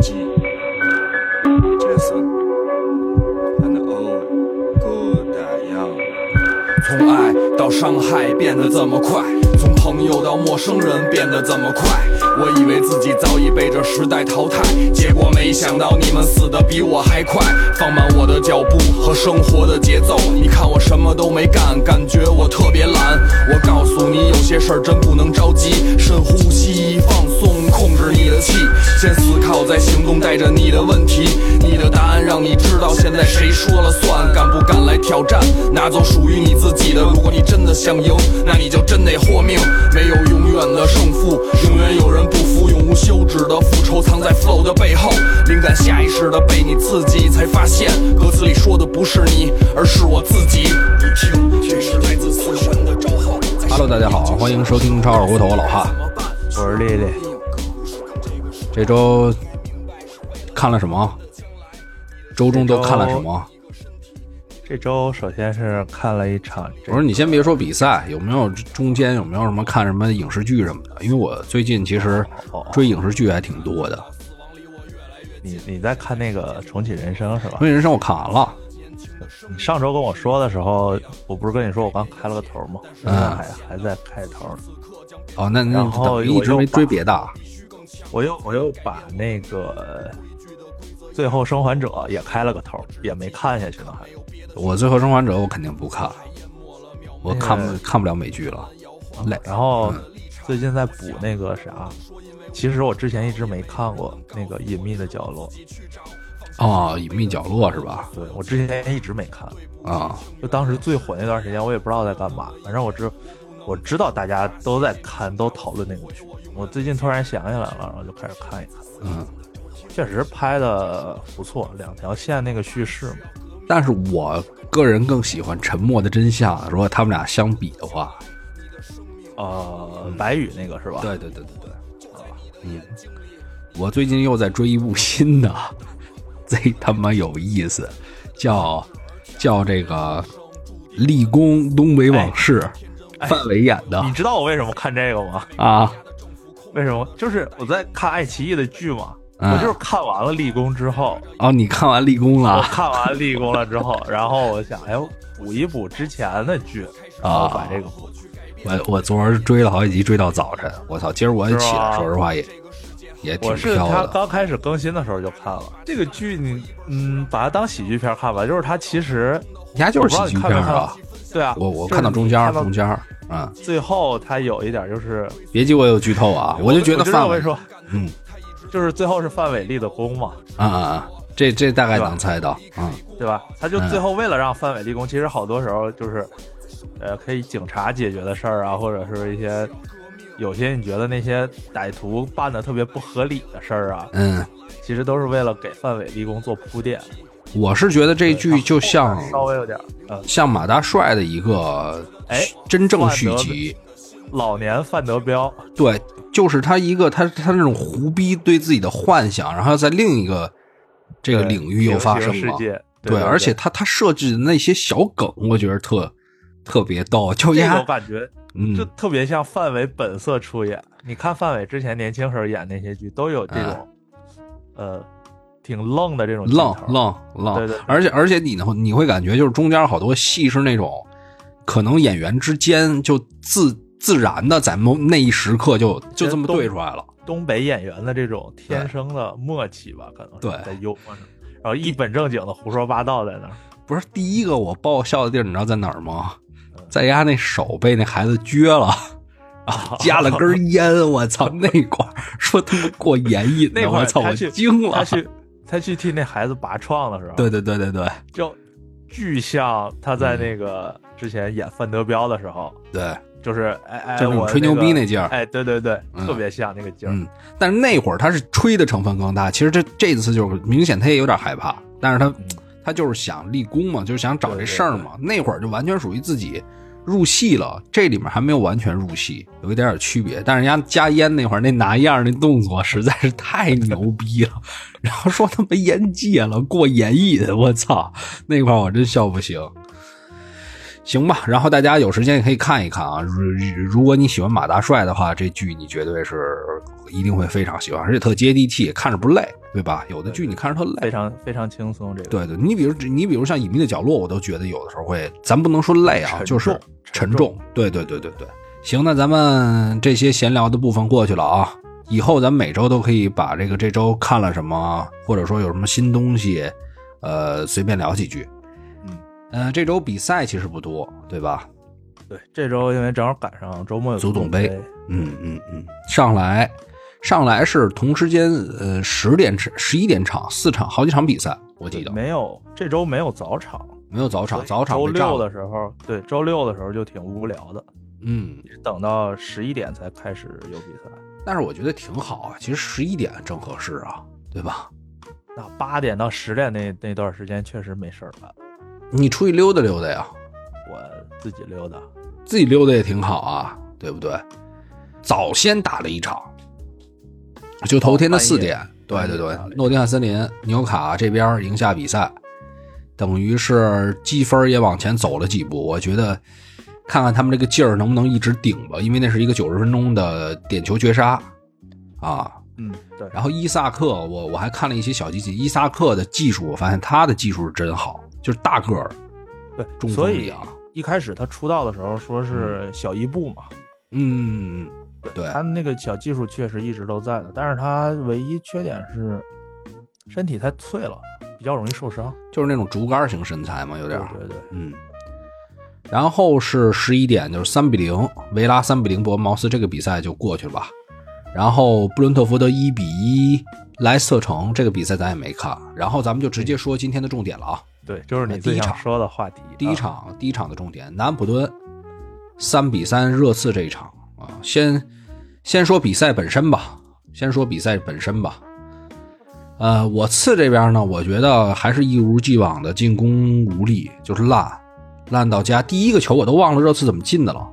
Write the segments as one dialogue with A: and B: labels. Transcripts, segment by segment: A: G, Jason, and old good
B: 从爱到伤害变得这么快，从朋友到陌生人变得这么快。我以为自己早已被这时代淘汰，结果没想到你们死的比我还快。放慢我的脚步和生活的节奏，你看我什么都没干，感觉我特别懒。我告诉你，有些事儿真不能着急，深呼吸，放松，控制你的气，先思考再行动，带着你的问题，你的答案让你知道现在谁说了算，敢不敢来挑战，拿走属于你自己的。如果你真的想赢，那你就真得豁命，没有永远的胜负，永远有人不服，永无休止的复仇藏在 flow 的背后，灵感下意识的被你刺激，才发现歌词里说的不是你，而是我自己。你听，这是来自死神的召唤。
C: Hello，大家好，欢迎收听《超二锅头》，我老汉。
D: 我是丽丽，
C: 这周看了什么？周中都看了什么？
D: 这周首先是看了一场这
C: 我说你先别说比赛，有没有中间有没有什么看什么影视剧什么的？因为我最近其实
D: 哦
C: 追影视剧还挺多的，
D: 你你在看那个《重启人生》是吧
C: 《因？为人生》我看完了，
D: 你上周跟我说的时候，我不是跟你说我刚开了个头吗？现在还还在开头呢。
C: 哦，那那
D: 然后
C: 等于一直
D: 我又
C: 没追
D: 把
C: 别的啊，
D: 我又我又把那个《最后生还者》也开了个头，也没看下去呢，还
C: 我《最后生还者》我肯定不看，我看不
D: 那个
C: 看不了美剧了，累。
D: 然后最近在补那个啥，其实我之前一直没看过那个《隐秘的角落》，
C: 哦，隐秘角落是吧？
D: 对我之前一直没看。
C: 啊、
D: 就当时最火那段时间，我也不知道在干嘛，反正我知我知道大家都在看，都讨论那个剧。我最近突然想起来了，然后就开始看一看，
C: 嗯，
D: 确实拍的不错，两条线那个叙事嘛，
C: 但是我个人更喜欢《沉默的真相》。如果他们俩相比的话，
D: 呃，白宇那个是吧？，
C: 嗯对对对对对，嗯，我最近又在追一部新的， 贼他妈有意思，叫叫这个《立功东北往事》，范伟演的、
D: 哎你知道我为什么看这个吗？
C: 啊，
D: 为什么？就是我在看爱奇艺的剧嘛，
C: 嗯
D: 我就是看完了《立功》之后，
C: 哦，你看完立功
D: 我
C: 了
D: 看完《立功》了之后，然后我想，哎呦，补一补之前的剧，
C: 啊
D: 然后把这个补。
C: 我我昨儿追了好几集，追到早晨，我操！今儿我起
D: 是
C: 来，
D: 吧
C: 说实话也也挺
D: 我是
C: 飘
D: 他
C: 的。
D: 刚开始更新的时候就看了这个剧你，嗯，把它当喜剧片儿看吧，就是它其实
C: 人家就是喜剧片
D: 我不知道你看没
C: 儿
D: 看
C: 啊
D: 到！对啊，
C: 我我
D: 就是
C: 看到中间
D: 你
C: 儿，
D: 看到
C: 中间儿，嗯，
D: 最后它有一点就是，
C: 别激我有剧透啊！我就觉得
D: 我
C: 范
D: 我
C: 伟
D: 跟你，说，
C: 嗯，
D: 就是最后是范伟立的功嘛，
C: 啊啊啊，这这大概
D: 对吧
C: 能猜到，嗯，
D: 对吧？他就最后为了让范伟立功，其实好多时候就是，呃，可以警察解决的事儿啊，或者是一些有些你觉得那些歹徒办的特别不合理的事儿啊，
C: 嗯，
D: 其实都是为了给范伟立功做铺垫，
C: 我是觉得这剧就像
D: 稍微有点，呃，
C: 像马大帅的一个
D: 哎
C: 真正续集，
D: 老年范德彪。
C: 对，就是他一个他他那种胡逼对自己的幻想，然后在另一个这个
D: 对
C: 领域又发生
D: 平行
C: 了
D: 世，界，
C: 对，而且他他设计的那些小梗，我觉得特特别逗，就
D: 这种
C: 呀，
D: 感觉
C: 嗯
D: 就，特别像范伟本色出演。你看范伟之前年轻时候演那些剧，都有这种，呃，挺愣的这种
C: 哎愣
D: 劲头，
C: 愣愣，
D: 对对对
C: 而且而且你呢，你会感觉就是中间好多戏是那种，可能演员之间就自自然的在某那一时刻就就这么对出来了。
D: 东北演员的这种天生的默契吧，可能是
C: 对
D: 在幽默上，然后一本正经的胡说八道在那儿。
C: 不是第一个我爆笑的地儿，你知道在哪儿吗？
D: 嗯
C: 在家那手被那孩子撅了，
D: 哦
C: 啊，夹了根烟，我操那块儿说他妈过眼瘾呢，
D: 那会
C: 我
D: 儿
C: 操
D: 他
C: 我
D: 去
C: 惊
D: 他
C: 了。
D: 去他去替那孩子拔创的时候，
C: 对嗯对对对对
D: 就巨像他在那个之前演范德彪的时候，
C: 对，
D: 就是哎哎，
C: 就是那种
D: 我
C: 吹牛逼
D: 个
C: 那劲儿
D: 哎，对对对，
C: 嗯
D: 特别像那个劲儿。
C: 嗯，但是那会儿他是吹的成分更大。其实这这次就是明显他也有点害怕，但是他、他就是想立功嘛，就是想找这事儿嘛。那会儿就完全属于自己入戏了，这里面还没有完全入戏，有一点点区别。但是人家加烟那会儿那拿样儿那动作实在是太牛逼了，然后说他妈烟戒了过眼瘾，我操，那块儿我真笑不行。行吧，然后大家有时间也可以看一看啊。如如果你喜欢马大帅的话，这剧你绝对是一定会非常喜欢，而且特接地气，看着不累。对吧？有的剧你看着特累
D: 非，常非常轻松。这个
C: 对对，你比如你比如像《隐秘的角落》，我都觉得有的时候会，咱不能说累啊，
D: 沉
C: 就是
D: 重
C: 沉
D: 沉
C: 重。对对对对对，行，那咱们这些闲聊的部分过去了啊，以后咱们每周都可以把这个这周看了什么，或者说有什么新东西，呃，随便聊几句。
D: 嗯，
C: 呃，这周比赛其实不多，对吧？
D: 对，这周因为正好赶上周末有
C: 足总
D: 总
C: 杯嗯嗯嗯，上来上来是同时间，呃，十点十一点场，四场好几场比赛，我记得
D: 没有这周没有早场，
C: 没有早场，早场
D: 周
C: 被占
D: 六
C: 了。
D: 的时候，对，周六的时候就挺无聊的，
C: 嗯，
D: 等到十一点才开始有比赛。
C: 但是我觉得挺好啊，其实十一点正合适啊，对吧？
D: 那八点到十点那那段时间确实没事儿干，
C: 你出去溜达溜达呀，
D: 我自己溜达。
C: 自己溜达也挺好啊，对不对？早先打了一场，就头天的四点，对
D: 哦半夜
C: 对对
D: 半夜打了一，场
C: 诺丁汉森林纽卡这边赢下比赛，等于是积分也往前走了几步。我觉得看看他们这个劲儿能不能一直顶吧，因为那是一个九十分钟的点球绝杀啊，
D: 嗯，对，
C: 然后伊萨克，我我还看了一些小集锦，伊萨克的技术，我发现他的技术是真好，就是大个儿，中
D: 对，
C: 锋
D: 所
C: 里
D: 以
C: 啊
D: 一开始他出道的时候说是小伊布嘛，
C: 嗯，对
D: 他那个小技术确实一直都在的，但是他唯一缺点是身体太脆了，比较容易受伤。
C: 就是那种竹竿型身材嘛，有
D: 对
C: 点儿，
D: 对对，
C: 嗯。然后是十一点，就是三比零，维拉三比零博茅斯，这个比赛就过去了吧。然后布伦特福德一比一莱斯特城，这个比赛咱也没看。然后咱们就直接说今天的重点了啊，
D: 对，就是
C: 那
D: 你
C: 第一
D: 最想
C: 场
D: 说的话题。
C: 第一
D: 啊，
C: 场，第一场的重点，南安普敦三比三热刺这一场啊，先先说比赛本身吧，先说比赛本身吧。呃，我次这边呢，我觉得还是一如既往的进攻无力，就是烂，烂到家。第一个球我都忘了热刺怎么进的了，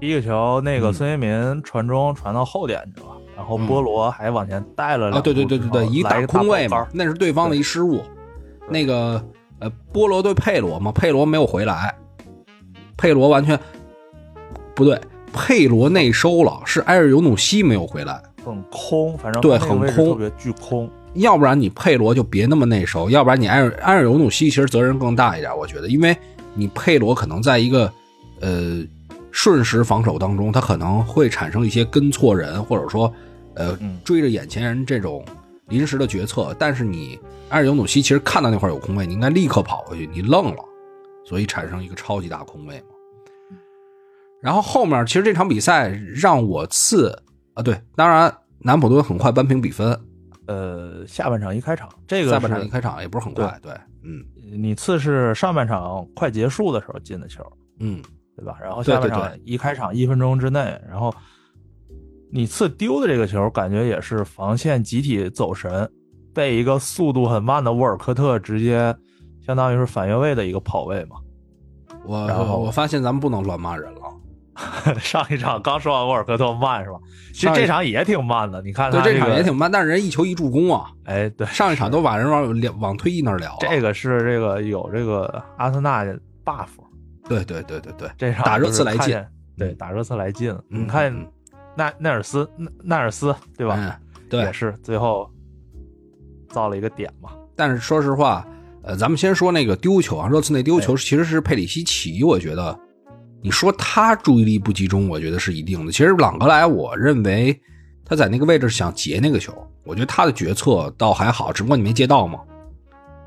D: 第一个球，那
C: 嗯
D: 个孙兴民传中传到后点去了，然后
C: 嗯
D: 波罗还往前带了
C: 啊，
D: 两
C: 对对
D: 步
C: 对
D: 之
C: 对
D: 后
C: 对，一
D: 来
C: 打
D: 个
C: 空位
D: 爆
C: 嘛
D: 杆，
C: 那是对方的一失误。那个呃，波罗对佩罗嘛，佩罗没有回来，佩罗完全不对，佩罗内收了，是埃尔尤努西没有回来，
D: 很空，反正
C: 对
D: 那个位置
C: 很空
D: 特别巨空。
C: 要不然你佩罗就别那么内收，要不然你埃尔埃尔尤努西其实责任更大一点，我觉得，因为你佩罗可能在一个呃瞬时防守当中，他可能会产生一些跟错人，或者说呃
D: 嗯
C: 追着眼前人这种临时的决策。但是你埃尔尤努西其实看到那块有空位，你应该立刻跑过去，你愣了，所以产生一个超级大空位嘛。然后后面其实这场比赛让我次啊，对，当然南普敦很快扳平比分，
D: 呃，下半场一开场，这个
C: 下半场
D: 是
C: 一开场也不是很快，对，嗯
D: 你次是上半场快结束的时候进的球，
C: 嗯，
D: 对吧？然后
C: 对
D: 下半
C: 对
D: 场一开场一分钟之内，然后你次丢的这个球，感觉也是防线集体走神，被一个速度很慢的沃尔科特直接相当于是反越位的一个跑位嘛。
C: 我
D: 然后
C: 我我发现咱们不能乱骂人了，
D: 上一场刚说完沃尔科特慢是吧？其实
C: 上一
D: 这场也挺慢的，你看
C: 对，
D: 他
C: 这
D: 个
C: 场也挺慢，但是人一球一助攻啊，
D: 哎对，
C: 上一场都把人往两往退役那儿聊啊，
D: 这个是这个有这个阿森纳 buff，
C: 对对对对对，
D: 这场
C: 打热
D: 就是
C: 刺来
D: 看
C: 劲
D: 见，对，打热刺来劲。
C: 嗯
D: 你看
C: 嗯
D: 奈奈尔斯奈奈尔斯对吧？
C: 嗯，对
D: 也，是最后造了一个点嘛。
C: 但是说实话，呃，咱们先说那个丢球啊，热刺那丢球其实是佩里西奇，我觉得你说他注意力不集中，我觉得是一定的。其实朗格莱，我认为他在那个位置想截那个球，我觉得他的决策倒还好，只不过你没接到嘛。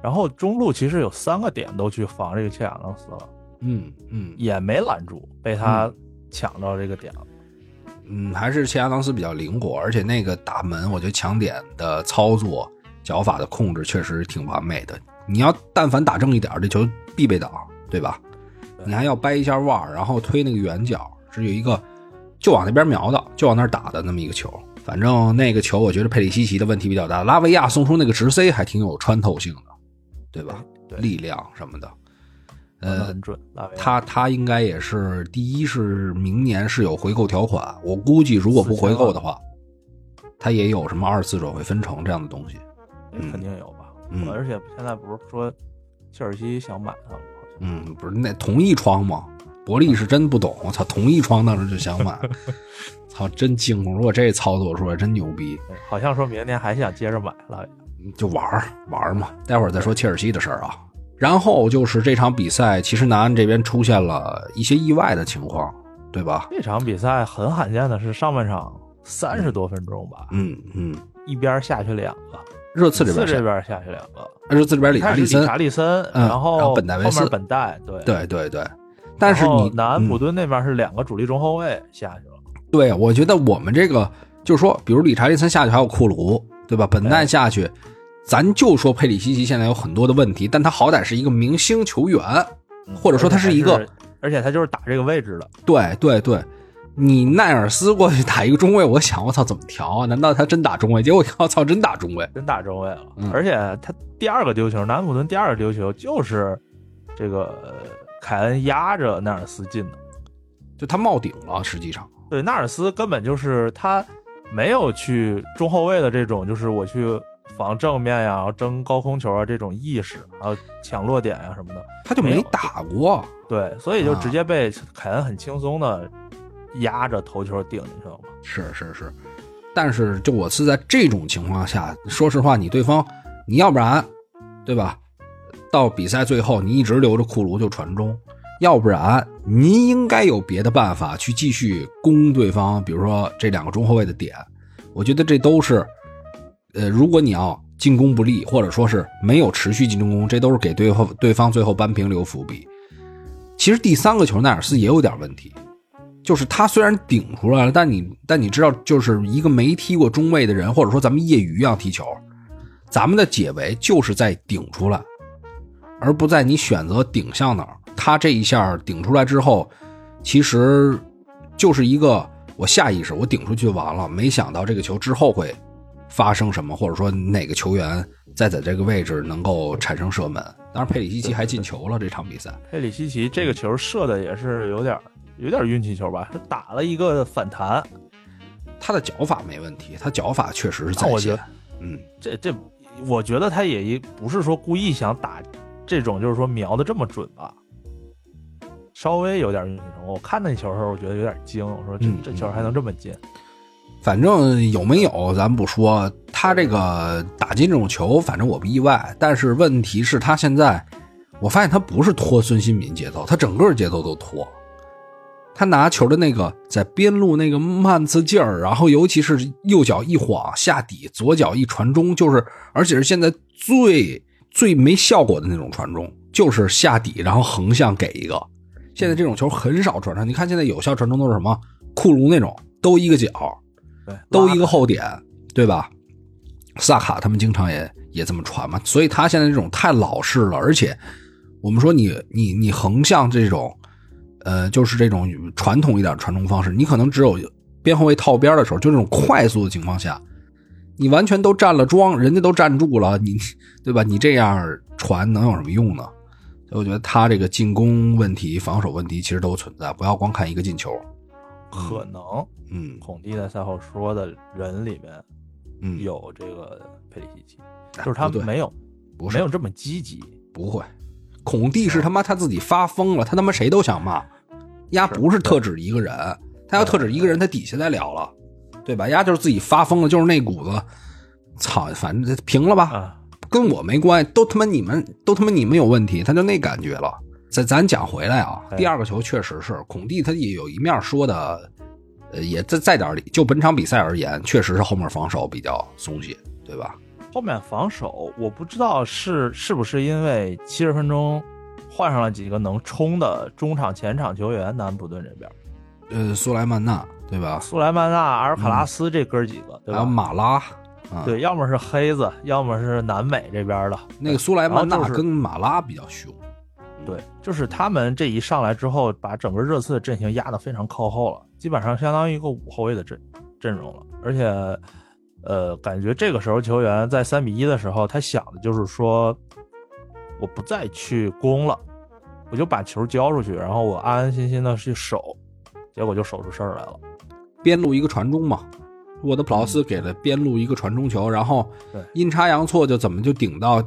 D: 然后中路其实有三个点都去防这个切亚诺斯了，
C: 嗯嗯
D: 也没拦住，被他抢到这个点了。
C: 嗯，还是切亚当斯比较灵活，而且那个打门，我觉得抢点的操作、脚法的控制确实挺完美的。你要但凡打正一点儿，这球必被挡，对吧？
D: 对
C: 你还要掰一下腕儿，然后推那个远角，是有一个就往那边瞄的，就往那儿打的那么一个球。反正那个球，我觉得佩里西奇的问题比较大。拉维亚送出那个直塞还挺有穿透性的，对吧？
D: 对
C: 力量什么的，
D: 打得
C: 呃，
D: 很准，拉维亚
C: 他他应该也是第一是明年是有回购条款，我估计如果不回购的话，他也有什么二次转会分成这样的东西。嗯
D: 肯定有吧？
C: 嗯
D: 而且现在不是说切尔西想买他吗？好像
C: 嗯，不是那同一窗吗？伯利是真不懂，我操，同一窗当时就想买，操，真惊！如果这操作出来真牛逼，嗯
D: 哎好像说明年还想接着买拉维亚。
C: 就玩儿玩儿嘛。待会儿再说切尔西的事儿啊。然后就是这场比赛，其实南安这边出现了一些意外的情况，对吧？
D: 这场比赛很罕见的是上半场三十多分钟吧，
C: 嗯嗯，
D: 一边下去两个，
C: 热刺这边
D: 四
C: 是
D: 这，边下去两个，
C: 热刺这边理
D: 一开
C: 查
D: 始
C: 利森
D: 理，查利森，
C: 嗯
D: 然
C: 然后
D: 后
C: 本戴维斯
D: 后面本戴，对，
C: 对对对。但是你
D: 南安
C: 嗯
D: 普顿那边是两个主力中后卫下去了，
C: 对，我觉得我们这个就是说，比如理查利森下去还有库卢，对吧？本代下去，咱就说佩里西奇现在有很多的问题，但他好歹是一个明星球员，或者说他是一个
D: 而且还是，而且他就是打这个位置的，
C: 对对对。你奈尔斯过去打一个中卫，我想我操怎么调啊？难道他真打中卫？结果我操真打中卫，
D: 真打中卫了
C: 嗯。
D: 而且他第二个丢球，南安普顿第二个丢球就是这个呃凯恩压着纳尔斯进的。
C: 就他冒顶了，实际上
D: 对，纳尔斯根本就是他没有去中后卫的这种，就是我去防正面呀、然后争高空球啊这种意识，还有抢落点呀、什么的。
C: 他就
D: 没
C: 没
D: 有
C: 打过。
D: 对，所以就
C: 啊
D: 直接被凯恩很轻松的压着头球顶进去了嘛。
C: 是是是，但是就我是在这种情况下，说实话，你对方你要不然，对吧？到比赛最后你一直留着库卢就传中，要不然您应该有别的办法去继续攻对方，比如说这两个中后卫的点，我觉得这都是，呃，如果你要进攻不利，或者说是没有持续进攻，这都是给对后对方最后扳平留伏笔。其实第三个球奈尔斯也有点问题，就是他虽然顶出来了，但你但你知道，就是一个没踢过中卫的人，或者说咱们业余啊踢球，咱们的解围就是在顶出来，而不在你选择顶向哪儿。他这一下顶出来之后，其实就是一个我下意识我顶出去完了，没想到这个球之后会发生什么，或者说哪个球员再在这个位置能够产生射门。当然，佩里西奇还进球了这场比赛。
D: 佩里西奇这个球射的也是有点有点运气球吧，他打了一个反弹，
C: 他的脚法没问题，他脚法确实是在
D: 那我觉
C: 线
D: 得。
C: 嗯，
D: 这这，我觉得他也一不是说故意想打这种，就是说瞄的这么准吧，稍微有点运气成分。我看那球的时候，我觉得有点惊，我说这、
C: 嗯
D: 这球还能这么进？
C: 反正有没有咱不说，他这个打进这种球，反正我不意外。但是问题是，他现在我发现他不是拖孙兴民节奏，他整个节奏都拖。他拿球的那个在边路那个慢刺劲儿，然后尤其是右脚一晃下底，左脚一传中，就是而且是现在最最没效果的那种传中，就是下底然后横向给一个。现在这种球很少传上，你看现在有效传中都是什么库卢那种，都一个脚，
D: 对，
C: 都一
D: 拉
C: 个后点，对吧？萨卡他们经常也也这么传嘛，所以他现在这种太老式了，而且我们说你你你横向这种，呃，就是这种传统一点的传中方式，你可能只有边后卫套边的时候，就这种快速的情况下，你完全都占了桩，人家都站住了，你对吧？你这样传能有什么用呢？所以我觉得他这个进攻问题、防守问题其实都存在，不要光看一个进球。
D: 可能
C: 嗯
D: 孔蒂在赛后说的人里面
C: 嗯，
D: 有这个佩里西奇，
C: 哎
D: 就是他
C: 不对
D: 没有
C: 不是
D: 没有这么积极。
C: 不会，孔蒂是他妈他自己发疯了，他他妈谁都想骂，丫不是特指一个人，他要特指一个人，他底下再聊了，对吧？丫就是自己发疯了，就是那股子，操，反正平了吧，
D: 啊，
C: 跟我没关系，都他妈你们都他妈你们有问题，他就那感觉了。咱咱讲回来啊，
D: 哎
C: 第二个球确实是孔蒂，他也有一面说的，呃，也在在点儿里，就本场比赛而言，确实是后面防守比较松懈，对吧？
D: 后面防守我不知道是是不是因为七十分钟换上了几个能冲的中场、前场球员，南安普顿这边。
C: 呃，苏莱曼纳，对吧？
D: 苏莱曼纳、阿尔卡拉斯这哥几个，
C: 嗯
D: 对
C: 还有
D: 吧？
C: 马拉，啊，
D: 对，要么是黑子，要么是南美这边的。
C: 那个苏莱曼
D: 然
C: 纳
D: 后就是
C: 跟马拉比较凶，
D: 对，就是他们这一上来之后，把整个热刺的阵型压得非常靠后了，基本上相当于一个五后卫的阵阵容了。而且，呃，感觉这个时候球员在三比一的时候，他想的就是说，我不再去攻了，我就把球交出去，然后我安安心心的去守，结果就守出事儿来了。
C: 边路一个传中嘛，沃德普劳斯给了边路一个传中球，然后
D: 嗯对
C: 阴差阳错就怎么就顶到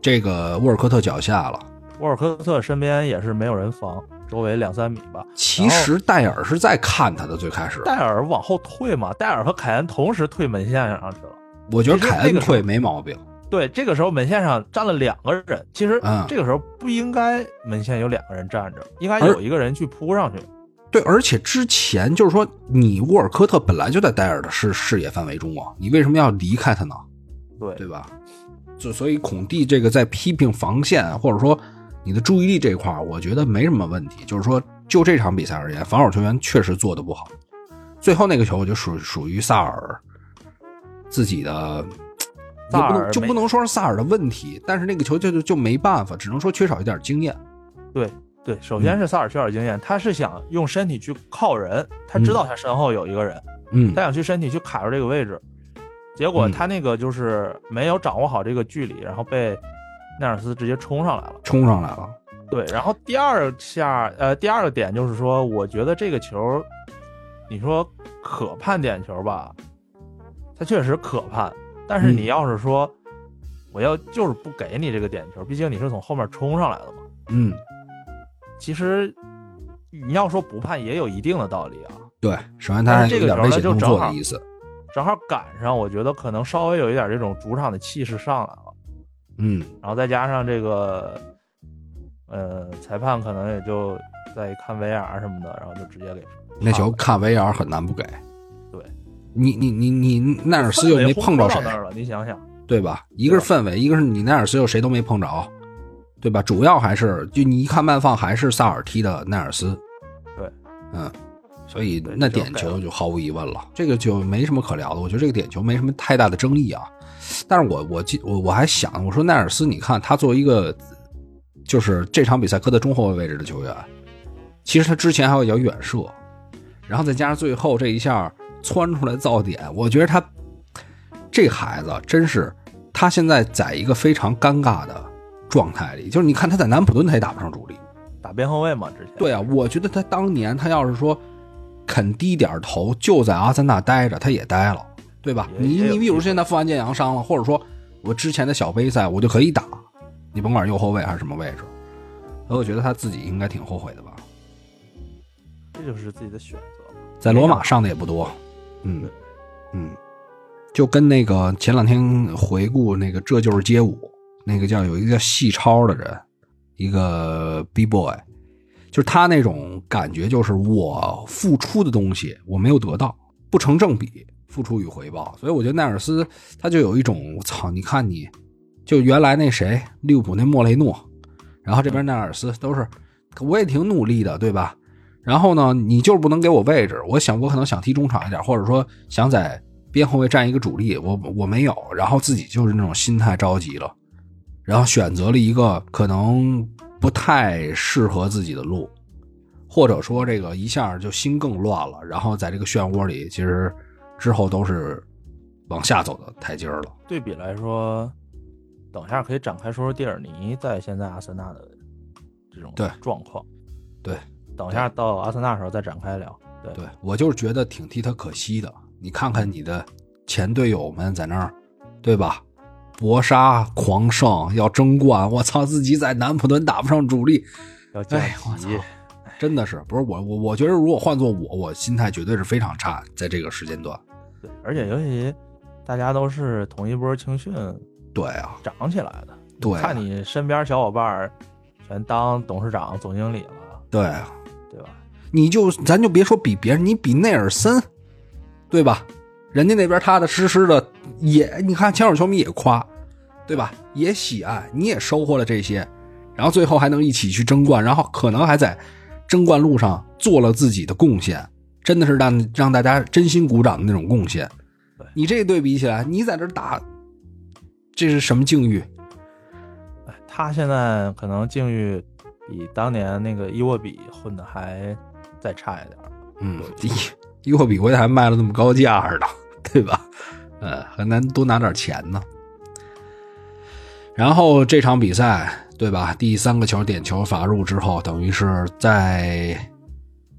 C: 这个沃尔科特脚下了。
D: 沃尔科特身边也是没有人防，周围两三米吧。
C: 其实戴尔是在看他的，最开始
D: 戴尔往后退嘛，戴尔和凯恩同时退门线上去了。
C: 我觉得
D: 其实
C: 凯恩
D: 那个时候
C: 退没毛病，
D: 对，这个时候门线上站了两个人，其实
C: 嗯
D: 这个时候不应该门线有两个人站着，应该
C: 而
D: 有一个人去扑上去。
C: 对，而且之前就是说，你沃尔科特本来就在戴尔的视视野范围中啊，你为什么要离开他呢？
D: 对
C: 对吧？就所以孔蒂这个在批评防线啊或者说你的注意力这一块儿，我觉得没什么问题。就是说，就这场比赛而言，防守球员确实做的不好。最后那个球，我就属属于萨尔自己的，也
D: 萨
C: 不
D: 尔
C: 能就
D: 没
C: 不能说是萨尔的问题，但是那个球就就就没办法，只能说缺少一点经验。
D: 对对，首
C: 嗯
D: 先是萨尔缺少经验，他是想用身体去靠人，他知道他身后有一个人，
C: 嗯
D: 他想去身体去卡住这个位置，结果
C: 嗯
D: 他那个就是没有掌握好这个距离，然后被奈尔斯直接冲上来了。
C: 冲上来了，
D: 对，然后第二下，呃，第二个点就是说，我觉得这个球，你说可判点球吧，它确实可判，但是
C: 嗯
D: 你要是说、我要就是不给你这个点球，毕竟你是从后面冲上来的嘛，
C: 嗯，
D: 其实你要说不判也有一定的道理啊。
C: 对，首先他
D: 但
C: 还
D: 是
C: 有
D: 这个
C: 点
D: 时候
C: 危
D: 呢
C: 险
D: 就
C: 动
D: 正
C: 作的
D: 好
C: 意思，
D: 正好赶上，我觉得可能稍微有一点这种主场的气势上来了，
C: 嗯。
D: 然后再加上这个，呃，裁判可能也就在看 VR 什么的，然后就直接给
C: 那球看 VR 很难不给。
D: 对，
C: 你你你你奈尔斯又没碰着
D: 到
C: 谁，
D: 那儿了，你想想，
C: 对吧？一个是氛围，一个是你奈尔斯又谁都没碰着，对吧？主要还是就你一看慢放，还是萨尔踢的奈尔斯。
D: 对，
C: 嗯，所以
D: 对
C: 那
D: 就
C: 点
D: 改
C: 球
D: 了
C: 就毫无疑问了，这个就没什么可聊的。我觉得这个点球没什么太大的争议啊。但是我我记我我还想，我说奈尔斯，你看他作为一个就是这场比赛搁在中后卫位置的球员，其实他之前还有一脚远射，然后再加上最后这一下窜出来造点，我觉得他这孩子真是，他现在在一个非常尴尬的状态里，就是你看他在南普敦他也打不上主力。
D: 打边后卫嘛，之前
C: 对啊，我觉得他当年他要是说肯低点儿头，就在阿森纳待着，他也待了，对吧？
D: 也
C: 你
D: 也有
C: 你比如
D: 机
C: 说
D: 会
C: 现在富安健洋伤了，或者说我之前的小杯赛我就可以打，你甭管右后卫还是什么位置，所以我觉得他自己应该挺后悔的吧。
D: 这就是自己的选择。
C: 在罗马上的也不多，嗯嗯，就跟那个前两天回顾那个《这就是街舞》，那个叫有一个叫细超的人，一个 B boy，就是他那种感觉，就是我付出的东西我没有得到，不成正比，付出与回报。所以我觉得奈尔斯他就有一种我操，你看你，就原来那谁利物浦那莫雷诺，然后这边奈尔斯都是，我也挺努力的，对吧？然后呢，你就是不能给我位置。我想，我可能想踢中场一点，或者说想在边后卫占一个主力，我我没有。然后自己就是那种心态着急了，然后选择了一个可能不太适合自己的路，或者说这个一下就心更乱了。然后在这个漩涡里，其实之后都是往下走的台阶儿了。
D: 对比来说，等一下可以展开说说蒂尔尼在现在阿森纳的这种
C: 对
D: 状况。
C: 对，
D: 等一下到阿森纳的时候再展开聊。对，
C: 对我就是觉得挺替他可惜的。你看看你的前队友们在那儿，对吧？搏杀狂胜要争冠，我操，自己在南普敦打不上主力，
D: 要降
C: 哎我
D: 级
C: 操，真的是不是我我我觉得如果换做我，我心态绝对是非常差，在这个时间段。
D: 对，而且尤其大家都是同一波青训
C: 对啊，
D: 长起来的。
C: 对啊
D: 看你身边小伙伴儿全当董事长、总经理了，
C: 对啊，
D: 对吧？
C: 你就咱就别说比别人，你比内尔森，对吧？人家那边踏踏实实的，也你看枪手球迷也夸，对吧？也喜爱，你也收获了这些，然后最后还能一起去争冠，然后可能还在争冠路上做了自己的贡献，真的是让让大家真心鼓掌的那种贡献
D: 对。
C: 你这对比起来，你在这打，这是什么境遇？
D: 哎，他现在可能境遇比当年那个伊沃比混的还再差一点儿。
C: 嗯， 一一货比回来还卖了那么高价似的，对吧？呃，很难多拿点钱呢。然后这场比赛，对吧？第三个球点球罚入之后，等于是在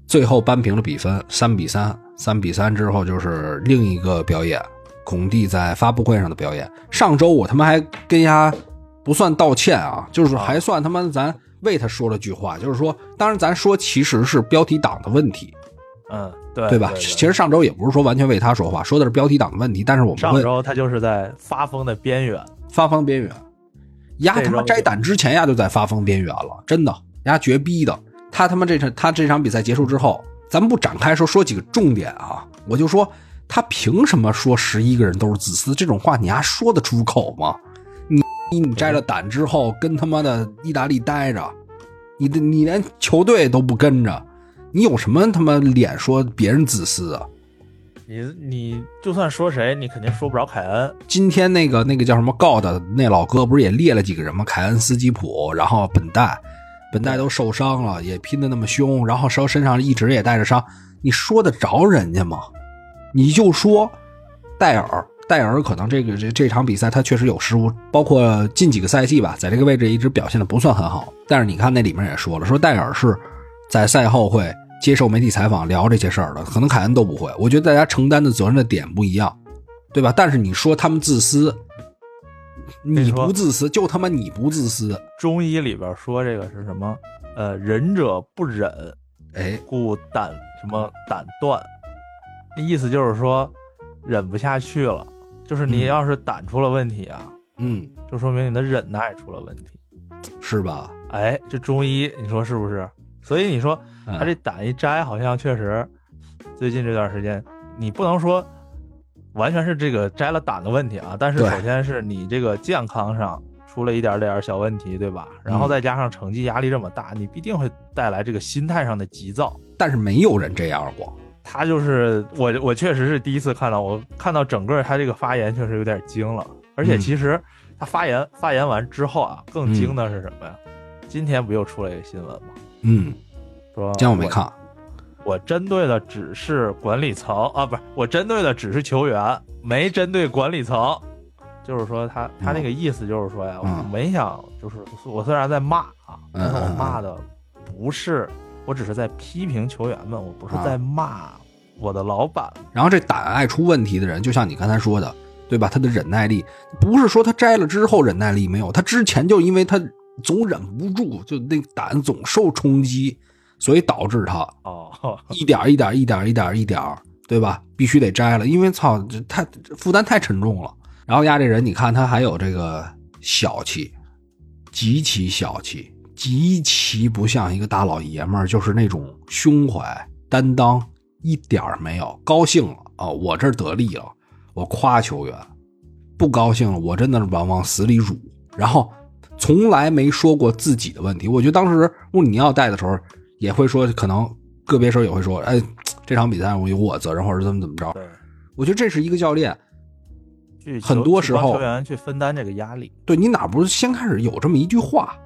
C: 最后扳平了比分，三比三。三比三之后，就是另一个表演，孔蒂在发布会上的表演。上周我他妈还跟丫不算道歉啊，就是还算他妈咱为他说了句话，就是说，当然咱说其实是标题党的问题，
D: 嗯，对
C: 哎对吧？其实上周也不是说完全为他说话，说的是标题党的问题，但是我们
D: 上
C: 问
D: 周他就是在发疯的边缘，
C: 发疯边缘。丫他妈摘胆之前，丫就在发疯边缘了，真的，丫绝逼的。他他妈这场他这场比赛结束之后，咱们不展开说，说几个重点啊，我就说他凭什么说十一个人都是自私这种话，你丫说得出口吗？你你摘了胆之后，跟他妈的意大利待着，你的你连球队都不跟着，你有什么他妈脸说别人自私啊？
D: 你你就算说谁，你肯定说不着凯恩。
C: 今天那个那个叫什么告的那老哥不是也列了几个人吗？凯恩斯基普，然后本代，本代都受伤了，也拼的那么凶，然后身身上一直也带着伤，你说得着人家吗？你就说戴尔，戴尔可能这个这这场比赛他确实有失误，包括近几个赛季吧，在这个位置一直表现的不算很好。但是你看那里面也说了，说戴尔是在赛后会接受媒体采访聊这些事儿的，可能凯恩都不会。我觉得大家承担的责任的点不一样，对吧？但是你说他们自私，
D: 你
C: 你
D: 说
C: 不自私，就他妈你不自私，
D: 中医里边说这个是什么？呃，仁者不忍，
C: 哎，
D: 故胆什么胆断，那意思就是说忍不下去了，就是你
C: 嗯
D: 要是胆出了问题啊，
C: 嗯，
D: 就说明你的忍耐出了问题。
C: 是吧？
D: 哎，这中医你说是不是？所以你说
C: 嗯
D: 他这胆一摘，好像确实最近这段时间，你不能说完全是这个摘了胆的问题啊，但是
C: 对
D: 首先是你这个健康上出了一点点小问题，对吧？然
C: 嗯
D: 后再加上成绩压力这么大，你必定会带来这个心态上的急躁。
C: 但是没有人这样过，
D: 他就是我，我确实是第一次看到，我看到整个他这个发言确实有点惊了。而且
C: 嗯
D: 其实他发言、发言完之后啊，更
C: 嗯
D: 惊的是什么呀？今天不又出了一个新闻吗？
C: 嗯，
D: 说
C: 今天我没看，
D: 我针对的只是管理层啊，不是我针对的只是球员，没针对管理层。就是说他他那个意思就是说呀，
C: 嗯
D: 我没想就是我虽然在骂啊，
C: 嗯
D: 但是我
C: 嗯嗯
D: 骂的不是，我只是在批评球员们，我不是
C: 啊
D: 在骂我的老板。
C: 然后这胆爱出问题的人，就像你刚才说的，对吧？他的忍耐力不是说他摘了之后忍耐力没有，他之前就因为他总忍不住，就那胆总受冲击，所以导致他
D: 哦，
C: 一点儿一点儿一点儿一点儿一点儿，对吧？必须得摘了，因为操，这太这负担太沉重了。然后压这人，你看他还有这个小气，极其小气，极其不像一个大老爷们儿，就是那种胸怀担当一点儿没有。高兴了啊、我这儿得利了，我夸球员；不高兴了，我真的是往往死里辱。然后从来没说过自己的问题。我觉得当时穆里尼奥带的时候，也会说，可能个别时候也会说，哎，这场比赛我有我责任，或者怎么怎么着。
D: 对，
C: 我觉得这是一个教练，
D: 去
C: 很
D: 球
C: 多
D: 去
C: 时
D: 帮
C: 候
D: 球员去分担这个压力。
C: 对你哪不是先开始有这么一句话，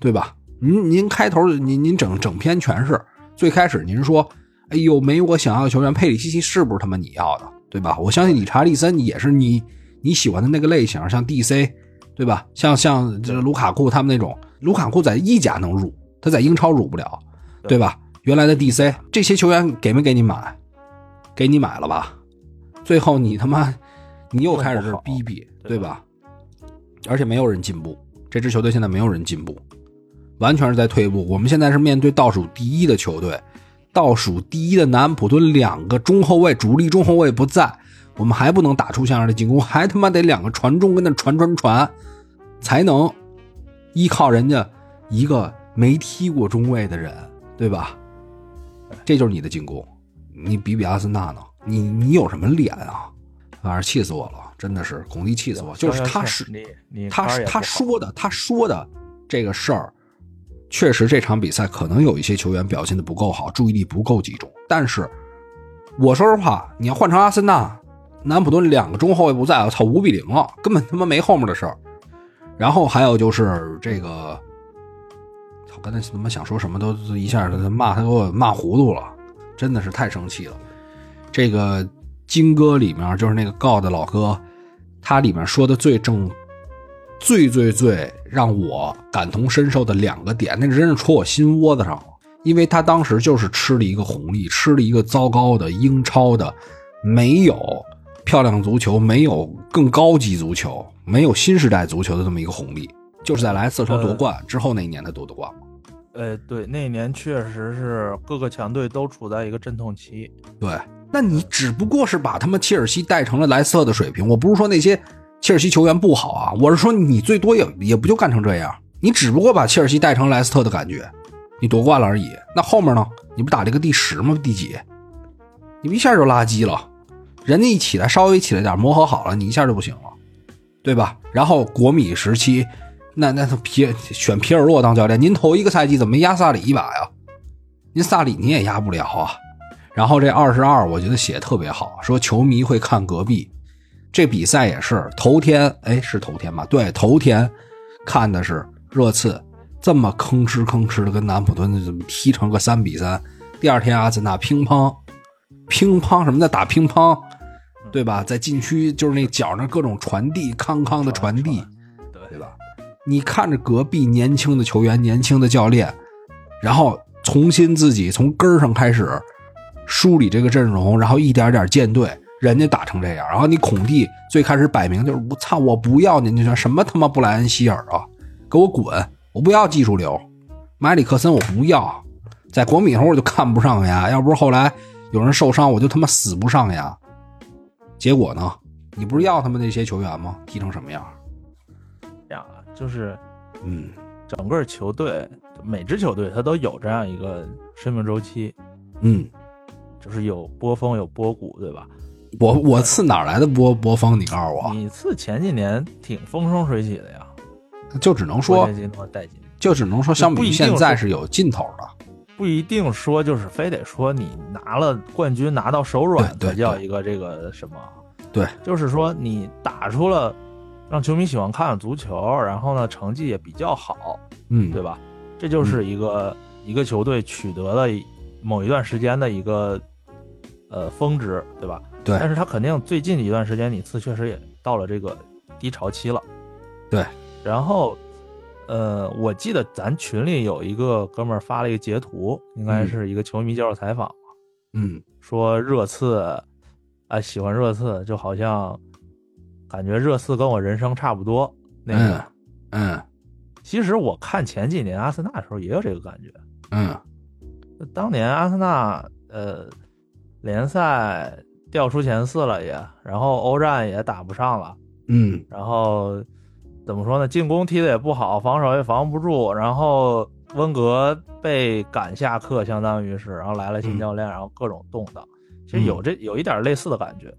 C: 对吧？您您开头您您整整篇全是最开始您说，哎呦，没有我想要的球员，佩里西奇是不是他妈你要的，对吧？我相信理查利森也是你你喜欢的那个类型，像 DC，对吧？像像这卢卡库他们那种，卢卡库在意甲能入，他在英超入不了，对吧？原来的 DC 这些球员给没给你买？给你买了吧？最后你他妈你又开始这儿逼逼，对
D: 哦对吧
C: 吧？而且没有人进步，这支球队现在没有人进步，完全是在退步。我们现在是面对倒数第一的球队，倒数第一的南安普敦两个中后卫主力中后卫不在，我们还不能打出像样的进攻，还他妈得两个传中跟那传传传，才能依靠人家一个没踢过中卫的人，对吧？这就是你的进攻，你比比阿森纳呢？你你有什么脸啊？反正气死我了，真的是孔蒂气死我，就是他是
D: 你你
C: 他
D: 杆儿也
C: 他
D: 不好
C: 说的他说的这个事儿，确实这场比赛可能有一些球员表现的不够好，注意力不够集中。但是我说实话，你要换成阿森纳，南普敦两个中后卫不在，我操五比零了，根本他妈没后面的事儿。然后还有就是这个，操，刚才他妈想说什么都都一下他骂他给我骂糊涂了，真的是太生气了。这个金哥里面就是那个告的老哥，他里面说的最正、最最最让我感同身受的两个点，那真是戳我心窝子上了。因为他当时就是吃了一个红利，吃了一个糟糕的英超的，没有漂亮足球，没有更高级足球，没有新时代足球的这么一个红利，就是在莱斯特城夺冠之后那一年他夺的冠嘛。
D: 呃，对，那年确实是各个强队都处在一个阵痛期。
C: 对，那你只不过是把他们切尔西带成了莱斯特的水平。我不是说那些切尔西球员不好啊，我是说你最多也也不就干成这样，你只不过把切尔西带成莱斯特的感觉，你夺冠了而已。那后面呢？你不打这个第十吗？第几？你们一下就垃圾了。人家一起来稍微起来点磨合好了，你一下就不行了，对吧？然后国米时期，那那他皮选皮尔洛当教练，您头一个赛季怎么没压萨里一把呀？您萨里你也压不了啊。然后这二十二，我觉得写得特别好，说球迷会看隔壁。这比赛也是头天，哎，是头天吧？对，头天看的是热刺这么吭哧吭哧的跟南普敦怎么踢成个三比三。第二天阿森纳乒乓，乒乓什么的打乒乓，对吧？在禁区就是那脚那各种传递，康康的传递，对吧？你看着隔壁年轻的球员、年轻的教练，然后重新自己从根儿上开始梳理这个阵容，然后一点点建队，人家打成这样，然后你孔蒂最开始摆明就是我操，我不要您这什么他妈布莱恩希尔啊，给我滚，我不要技术流，马里克森我不要，在国米上我就看不上呀，要不是后来有人受伤，我就他妈死不上呀。结果呢，你不是要他们那些球员吗？踢成什么样？
D: 这样啊，就是
C: 嗯，
D: 整个球队，每支球队它都有这样一个生命周期，
C: 嗯，
D: 就是有波峰有波谷，对吧？
C: 我我次哪儿来的波波峰？你告诉我，
D: 米刺前几年挺风生水起的呀，
C: 就只能说
D: 关，键阶段带进，
C: 就只能说相比
D: 不一
C: 于
D: 定
C: 现在
D: 是
C: 是有劲头的。
D: 不一定说就是非得说你拿了冠军拿到手软
C: 对
D: 才
C: 对
D: 叫
C: 对
D: 一个这个什么，
C: 对，
D: 就是说你打出了让球迷喜欢看的足球，然后呢成绩也比较好，
C: 嗯，
D: 对吧？这就是一个、一个球队取得了某一段时间的一个呃峰值，对吧？
C: 对
D: 但是他肯定最近一段时间，你次确实也到了这个低潮期了。
C: 对。
D: 然后，呃，我记得咱群里有一个哥们儿发了一个截图，应该
C: 嗯
D: 是一个球迷接受采访，
C: 嗯，
D: 说热刺啊、喜欢热刺，就好像感觉热刺跟我人生差不多那个。
C: 嗯嗯
D: 其实我看前几年阿森纳的时候也有这个感觉。
C: 嗯
D: 当年阿森纳呃联赛掉出前四了也，然后欧战也打不上了，
C: 嗯
D: 然后怎么说呢？进攻踢的也不好，防守也防不住，然后温格被赶下课，相当于是，然后来了
C: 嗯
D: 新教练，然后各种动荡。其实有这有一点类似的感觉，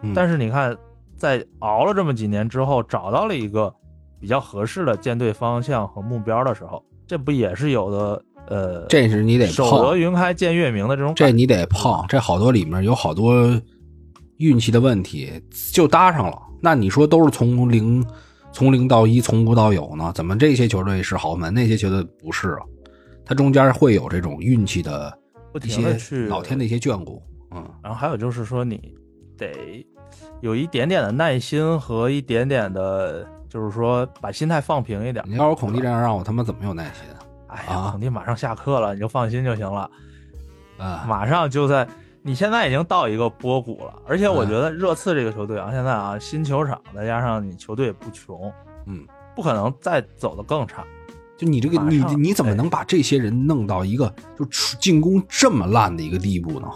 C: 嗯
D: 但是你看，在熬了这么几年之后，找到了一个比较合适的舰队方向和目标的时候，这不也是有的？呃，
C: 这是你得
D: 守得
C: 碰，
D: 云开见月明的这种
C: 这
D: 感觉，
C: 你得碰，这好多里面有好多运气的问题，就搭上了。那你说都是从零从零到一，从无到有呢？怎么这些球队是豪门，那些球队不是啊？它中间会有这种运气的
D: 不
C: 一
D: 停的
C: 些
D: 去
C: 老天的一些眷顾，嗯。
D: 然后还有就是说，你得有一点点的耐心和一点点的，就是说把心态放平一点。
C: 你要是孔蒂这样，让我他妈怎么有耐心
D: 哎
C: 啊
D: 呀，孔蒂马上下课了，你就放心就行了。
C: 啊？
D: 马上就在，你现在已经到一个波谷了。而且
C: 嗯
D: 我觉得热刺这个球队啊，现在啊新球场再加上你球队也不穷，
C: 嗯，
D: 不可能再走得更差。
C: 就你这个，
D: 马
C: 你
D: 上
C: 你怎么
D: 哎
C: 能把这些人弄到一个就进攻这么烂的一个地步呢？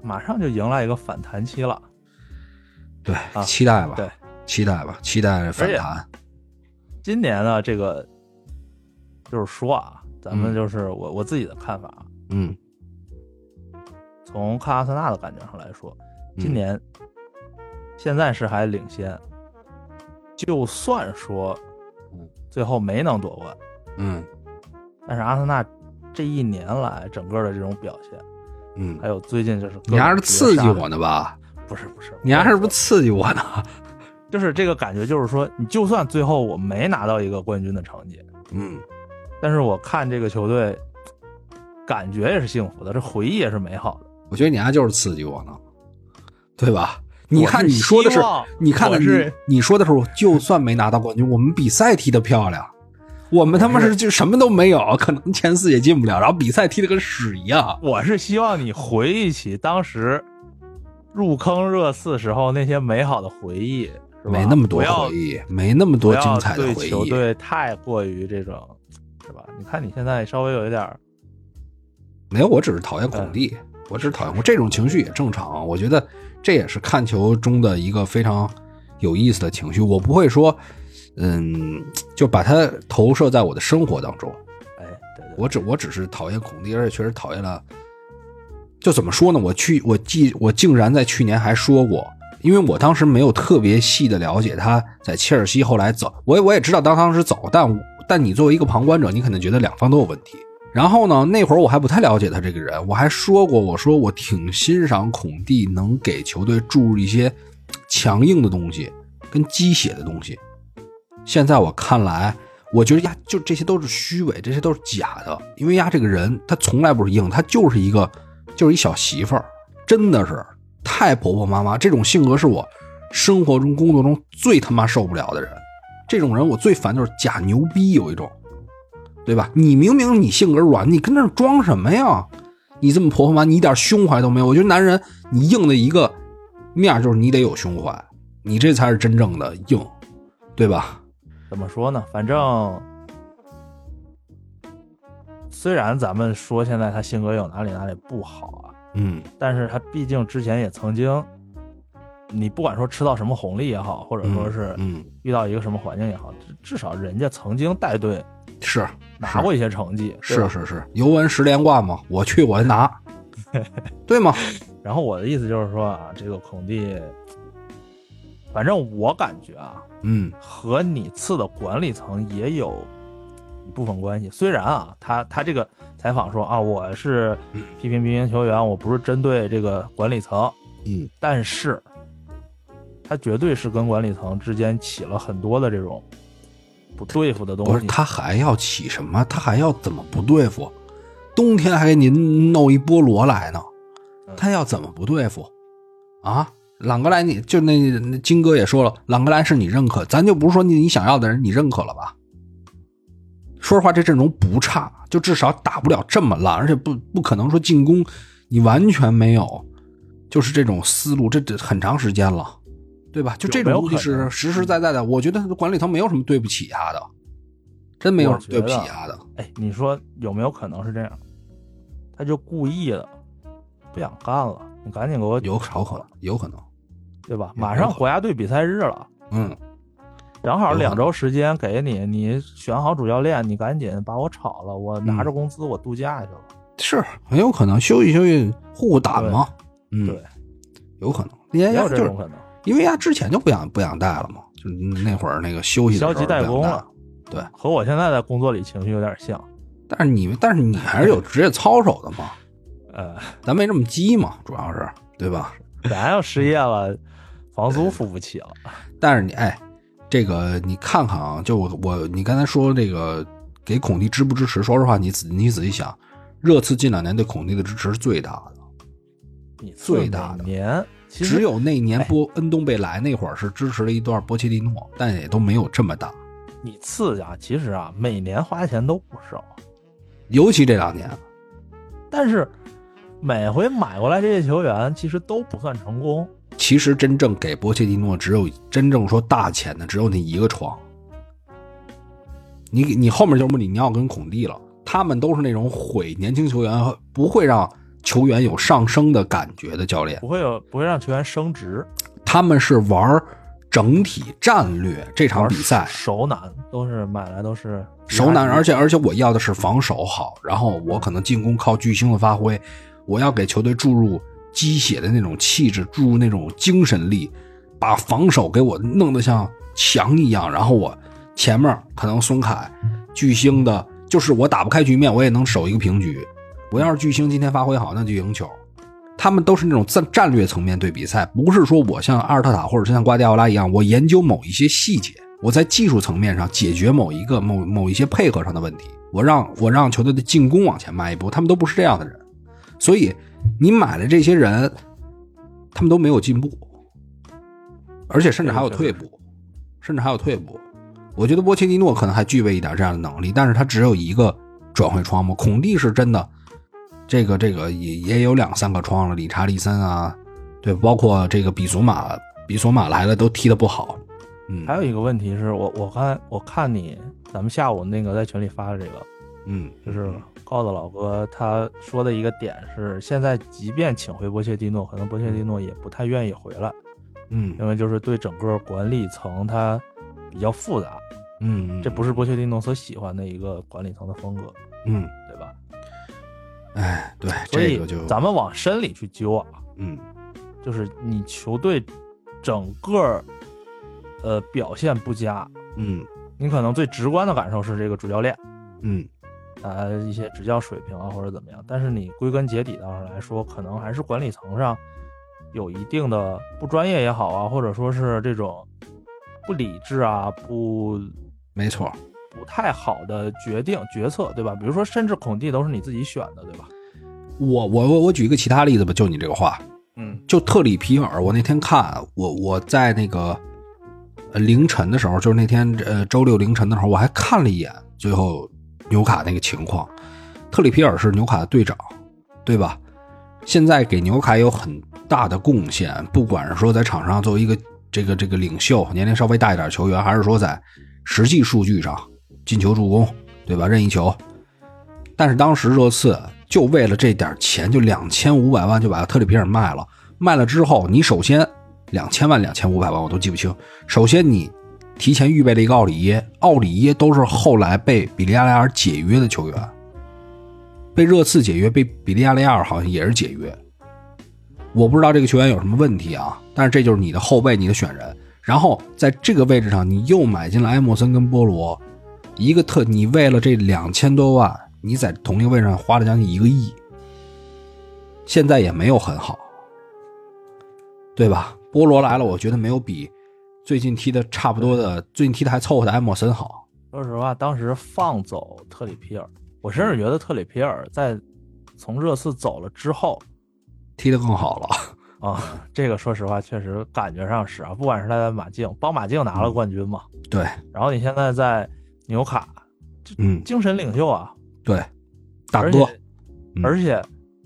D: 马上就迎来一个反弹期了。
C: 对，
D: 啊
C: 期待吧，
D: 对，
C: 期待吧，期待反弹。
D: 今年呢，这个就是说啊，咱们就是我、我自己的看法啊，
C: 嗯，
D: 从看阿森纳的感觉上来说，
C: 嗯
D: 今年、现在是还领先，就算说
C: 嗯
D: 最后没能夺冠，
C: 嗯
D: 但是阿森纳这一年来整个的这种表现，
C: 嗯
D: 还，有最近就是各
C: 你还是
D: 种绝
C: 刺激
D: 杀
C: 我，呢吧？
D: 不是不是，
C: 你还是不刺激我呢？
D: 就是这个感觉，就是说你就算最后我没拿到一个冠军的成绩，
C: 嗯
D: 但是我看这个球队。感觉也是幸福的，这回忆也是美好的。
C: 我觉得你还就是刺激我呢，对吧？你看
D: 我
C: 你
D: 是
C: 说的
D: 希
C: 是，
D: 望
C: 你看
D: 我
C: 看
D: 是
C: 你你说的是，我就算没拿到冠军，我们比赛踢得漂亮，我们他妈是就什么都没有，可能前四也进不了，然后比赛踢得跟屎一样。
D: 我是希望你回忆起当时入坑热刺时候那些美好的回忆，是吧？
C: 没那么多
D: 不要
C: 回忆，没那么多
D: 不要
C: 精彩的
D: 对
C: 回
D: 球
C: 忆。
D: 队太过于这种，是吧？你看你现在稍微有一点儿，
C: 没有，我只是讨厌孔蒂，我只是讨厌我这种情绪也正常。我觉得这也是看球中的一个非常有意思的情绪，我不会说，嗯，就把它投射在我的生活当中。
D: 哎，对对，
C: 我只我只是讨厌孔蒂，而且确实讨厌了。就怎么说呢？我去，我记，我竟然在去年还说过，因为我当时没有特别细的了解他在切尔西后来走，我也我也知道他当时走，但但你作为一个旁观者，你肯定觉得两方都有问题。然后呢，那会儿我还不太了解他这个人，我还说过，我说我挺欣赏孔蒂能给球队注入一些强硬的东西跟鸡血的东西。现在我看来，我觉得呀，就这些都是虚伪，这些都是假的，因为呀，这个人他从来不是硬，他就是一个就是一小媳妇儿，真的是太婆婆妈妈。这种性格是我生活中、工作中最他妈受不了的人。这种人我最烦就是假牛逼，有一种，对吧？你明明你性格软，你跟那儿装什么呀？你这么婆婆妈，你一点胸怀都没有。我觉得男人你硬的一个面儿就是你得有胸怀，你这才是真正的硬，对吧？
D: 怎么说呢？反正虽然咱们说现在他性格有哪里哪里不好啊，
C: 嗯
D: 但是他毕竟之前也曾经，你不管说吃到什么红利也好，或者说是
C: 嗯
D: 遇到一个什么环境也好，至至少人家曾经带队
C: 是
D: 拿过一些成绩，对
C: 是
D: 吧
C: 是是，尤文十连冠嘛，我去我 拿，对吗？
D: 然后我的意思就是说啊，这个孔蒂，反正我感觉啊，
C: 嗯
D: 和你次的管理层也有一部分关系。虽然啊，他他这个采访说啊，我是批评民营球员，我不是针对这个管理层，
C: 嗯，
D: 但是他绝对是跟管理层之间起了很多的这种不对付的东
C: 不是
D: 西。
C: 他还要起什么？他还要怎么不对付？冬天还给您弄一菠萝来呢，
D: 嗯
C: 他要怎么不对付啊？朗格莱你，就那那金哥也说了，朗格莱是你认可，咱就不是说你你想要的人，你认可了吧？说实话，这阵容不差，就至少打不了这么烂，而且不不可能说进攻你完全没有，就是这种思路，这这很长时间了，对吧？就这种
D: 有没
C: 东
D: 有
C: 西
D: 可
C: 是
D: 能嗯
C: 实实在在的，我觉得管理层没有什么对不起他的，真没有
D: 我
C: 什么对不起啊
D: 觉得
C: 他的。
D: 哎，你说有没有可能是这样？他就故意的，不想干了，你赶紧给我
C: 有好可能，有可能，
D: 对吧？
C: 有
D: 马
C: 有
D: 上
C: 可
D: 国家队比赛日了。
C: 嗯，
D: 正好
C: 有可
D: 两
C: 能
D: 周时间给你，你选好主教练，你赶紧把我炒了，我拿
C: 嗯
D: 着工资我度假去了。
C: 是很有可能休息休息护护胆嘛，嗯，
D: 对，
C: 有可能，因为哎
D: 也
C: 呀
D: 有
C: 就
D: 这
C: 是
D: 种可能，
C: 因为呀之前就不想不想带了嘛，就那会儿那个休息的时候
D: 消极怠工
C: 不想带
D: 了。
C: 对，
D: 和我现在在工作里情绪有点像。
C: 但是你但是你还是有职业操守的嘛，
D: 呃，
C: 咱没这么鸡嘛，主要是对吧？
D: 咱要失业
C: 嗯
D: 了，房租付不起了。
C: 但是你哎，这个你看看啊，就我我你刚才说这个给孔蒂支不支持？说实话，你仔你仔细想，热刺近两年对孔蒂的支持是最大的，
D: 你
C: 最大的
D: 年其实哎
C: 只有那年波恩东贝莱那会儿是支持了一段波切蒂诺，但也都没有这么大。
D: 你次啊，其实啊，每年花钱都不少，
C: 尤其这两年，
D: 但是每回买过来这些球员其实都不算成功。
C: 其实真正给波切蒂诺只有真正说大钱的只有那一个床。你你后面就是穆里尼奥跟孔蒂了，他们都是那种毁年轻球员，不会让球员有上升的感觉的教练
D: 不。会有不会让球员升职，
C: 他们是玩整体战略，这场比赛
D: 首难都是买来都是
C: 首难，而且而且我要的是防守好，然后我可能进攻靠巨星的发挥，我要给球队注入鸡血的那种气质，注入那种精神力，把防守给我弄得像墙一样，然后我前面可能松凯巨星的，就是我打不开局面，我也能守一个平局。我要是巨星今天发挥好，那就赢球。他们都是那种战战略层面对比赛，不是说我像阿尔特塔或者是像瓜迪奥拉一样，我研究某一些细节，我在技术层面上解决某一个某某一些配合上的问题，我让我让球队的进攻往前迈一步，他们都不是这样的人，所以你买了这些人，他们都没有进步，而且甚至还有退步，甚至还有退步。我觉得波切蒂诺可能还具备一点这样的能力，但是他只有一个转会窗嘛。孔蒂是真的，这个这个也也有两三个窗了，理查利森啊，对，包括这个比索马，比索马来了都踢得不好，嗯，
D: 还有一个问题是我我刚才我看你咱们下午那个在群里发的这个，
C: 嗯
D: 就是高子老哥他说的一个点是，现在即便请回波切蒂诺，可能波切蒂诺也不太愿意回来，
C: 嗯
D: 因为就是对整个管理层它比较复杂，
C: 嗯，
D: 这不是波切蒂诺所喜欢的一个管理层的风格，
C: 嗯，
D: 对吧？
C: 哎，对，
D: 所
C: 这
D: 以
C: 个就
D: 咱们往深里去揪啊，
C: 嗯
D: 就是你球队整个呃表现不佳，
C: 嗯
D: 你可能最直观的感受是这个主教练
C: 嗯
D: 啊一些执教水平啊或者怎么样，但是你归根结底到上来说，可能还是管理层上有一定的不专业也好啊，或者说是这种不理智啊不。
C: 没错，
D: 不太好的决定决策，对吧？比如说，甚至孔蒂都是你自己选的，对吧？
C: 我我我我举一个其他例子吧，就你这个话，
D: 嗯
C: 就特里皮尔，我那天看，我我在那个呃凌晨的时候，就是那天呃周六凌晨的时候，我还看了一眼最后纽卡那个情况。特里皮尔是纽卡的队长，对吧？现在给纽卡有很大的贡献，不管是说在场上作为一个这个这个领袖，年龄稍微大一点的球员，还是说在实际数据上进球、助攻，对吧？任意球，但是当时热刺就为了这点钱，就两千五百万就把特里皮尔卖了。卖了之后，你首先两千万、两千五百万我都记不清。首先你提前预备了一个奥里耶，奥里耶都是后来被比利亚雷尔解约的球员，被热刺解约，被比利亚雷尔好像也是解约。我不知道这个球员有什么问题啊，但是这就是你的后卫，你的选人。然后在这个位置上，你又买进了埃莫森跟波罗，一个特，你为了这两千多万，你在同一个位置上花了将近一个亿，现在也没有很好，对吧？波罗来了，我觉得没有比最近踢的差不多的，最近踢的还凑合的埃莫森好。
D: 说实话，当时放走特里皮尔，我甚至觉得特里皮尔在从热刺走了之后
C: 踢得更好了，
D: 啊，这个说实话确实感觉上是啊，不管是他在马竞帮马竞
C: 嗯
D: 拿了冠军嘛，
C: 对，
D: 然后你现在在纽卡，
C: 嗯，
D: 精神领袖啊，
C: 对，大
D: 而
C: 哥，
D: 且
C: 嗯
D: 而且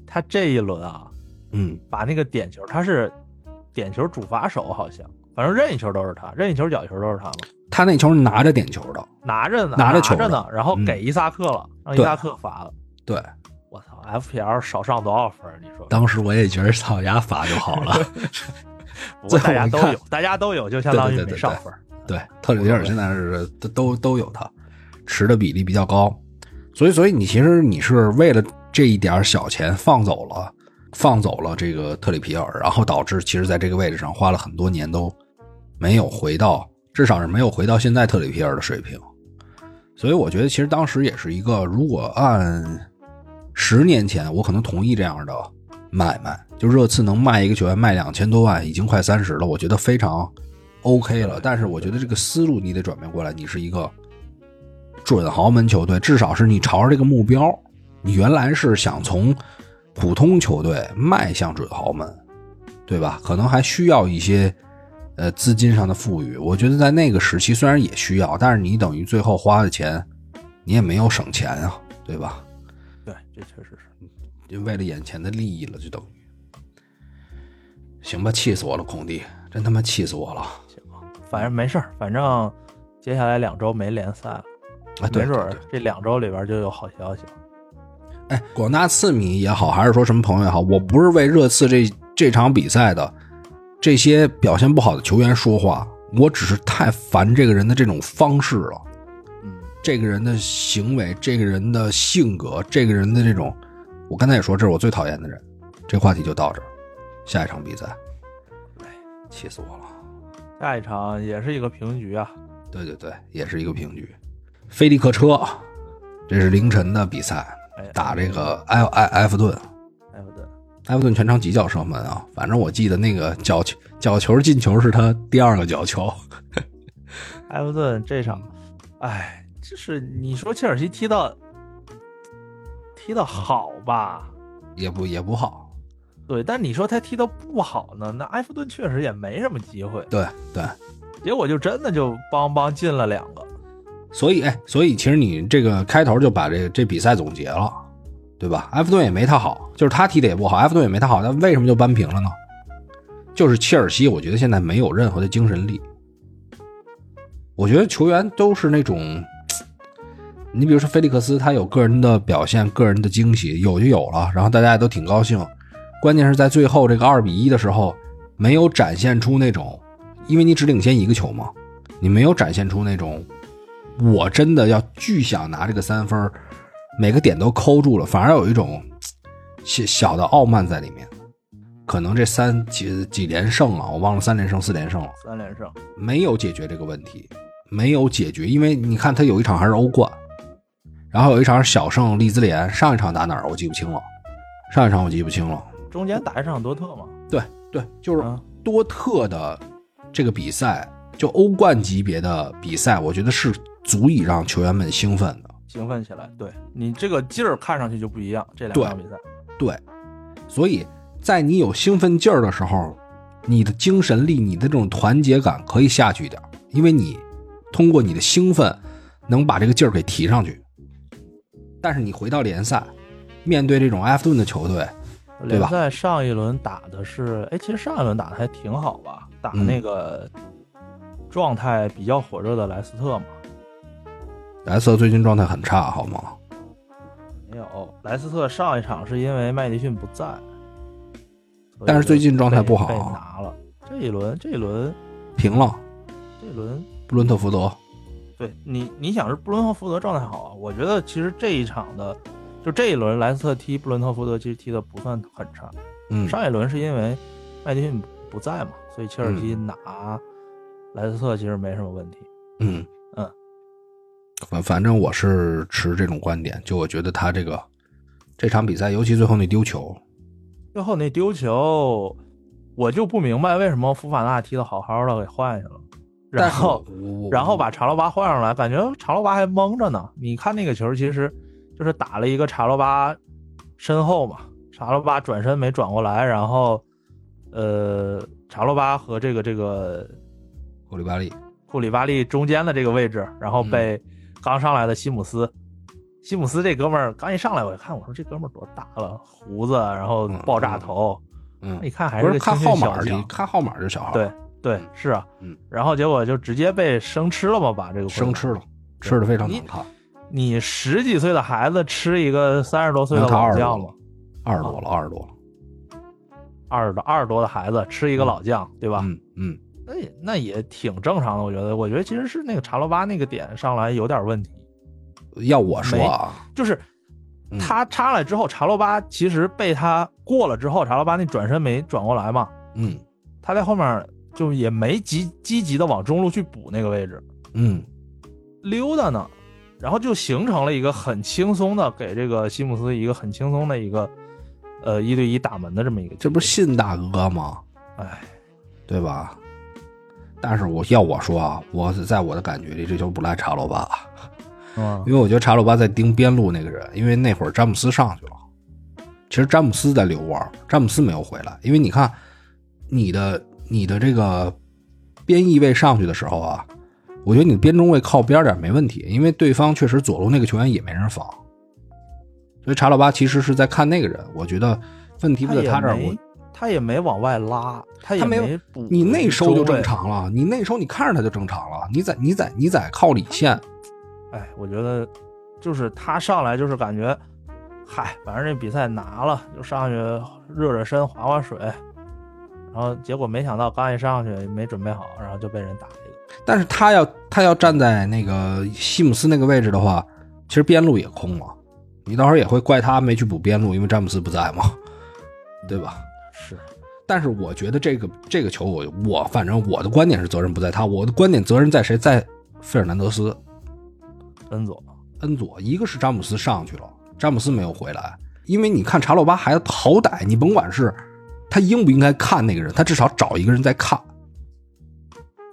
D: 他这一轮啊，
C: 嗯，
D: 把那个点球，他是点球主罚手，好像反正任意球都是他，任意球角球都是他嘛。
C: 他那球是拿着点球的，
D: 拿着呢，
C: 拿
D: 拿
C: 着球呢
D: 呢，然后
C: 嗯
D: 给伊萨克了，让伊萨克罚了。
C: 对，
D: 我操，FPL 少上多少分儿？你说，
C: 当时我也觉得操牙罚就好了。
D: 不过
C: 最后
D: 大家
C: 我
D: 都
C: 看
D: 有，大家都有，就相当
C: 对
D: 于
C: 对对
D: 没
C: 对
D: 上分儿。
C: 对，特里皮尔现在是都都都有他持的比例比较高，所以所以你其实你是为了这一点小钱放走了放走了这个特里皮尔，然后导致其实在这个位置上花了很多年都没有回到，至少是没有回到现在特里皮尔的水平。所以我觉得其实当时也是一个，如果按十年前，我可能同意这样的买卖，就热刺能卖一个球员卖两千多万，已经快三十了，我觉得非常 OK 了。但是我觉得这个思路你得转变过来，你是一个准豪门球队，至少是你朝着这个目标，你原来是想从普通球队迈向准豪门，对吧？可能还需要一些呃资金上的富裕。我觉得在那个时期虽然也需要，但是你等于最后花的钱，你也没有省钱啊，对吧？
D: 对，这确实是。
C: 就为了眼前的利益了，就等于。行吧，气死我了，孔蒂，真他妈气死我了啊！
D: 反正没事儿，反正接下来两周没联赛了，
C: 啊哎对
D: 没准儿
C: 对对
D: 这两周里边就有好消息了。
C: 哎，广大刺迷也好，还是说什么朋友也好，我不是为热刺这这场比赛的这些表现不好的球员说话，我只是太烦这个人的这种方式了。
D: 嗯，
C: 这个人的行为，这个人的性格，这个人的这种，我刚才也说，这是我最讨厌的人。这话题就到这儿，下一场比赛，哎，气死我了。
D: 下一场也是一个平局啊，
C: 对对对，也是一个平局。菲利克车，这是凌晨的比赛，
D: 哎，
C: 打这个埃埃埃弗顿，
D: 埃弗顿，
C: 埃弗顿全场几脚射门啊！反正我记得那个角球角球进球是他第二个角球。
D: 埃弗顿这场，
C: 嗯
D: 哎，就是你说切尔西踢的踢的好吧？
C: 也不也不好。
D: 对，但你说他踢的不好呢，那埃弗顿确实也没什么机会，
C: 对对，
D: 结果就真的就邦邦进了两个。
C: 所以哎，所以其实你这个开头就把这这比赛总结了，对吧？埃弗顿也没他好，就是他踢的也不好，埃弗顿也没他好，那为什么就扳平了呢？就是切尔西，我觉得现在没有任何的精神力。我觉得球员都是那种，你比如说菲利克斯，他有个人的表现，个人的惊喜，有就有了，然后大家也都挺高兴。关键是在最后这个二比一的时候，没有展现出那种，因为你只领先一个球嘛，你没有展现出那种，我真的要巨想拿这个三分儿，每个点都抠住了，反而有一种小小的傲慢在里面。可能这三几几连胜啊，我忘了三连胜四连胜了，
D: 三连胜，
C: 没有解决这个问题，没有解决，因为你看他有一场还是欧冠，然后有一场是小胜利兹联，上一场打哪儿我记不清了，上一场我记不清了。
D: 中间打一场多特嘛，
C: 对对，就是
D: 啊
C: 多特的这个比赛，就欧冠级别的比赛，我觉得是足以让球员们兴奋的。
D: 兴奋起来。对你这个劲儿看上去就不一样，这两
C: 对
D: 场比赛，
C: 对，所以在你有兴奋劲儿的时候，你的精神力、你的这种团结感可以下去一点儿，因为你通过你的兴奋能把这个劲儿给提上去。但是你回到联赛，面对这种埃弗顿的球队，对
D: 联
C: 吧
D: 赛上一轮打的是，哎，其实上一轮打的还挺好吧，打
C: 嗯
D: 那个状态比较火热的莱斯特嘛。
C: 莱斯特最近状态很差，好吗？
D: 没有，莱斯特上一场是因为麦迪逊不在，所以
C: 但是最近状态
D: 被
C: 不好啊
D: 被拿了。这一轮，这一轮，
C: 平了，
D: 这一轮，
C: 布伦特福德。
D: 对你，你想是布伦特福德状态好啊？我觉得其实这一场的，就这一轮莱斯特踢布伦特福德，其实踢的不算很差。
C: 嗯，
D: 上一轮是因为麦迪逊不在嘛，所以切尔西拿莱斯特其实没什么问题。
C: 嗯
D: 嗯，
C: 反反正我是持这种观点，就我觉得他这个这场比赛，尤其最后那丢球，
D: 最后那丢球，我就不明白为什么福法纳踢的好好的给换下了，然
C: 但是
D: 后
C: 我我
D: 然后把查洛巴换上来，感觉查洛巴还蒙着呢。你看那个球，其实就是打了一个查洛巴身后嘛，查洛巴转身没转过来，然后呃，查洛巴和这个这个
C: 库里巴利，
D: 库里巴利中间的这个位置，然后被
C: 嗯
D: 刚上来的西姆斯。西姆斯这哥们儿刚一上来，我一看，我说这哥们儿多大了，胡子，然后爆炸头，
C: 嗯，
D: 一看还
C: 不
D: 个
C: 是看
D: 青
C: 号
D: 训小
C: 码
D: 将
C: 就看号码就小孩，
D: 对，对
C: 嗯，
D: 是啊，
C: 嗯
D: 然后结果就直接被生吃了嘛，把这个
C: 生吃了，吃的非常难看，
D: 你十几岁的孩子吃一个三十多岁的
C: 难看
D: 啊老
C: 二十多
D: 将
C: 了
D: 嘛，，
C: 二十多了，二十多了，
D: 二十多二十多的孩子吃一个老将，对吧？
C: 嗯嗯，
D: 那也那也挺正常的，我觉得。我觉得其实是那个查洛巴那个点上来有点问题，
C: 要我说啊，
D: 就是
C: 嗯
D: 他插来之后，查洛巴其实被他过了之后，查洛巴那转身没转过来嘛，
C: 嗯
D: 他在后面就也没积积极的往中路去补那个位置，
C: 嗯
D: 溜达呢，然后就形成了一个很轻松的给这个西姆斯一个很轻松的一个呃一对一打门的这么一个机会，
C: 这不是信大哥吗？
D: 哎，
C: 对吧？但是我要我说啊，我在我的感觉里，这球不赖查洛巴。
D: 嗯
C: 因为我觉得查洛巴在盯边路那个人，因为那会儿詹姆斯上去了。其实詹姆斯在遛弯儿，詹姆斯没有回来，因为你看你的你的这个边翼位上去的时候啊，我觉得你的边中卫靠边儿点儿没问题，因为对方确实左路那个球员也没人防，所以查洛巴其实是在看那个人。我觉得问题不在
D: 也
C: 他这儿，
D: 没
C: 我
D: 嗯他也没往外拉，他也
C: 他没有
D: 没补
C: 你那收就正
D: 中
C: 常了，你那收你看着他就正常了，你在你在你在靠里线，
D: 卫。哎，我觉得就是他上来就是感觉，嗨，反正这比赛拿了就上去热热身、划划水，然后结果没想到刚一上去没准备好，然后就被人打了一个。
C: 但是他要他要站在那个西姆斯那个位置的话，其实边路也空了，你到时候也会怪他没去补边路，因为詹姆斯不在嘛，对吧？
D: 是，
C: 但是我觉得这个这个球我，我反正我的观点是责任不在他，我的观点责任在谁？在费尔南德斯、
D: 恩佐
C: 恩佐，一个是詹姆斯上去了，詹姆斯没有回来，因为你看查洛巴还好歹你甭管是他应不应该看那个人，他至少找一个人在看，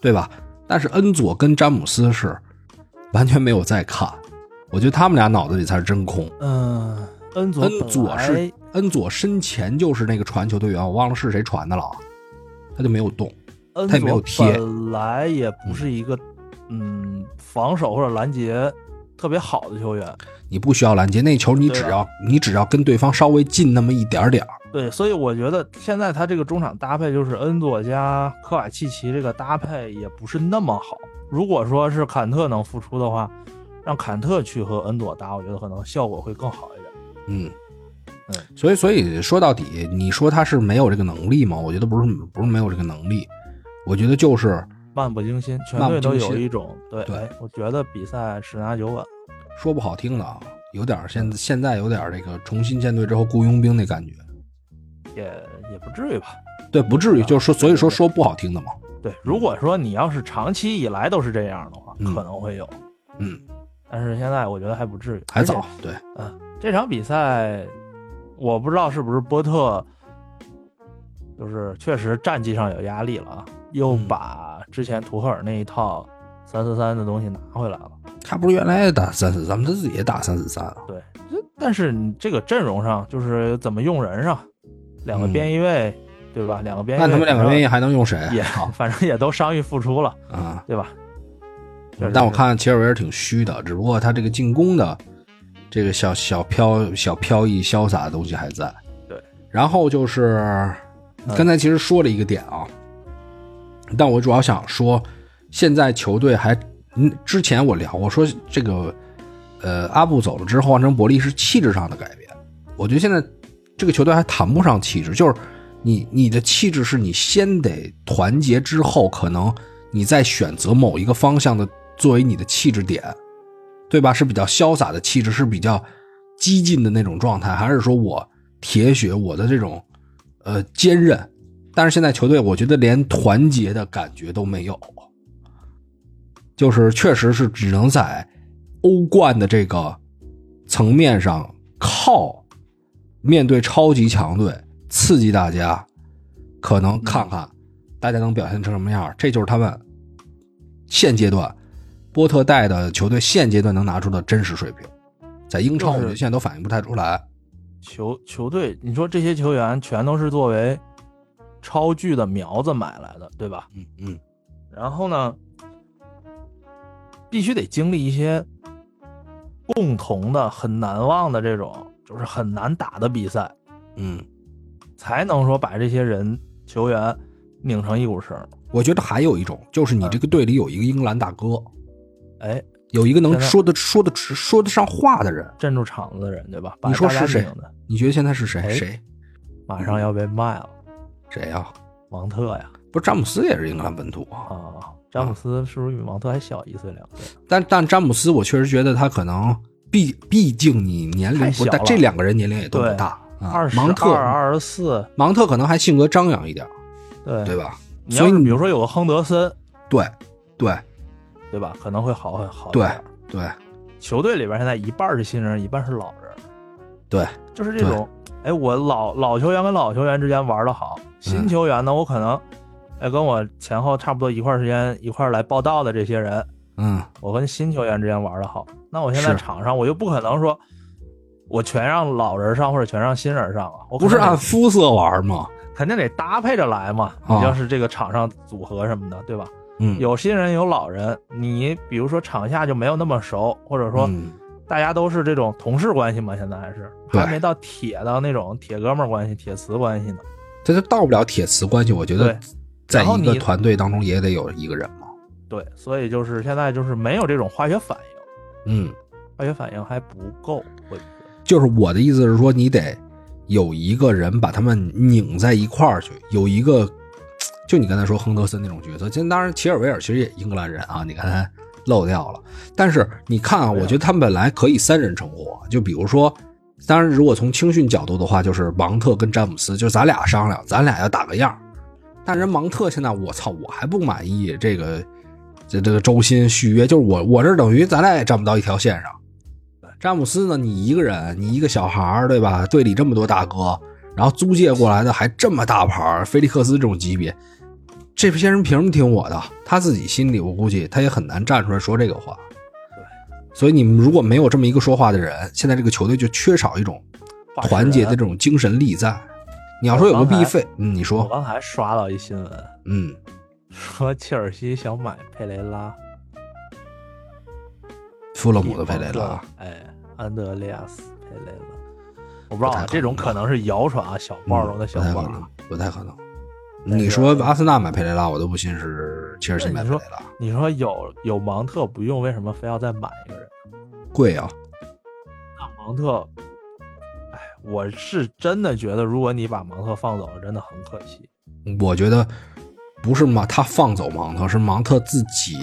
C: 对吧？但是恩佐跟詹姆斯是完全没有在看，我觉得他们俩脑子里才是真空。
D: 嗯，恩佐
C: 恩
D: 本
C: 佐
D: 来
C: 是恩佐身前就是那个传球队员，我忘了是谁传的了，啊，他就没有动。
D: 恩
C: 他也没有
D: 佐
C: 贴
D: 本来也不是一个嗯防守或者拦截特别好的球员，
C: 你不需要拦截那球，你只
D: 对啊
C: 要你只要跟对方稍微近那么一点点儿
D: 对，所以我觉得现在他这个中场搭配就是恩佐加科瓦契奇这个搭配也不是那么好。如果说是坎特能复出的话，让坎特去和恩佐搭，我觉得可能效果会更好一点。
C: 嗯，所以，所以说到底，你说他是没有这个能力吗？我觉得不是，不是没有这个能力，我觉得就是
D: 漫不经心，全
C: 漫不
D: 队都
C: 经心
D: 有一种对
C: 对
D: 哎我觉得比赛十拿九稳。
C: 说不好听的啊，有点儿现现在有点儿这个重新建队之后雇佣兵那感觉。
D: 也也不至于吧。
C: 对，不至于，
D: 啊
C: 就是说，所以说
D: 对对对
C: 说不好听的嘛。
D: 对，如果说你要是长期以来都是这样的话，
C: 嗯
D: 可能会有，
C: 嗯，
D: 但是现在我觉得还不至于，
C: 还早。。对，
D: 嗯，这场比赛我不知道是不是波特，就是确实战绩上有压力了啊，又
C: 嗯
D: 把之前图赫尔那一套三四三的东西拿回来了。
C: 他不是原来也打三四，咱们他自己也打三四三啊。
D: 对，这但是你这个阵容上，就是怎么用人上，啊两个
C: 嗯
D: 边翼位，对吧？两个边翼
C: 那
D: 位，
C: 他们两个边翼还能用谁
D: 也 反正也都伤愈复出了，
C: 啊？
D: 对吧？确实
C: 但我
D: 是
C: 看齐尔维尔挺虚的，只不过他这个进攻的这个小小飘小飘逸潇洒的东西还在。
D: 对，
C: 然后就是
D: 嗯
C: 刚才其实说了一个点啊，但我主要想说，现在球队还，嗯，之前我聊过说这个，呃，阿布走了之后，换成伯利是气质上的改变。我觉得现在这个球队还谈不上气质，就是你你的气质是你先得团结之后，可能你再选择某一个方向的作为你的气质点，对吧？是比较潇洒的气质，是比较激进的那种状态，还是说我铁血我的这种呃坚韧？但是现在球队，我觉得连团结的感觉都没有，就是确实是只能在欧冠的这个层面上靠面对超级强队刺激大家，可能看看
D: 嗯
C: 大家能表现成什么样儿。这就是他们现阶段波特带的球队现阶段能拿出的真实水平，在英超我
D: 就是
C: 觉得现在都反映不太出来。
D: 球球队，你说这些球员全都是作为超巨的苗子买来的，对吧？
C: 嗯嗯，
D: 然后呢，必须得经历一些共同的、很难忘的这种，就是很难打的比赛，
C: 嗯，
D: 才能说把这些人球员拧成一股绳儿。
C: 我觉得还有一种就是
D: 嗯
C: 你这个队里有一个英格兰大哥。
D: 哎，
C: 有一个能
D: 现在
C: 说得说得说得上话的人，
D: 镇住场子的人，对吧？
C: 你说
D: 把大家
C: 是谁
D: 拧的？
C: 你觉得现在是谁？
D: 哎
C: 谁
D: 马上要被卖了，
C: 谁啊？
D: 芒特呀！
C: 不是詹姆斯也是英格兰本土啊，
D: 啊，詹姆斯是不是比芒特还小一岁两岁？
C: 但但詹姆斯我确实觉得他可能毕毕竟你年龄
D: 太
C: 不
D: 小
C: 大，
D: 了
C: 这两个人年龄也都不大啊。
D: 二十
C: 芒特
D: 二、二十四，
C: 芒特可能还性格张扬一点，
D: 对
C: 对吧？
D: 你要
C: 所
D: 是
C: 以你
D: 比如说有个亨德森，
C: 对对
D: 对吧？可能会好很好一
C: 对
D: 点。
C: 对
D: 球队里边现在一半是新人，一半是老人，
C: 对，
D: 就是这种，哎，我老老球员跟老球员之间玩的好，新球员呢，我可能，
C: 嗯
D: 哎，跟我前后差不多一块儿时间一块儿来报道的这些人，
C: 嗯
D: 我跟新球员之间玩的好，那我现在
C: 是
D: 场上我又不可能说。我全让老人上或者全让新人上啊！我可
C: 不是
D: 能得
C: 按肤色玩吗？
D: 肯定得搭配着来嘛。
C: 啊
D: 你要是这个场上组合什么的，对吧？
C: 嗯，
D: 有新人有老人，你比如说场下就没有那么熟，或者说
C: 嗯
D: 大家都是这种同事关系嘛，现在还是
C: 对
D: 还没到铁到那种铁哥们儿关系、铁磁关系呢。
C: 这就到不了铁磁关系，我觉得
D: 对
C: 在
D: 然后
C: 一个
D: 你
C: 团队当中也得有一个人嘛。
D: 对，所以就是现在就是没有这种化学反应，
C: 嗯，
D: 化学反应还不够，我觉得
C: 就是我的意思是说，你得有一个人把他们拧在一块儿去，有一个，就你刚才说亨德森那种角色。今当然，齐尔维尔其实也英格兰人啊，你刚才漏掉了。但是你看啊，我觉得他们本来可以三人成活，就比如说，当然如果从青训角度的话，就是芒特跟詹姆斯，就是咱俩商量，咱俩要打个样儿。但人芒特现在，我操，我还不满意这个这这个周薪续约，就是我我这等于咱俩也站不到一条线上。詹姆斯呢，你一个人，你一个小孩儿，对吧？队里这么多大哥，然后租借过来的还这么大牌儿，菲利克斯这种级别，这些人凭什么听我的？他自己心里，我估计他也很难站出来说这个话。所以你们如果没有这么一个说话的人，现在这个球队就缺少一种
D: 化学啊
C: 团结的这
D: 人
C: 种精神力在。你要说有个
D: 我刚才
C: 必费，嗯，你
D: 我
C: 说，
D: 刚才刷到一新闻，
C: 嗯，
D: 说切尔西想买佩雷拉，
C: 富勒姆的佩雷拉，，
D: 哎，安德烈亚斯佩雷拉，我不
C: 不
D: 知道
C: 太
D: 啊
C: 可能
D: 这种可能是谣传啊，小报中的小
C: 嗯不太
D: 报
C: 可
D: 啊。
C: 能，不太可能。
D: 那个
C: 你说阿森纳买佩雷拉，我都不信是切尔西买佩雷拉，
D: 你说有有芒特不用，为什么非要再买一个人？
C: 贵啊。
D: 那芒特，哎，我是真的觉得，如果你把芒特放走，真的很可惜。
C: 我觉得不是嘛，他放走芒特，是芒特自己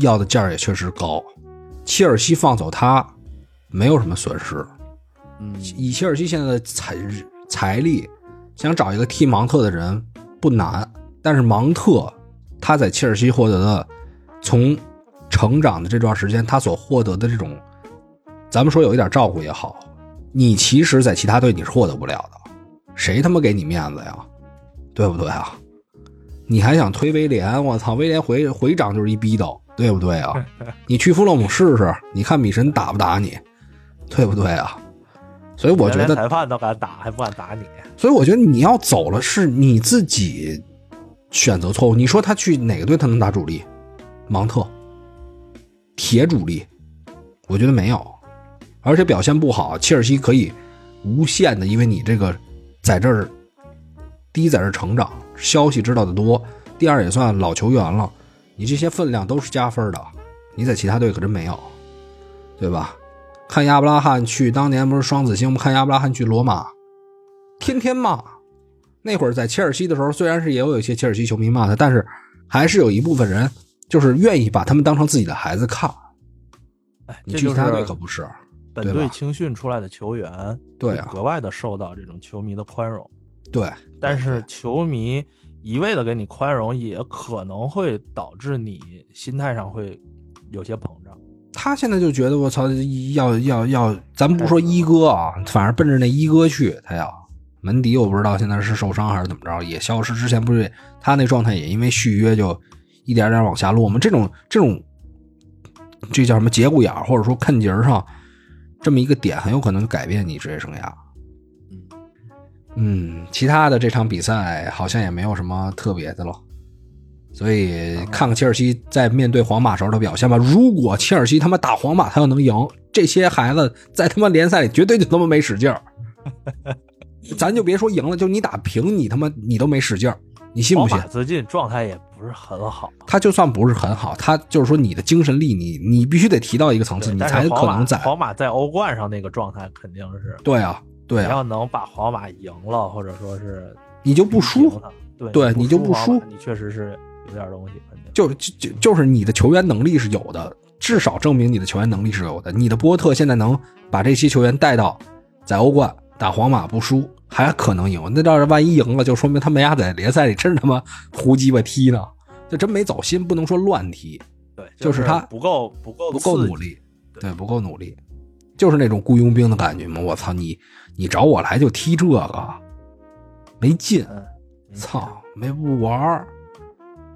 C: 要的价儿也确实高。切尔西放走他没有什么损失，
D: 嗯，
C: 以切尔西现在的财财力，想找一个踢芒特的人不难。但是芒特他在切尔西获得的，从成长的这段时间，他所获得的这种，咱们说有一点照顾也好，你其实，在其他队你是获得不了的。谁他妈给你面子呀？对不对啊？你还想推威廉？我操，威廉回回掌就是一逼斗，对不对啊？你去弗洛姆试试，你看米神打不打你，对不对啊？所以我觉
D: 连
C: 得
D: 裁判都敢打，还不敢打你。
C: 所以我觉得你要走了，是你自己选择错误。你说他去哪个队他能打主力？芒特，铁主力，我觉得没有，而且表现不好，切尔西可以无限的，因为你这个在这儿，第一在这儿成长，消息知道的多，第二也算老球员了，你这些分量都是加分的，你在其他队可真没有，对吧？看亚布拉罕去当年不是双子星，我们看亚布拉罕去罗马，天天骂。那会儿在切尔西的时候，虽然是也有一些切尔西球迷骂他，但是还是有一部分人就是愿意把他们当成自己的孩子看。
D: 哎，
C: 你
D: 这
C: 去
D: 就
C: 其他队
D: 是
C: 可不是，
D: 本
C: 对
D: 队
C: 吧
D: 青训出来的球员，
C: 对啊
D: 格外的受到这种球迷的宽容。
C: 对，
D: 但是球迷一味的给你宽容，也可能会导致你心态上会有些膨胀。
C: 他现在就觉得我操，要要要，咱不说一哥啊，反正奔着那一哥去，他要门迪，我不知道现在是受伤还是怎么着，也消失。之前不是他那状态也因为续约就一点点往下落嘛。这种这种，这叫什么节骨眼儿或者说坎节儿上，这么一个点，很有可能改变你职业生涯。
D: 嗯
C: 嗯，其他的这场比赛好像也没有什么特别的了。所以看看切尔西在面对皇马时候的表现吧。如果切尔西他妈打皇马，他要能赢，这些孩子在他妈联赛里绝对就他妈没使 劲儿。咱就别说赢了，就你打平，你他妈你都没使劲儿，你信不
D: 皇
C: 信
D: 马？最近状态也不是很好，
C: 他就算不是很好，他就是说你的精神力，你你必须得提到一个层次，
D: 对
C: 你
D: 但是
C: 才
D: 皇
C: 可
D: 马
C: 能在。
D: 皇马在欧冠上那个状态肯定是，
C: 对啊，对
D: 你
C: 啊，
D: 要能把皇马赢了，或者说是
C: 你就不
D: 赢
C: 输，
D: 了，对
C: 对
D: 你
C: 你就
D: 不
C: 不
D: 皇马
C: 输
D: 你确实是有点东西，肯定。
C: 就就就就是你的球员能力是有的，至少证明你的球员能力是有的。你的波特现在能把这些球员带到在欧冠打皇马不输，还可能赢。那要是万一赢了，就说明他们俩在联赛里真他妈胡鸡巴踢呢，这真没走心，不能说乱踢，
D: 对，
C: 就是是他
D: 不够不够
C: 不够
D: 刺
C: 努
D: 激，
C: 力，对，不够努力，就是那种雇佣兵的感觉嘛。我操，你你找我来就踢这个，没劲。
D: 嗯，嗯，
C: 操，没不玩儿，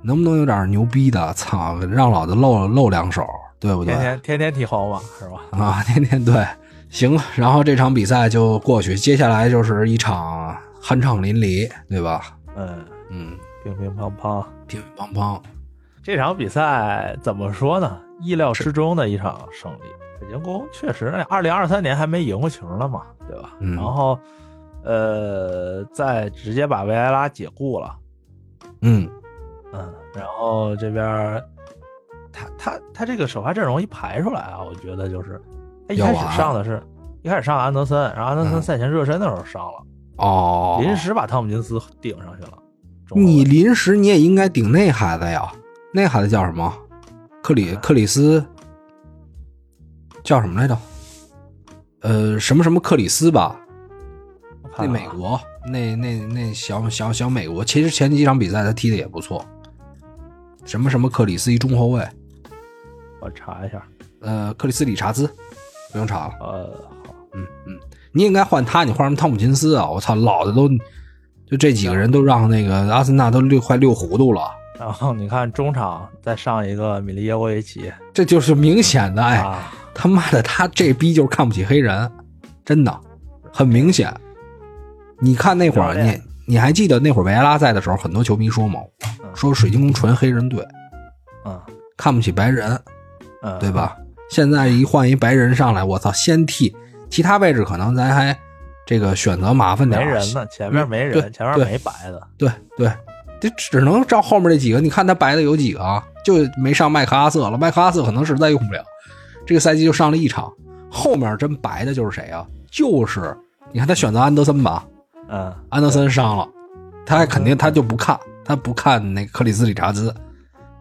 C: 能不能有点牛逼的？操，让老子露露两手，对不对？
D: 天天天天踢皇马是吧？
C: 啊，天天对，行。然后这场比赛就过去，接下来就是一场酣畅淋漓，对吧？
D: 嗯，
C: 嗯，
D: 乒乒乓乓。
C: 乒乒乓乓，
D: 这场比赛怎么说呢？意料之中的一场胜利。北京国安确实，二零二三年还没赢过球呢嘛，对吧？
C: 嗯
D: 然后，呃，再直接把维埃拉解雇了，
C: 嗯，
D: 嗯，然后这边儿他他他这个首发阵容一排出来啊，我觉得就是他一开
C: 要完
D: 始上的是，一开始上安德森，然后安德森
C: 嗯
D: 赛前热身的时候上了，
C: 哦，
D: 临时把汤普金斯顶上去了。中后卫
C: 你临时你也应该顶那孩子呀，那孩子叫什么？克
D: 呃
C: 里克里斯叫什么来着？呃，什么什么克里斯吧？
D: 我看
C: 那
D: 看
C: 美
D: 啊
C: 国，那那那小小小美国，其实前几场比赛他踢的也不错。什么什么克里斯一中后卫，
D: 我查一下，
C: 呃，克里斯理查兹，不用查了。
D: 呃，好，
C: 嗯嗯，你应该换他，你换什么汤普金斯啊？我操，老的都就这几个人都让那个阿森纳都溜快溜糊涂了。
D: 然后你看中场再上一个米利耶沃维奇
C: 这就是明显的，哎，
D: 啊，
C: 他妈的，他这逼就是看不起黑人，真的，很明显。你看那会儿，
D: 教练
C: 你你还记得那会儿维埃拉在的时候，很多球迷说嘛，
D: 嗯
C: 说水晶宫纯黑人队，
D: 嗯
C: 看不起白人，
D: 嗯，
C: 对？吧？现在一换一白人上来，我操，先替其他位置可能咱还这个选择麻烦点
D: 没
C: 儿，
D: 人呢，前面没
C: 嗯
D: 人，
C: 对
D: 前面没白的，
C: 对对，这只能照后面这几个。你看他白的有几个啊？就没上麦克阿瑟了，麦克阿瑟可能实在用不了，这个赛季就上了一场。后面真白的就是谁啊？就是你看他选择安德森吧，
D: 嗯，
C: 安德森伤了，他肯定他就不看，他不看那克里斯理查兹、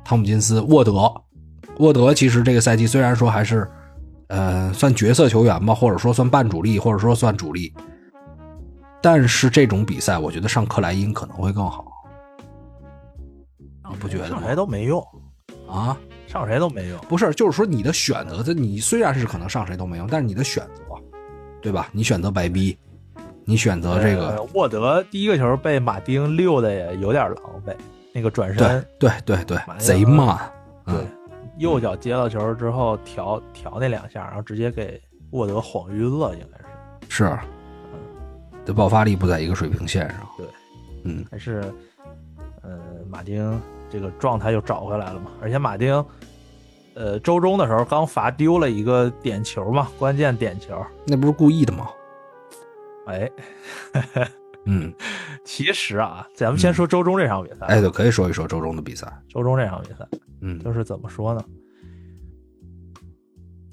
C: 汤普金斯、沃德。沃德其实这个赛季虽然说还是，呃，算角色球员吧，或者说算半主力，或者说算主力，但是这种比赛，我觉得上克莱因可能会更好。你不觉得
D: 上
C: 吗？
D: 谁都没用，
C: 啊，
D: 上谁都没用。
C: 不是，就是说你的选择，这你虽然是可能上谁都没用，但是你的选择，对吧？你选择白逼，你选择这个，
D: 呃沃德第一个球被马丁溜的也有点狼狈，那个转身，
C: 对对对对
D: 马，上
C: 贼慢，
D: 对，
C: 嗯
D: 右脚接到球之后调调那两下，然后直接给沃德晃晕了，应该是
C: 是，这爆发力不在一个水平线上。
D: 对，
C: 嗯，
D: 还是，呃，马丁这个状态又找回来了嘛。而且马丁，呃，周中的时候刚罚丢了一个点球嘛，关键点球，
C: 那不是故意的吗？
D: 哎，
C: 嗯，
D: 其实啊，咱们先说周中这场比赛。
C: 哎，对，可以说一说周中的比赛。
D: 周中这场比赛
C: 嗯，
D: 就是怎么说呢？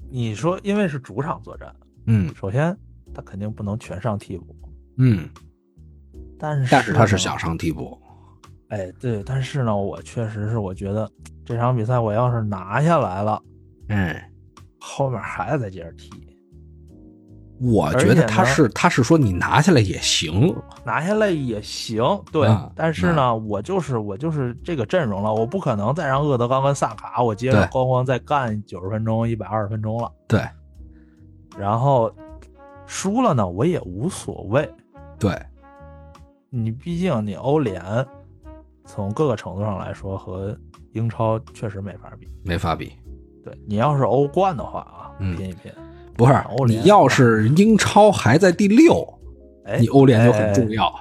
D: 你说，因为是主场作战，
C: 嗯
D: 首先他肯定不能全上替补，
C: 嗯，
D: 但是
C: 但是他是
D: 呢
C: 想上替补，
D: 哎，对，但是呢，我确实是我觉得这场比赛我要是拿下来了，
C: 嗯，
D: 后面还得再接着踢，
C: 我觉得他是他是说你拿下来也行，
D: 拿下来也行，对。
C: 嗯
D: 但是呢，我就是我就是这个阵容了，我不可能再让厄德冈跟萨卡我接着
C: 对
D: 咣咣再干九十分钟、一百二十分钟了。
C: 对
D: 然后输了呢，我也无所谓，
C: 对，
D: 你毕竟你欧联从各个程度上来说和英超确实没法比。
C: 没法比。
D: 对你要是欧冠的话啊，
C: 嗯
D: 拼一拼，
C: 不是
D: 欧，联
C: 你要是英超还在第六，
D: 哎，
C: 你欧联就很重要，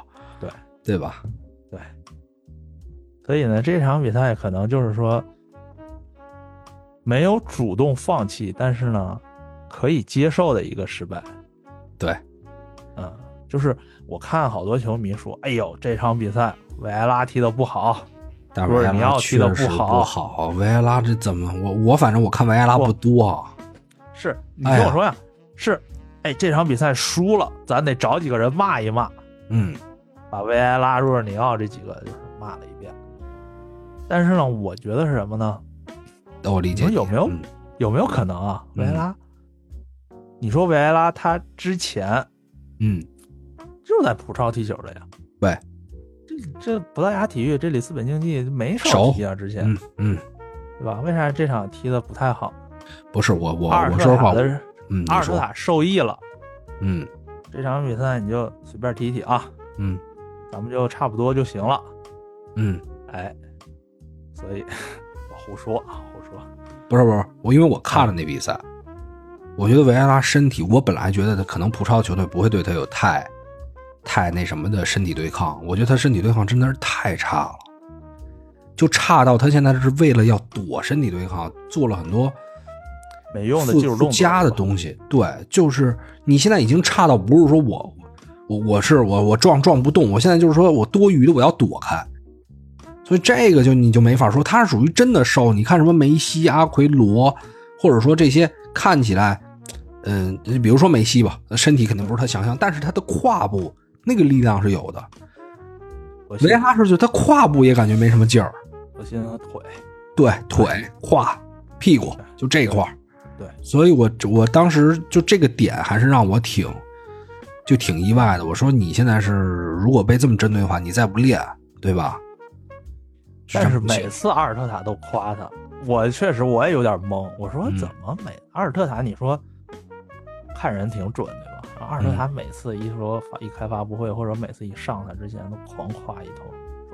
D: 对
C: 对吧？
D: 所以呢，这场比赛可能就是说没有主动放弃，但是呢，可以接受的一个失败。
C: 对，
D: 嗯，就是我看好多球迷说：“哎呦，这场比赛维埃拉踢的不好，
C: 但
D: 不
C: 维
D: 是
C: 埃
D: 你
C: 拉
D: 要
C: 确
D: 踢得
C: 实
D: 不
C: 不
D: 好
C: 好，维埃拉这怎么？我我反正我看维埃拉不多啊，
D: 是你
C: 哎
D: 听
C: 呀
D: 我说呀，是，哎，这场比赛输了，咱得找几个人骂一骂，
C: 嗯，
D: 把维埃拉、若尔尼奥这几个就是骂了一遍。但是呢，我觉得是什么呢？
C: 那我理解
D: 你
C: 你
D: 说有没有
C: 嗯
D: 有没有可能啊？
C: 嗯
D: 维埃拉，你说维埃拉他之前
C: 嗯，
D: 就在葡超踢球的呀？
C: 对，
D: 这这葡萄牙体育这里斯本竞技没
C: 少
D: 少踢啊，之前
C: 嗯嗯，
D: 对吧？为啥这场踢的不太好？
C: 不是我我
D: 阿尔
C: 我
D: 特
C: 说实话
D: 塔，的
C: 嗯，你
D: 阿尔特
C: 说，
D: 塔受益了，
C: 嗯
D: 这场比赛你就随便提一提啊，
C: 嗯
D: 咱们就差不多就行了。
C: 嗯，
D: 哎，所以 我胡说啊，胡说。
C: 不是不是，我因为我看了那比赛，我觉得维埃拉身体，我本来觉得他可能葡超球队不会对他有太太那什么的身体对抗，我觉得他身体对抗真的是太差了，就差到他现在是为了要躲身体对抗，做了很多。
D: 没用的
C: 附
D: 技术
C: 附
D: 动作
C: 加的东西，对，就是你现在已经差到不是说我我我是我我撞撞不动，我现在就是说我多余的我要躲开，所以这个就你就没法说，他是属于真的瘦。你看什么梅西、阿奎罗，或者说这些看起来，嗯、比如说梅西吧，身体肯定不是他想象，但是他的胯部那个力量是有的。
D: 我信
C: 维拉是就他胯部也感觉没什么劲儿，
D: 我信他腿，
C: 对，腿、胯、屁股就这块儿。
D: 对，
C: 所以我我当时就这个点还是让我挺就挺意外的。我说你现在是如果被这么针对的话，你再不练，对吧？
D: 但是
C: 这么
D: 每次阿尔特塔都夸他，我确实我也有点懵，我说
C: 嗯
D: 怎么每、阿尔特塔你说看人挺准对吧？然后
C: 嗯
D: 阿尔特塔每次一说发一开发布会或者每次一上台之前都狂夸一通，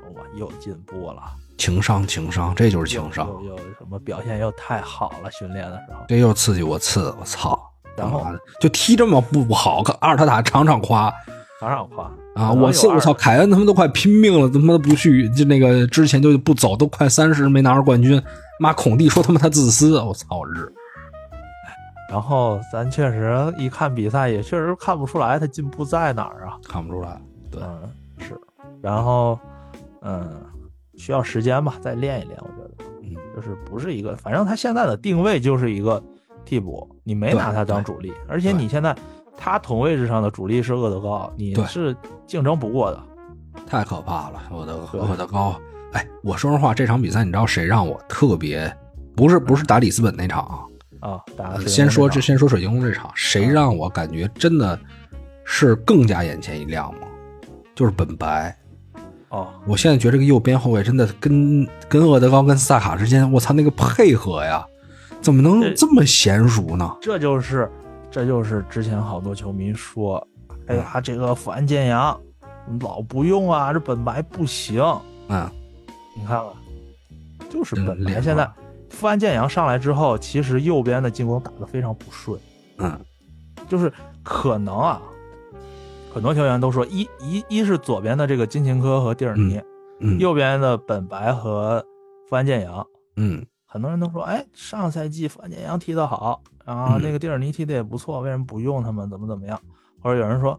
D: 说哇又进步了，
C: 情商情商，这就是情商，
D: 又又又什么表现又太好了，训练的时候，
C: 这又刺激我刺，我操！
D: 然后
C: 他妈的就踢这么不不好，可阿尔特塔场场夸
D: 场场夸
C: 啊！我是我操，，凯恩他们都快拼命了，他妈的不去，就那个之前就不走，都快三十没拿着冠军。妈，孔蒂说他妈他自私，啊我操日！
D: 然后咱确实一看比赛也确实看不出来他进步在哪儿啊。
C: 看不出来。对
D: 嗯，是。然后，嗯，需要时间吧，再练一练。我觉得，
C: 嗯，
D: 就是不是一个，反正他现在的定位就是一个替补，你没
C: 对
D: 拿他当
C: 对
D: 主力，而且你现在他同位置上的主力是厄德高奥，你
C: 对
D: 是竞争不过的。
C: 太可怕了，我的
D: 对
C: 我的高！哎，我说实话，这场比赛你知道谁让我特别不是不是打里斯本那场啊，
D: 啊，打
C: 呃
D: 水晶宫
C: 先说这
D: 这场
C: 先说水晶宫这场，谁让我感觉真的是更加眼前一亮吗？就是本白，
D: 哦，
C: 我现在觉得这个右边后卫真的跟跟厄德高跟萨卡之间，我操那个配合呀，怎么能
D: 对
C: 这么娴熟呢？
D: 这就是这就是之前好多球迷说，
C: 嗯
D: 哎呀，这个富安健洋老不用啊，这本白不行。
C: 嗯，
D: 你看看，就是本
C: 嗯
D: 白
C: 脸
D: 现在
C: 嘛
D: 富安健洋上来之后，其实右边的进攻打得非常不顺，
C: 嗯，
D: 就是可能啊，很多球员都说一一一是左边的这个金琴科和蒂尔尼，
C: 嗯
D: 右边的本白和富安健洋。
C: 嗯
D: 很多人都说，哎，上赛季范建阳踢得好，然后
C: 嗯
D: 那个蒂尔尼踢得也不错，为什么不用他们？怎么怎么样？或者有人说，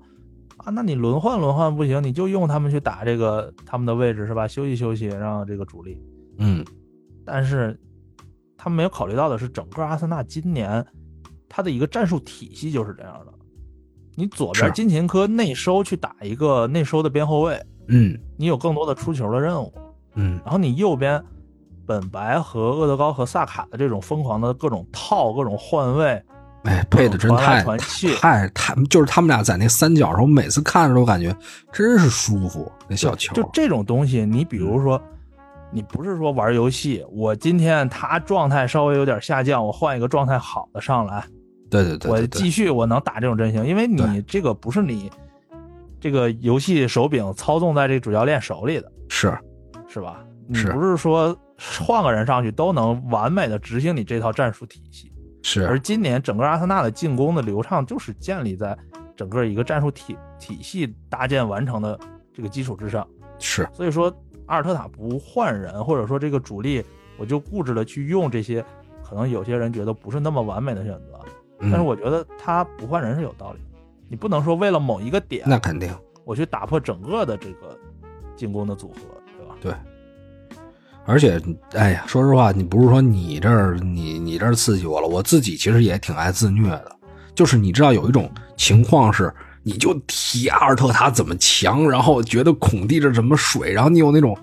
D: 啊，那你轮换轮换不行，你就用他们去打这个他们的位置是吧？休息休息，让这个主力。
C: 嗯
D: 但是他们没有考虑到的是，整个阿森纳今年他的一个战术体系就是这样的。你左边
C: 是
D: 金琴科内收去打一个内收的边后卫，
C: 嗯
D: 你有更多的出球的任务。
C: 嗯
D: 然后你右边本白和厄德高和萨卡的这种疯狂的各种套、各种换位，
C: 哎，配的真
D: 传
C: 太
D: 来嗯传去
C: 太太，就是他们俩在那三角的时候，我每次看着都感觉真是舒服，那小球。
D: 就这种东西，你比如
C: 嗯
D: 说，你不是说玩游戏，我今天他状态稍微有点下降，我换一个状态好的上来，
C: 对对对
D: 我
C: 对
D: 继
C: 对，
D: 续我能打这种阵型，因为你
C: 对
D: 这个不是你这个游戏手柄操纵在这个主教练手里的，
C: 是
D: 是吧？你
C: 是
D: 不是说换个人上去都能完美的执行你这套战术体系。而
C: 是，
D: 今年整个阿森纳的进攻的流畅，就是建立在整个一个战术体体系搭建完成的这个基础之上。
C: 是
D: 所以说，阿尔特塔不换人，或者说这个主力，我就固执的去用这些，可能有些人觉得不是那么完美的选择，但是
C: 嗯
D: 我觉得他不换人是有道理的。你不能说为了某一个点，
C: 那肯定。
D: 我去打破整个的这个进攻的组合，对吧？
C: 而且，哎呀，说实话，你不是说你这儿你你这儿刺激我了，我自己其实也挺爱自虐的。就是你知道有一种情况是，你就提阿尔特塔怎么强，然后觉得孔蒂这怎么水，然后你有那种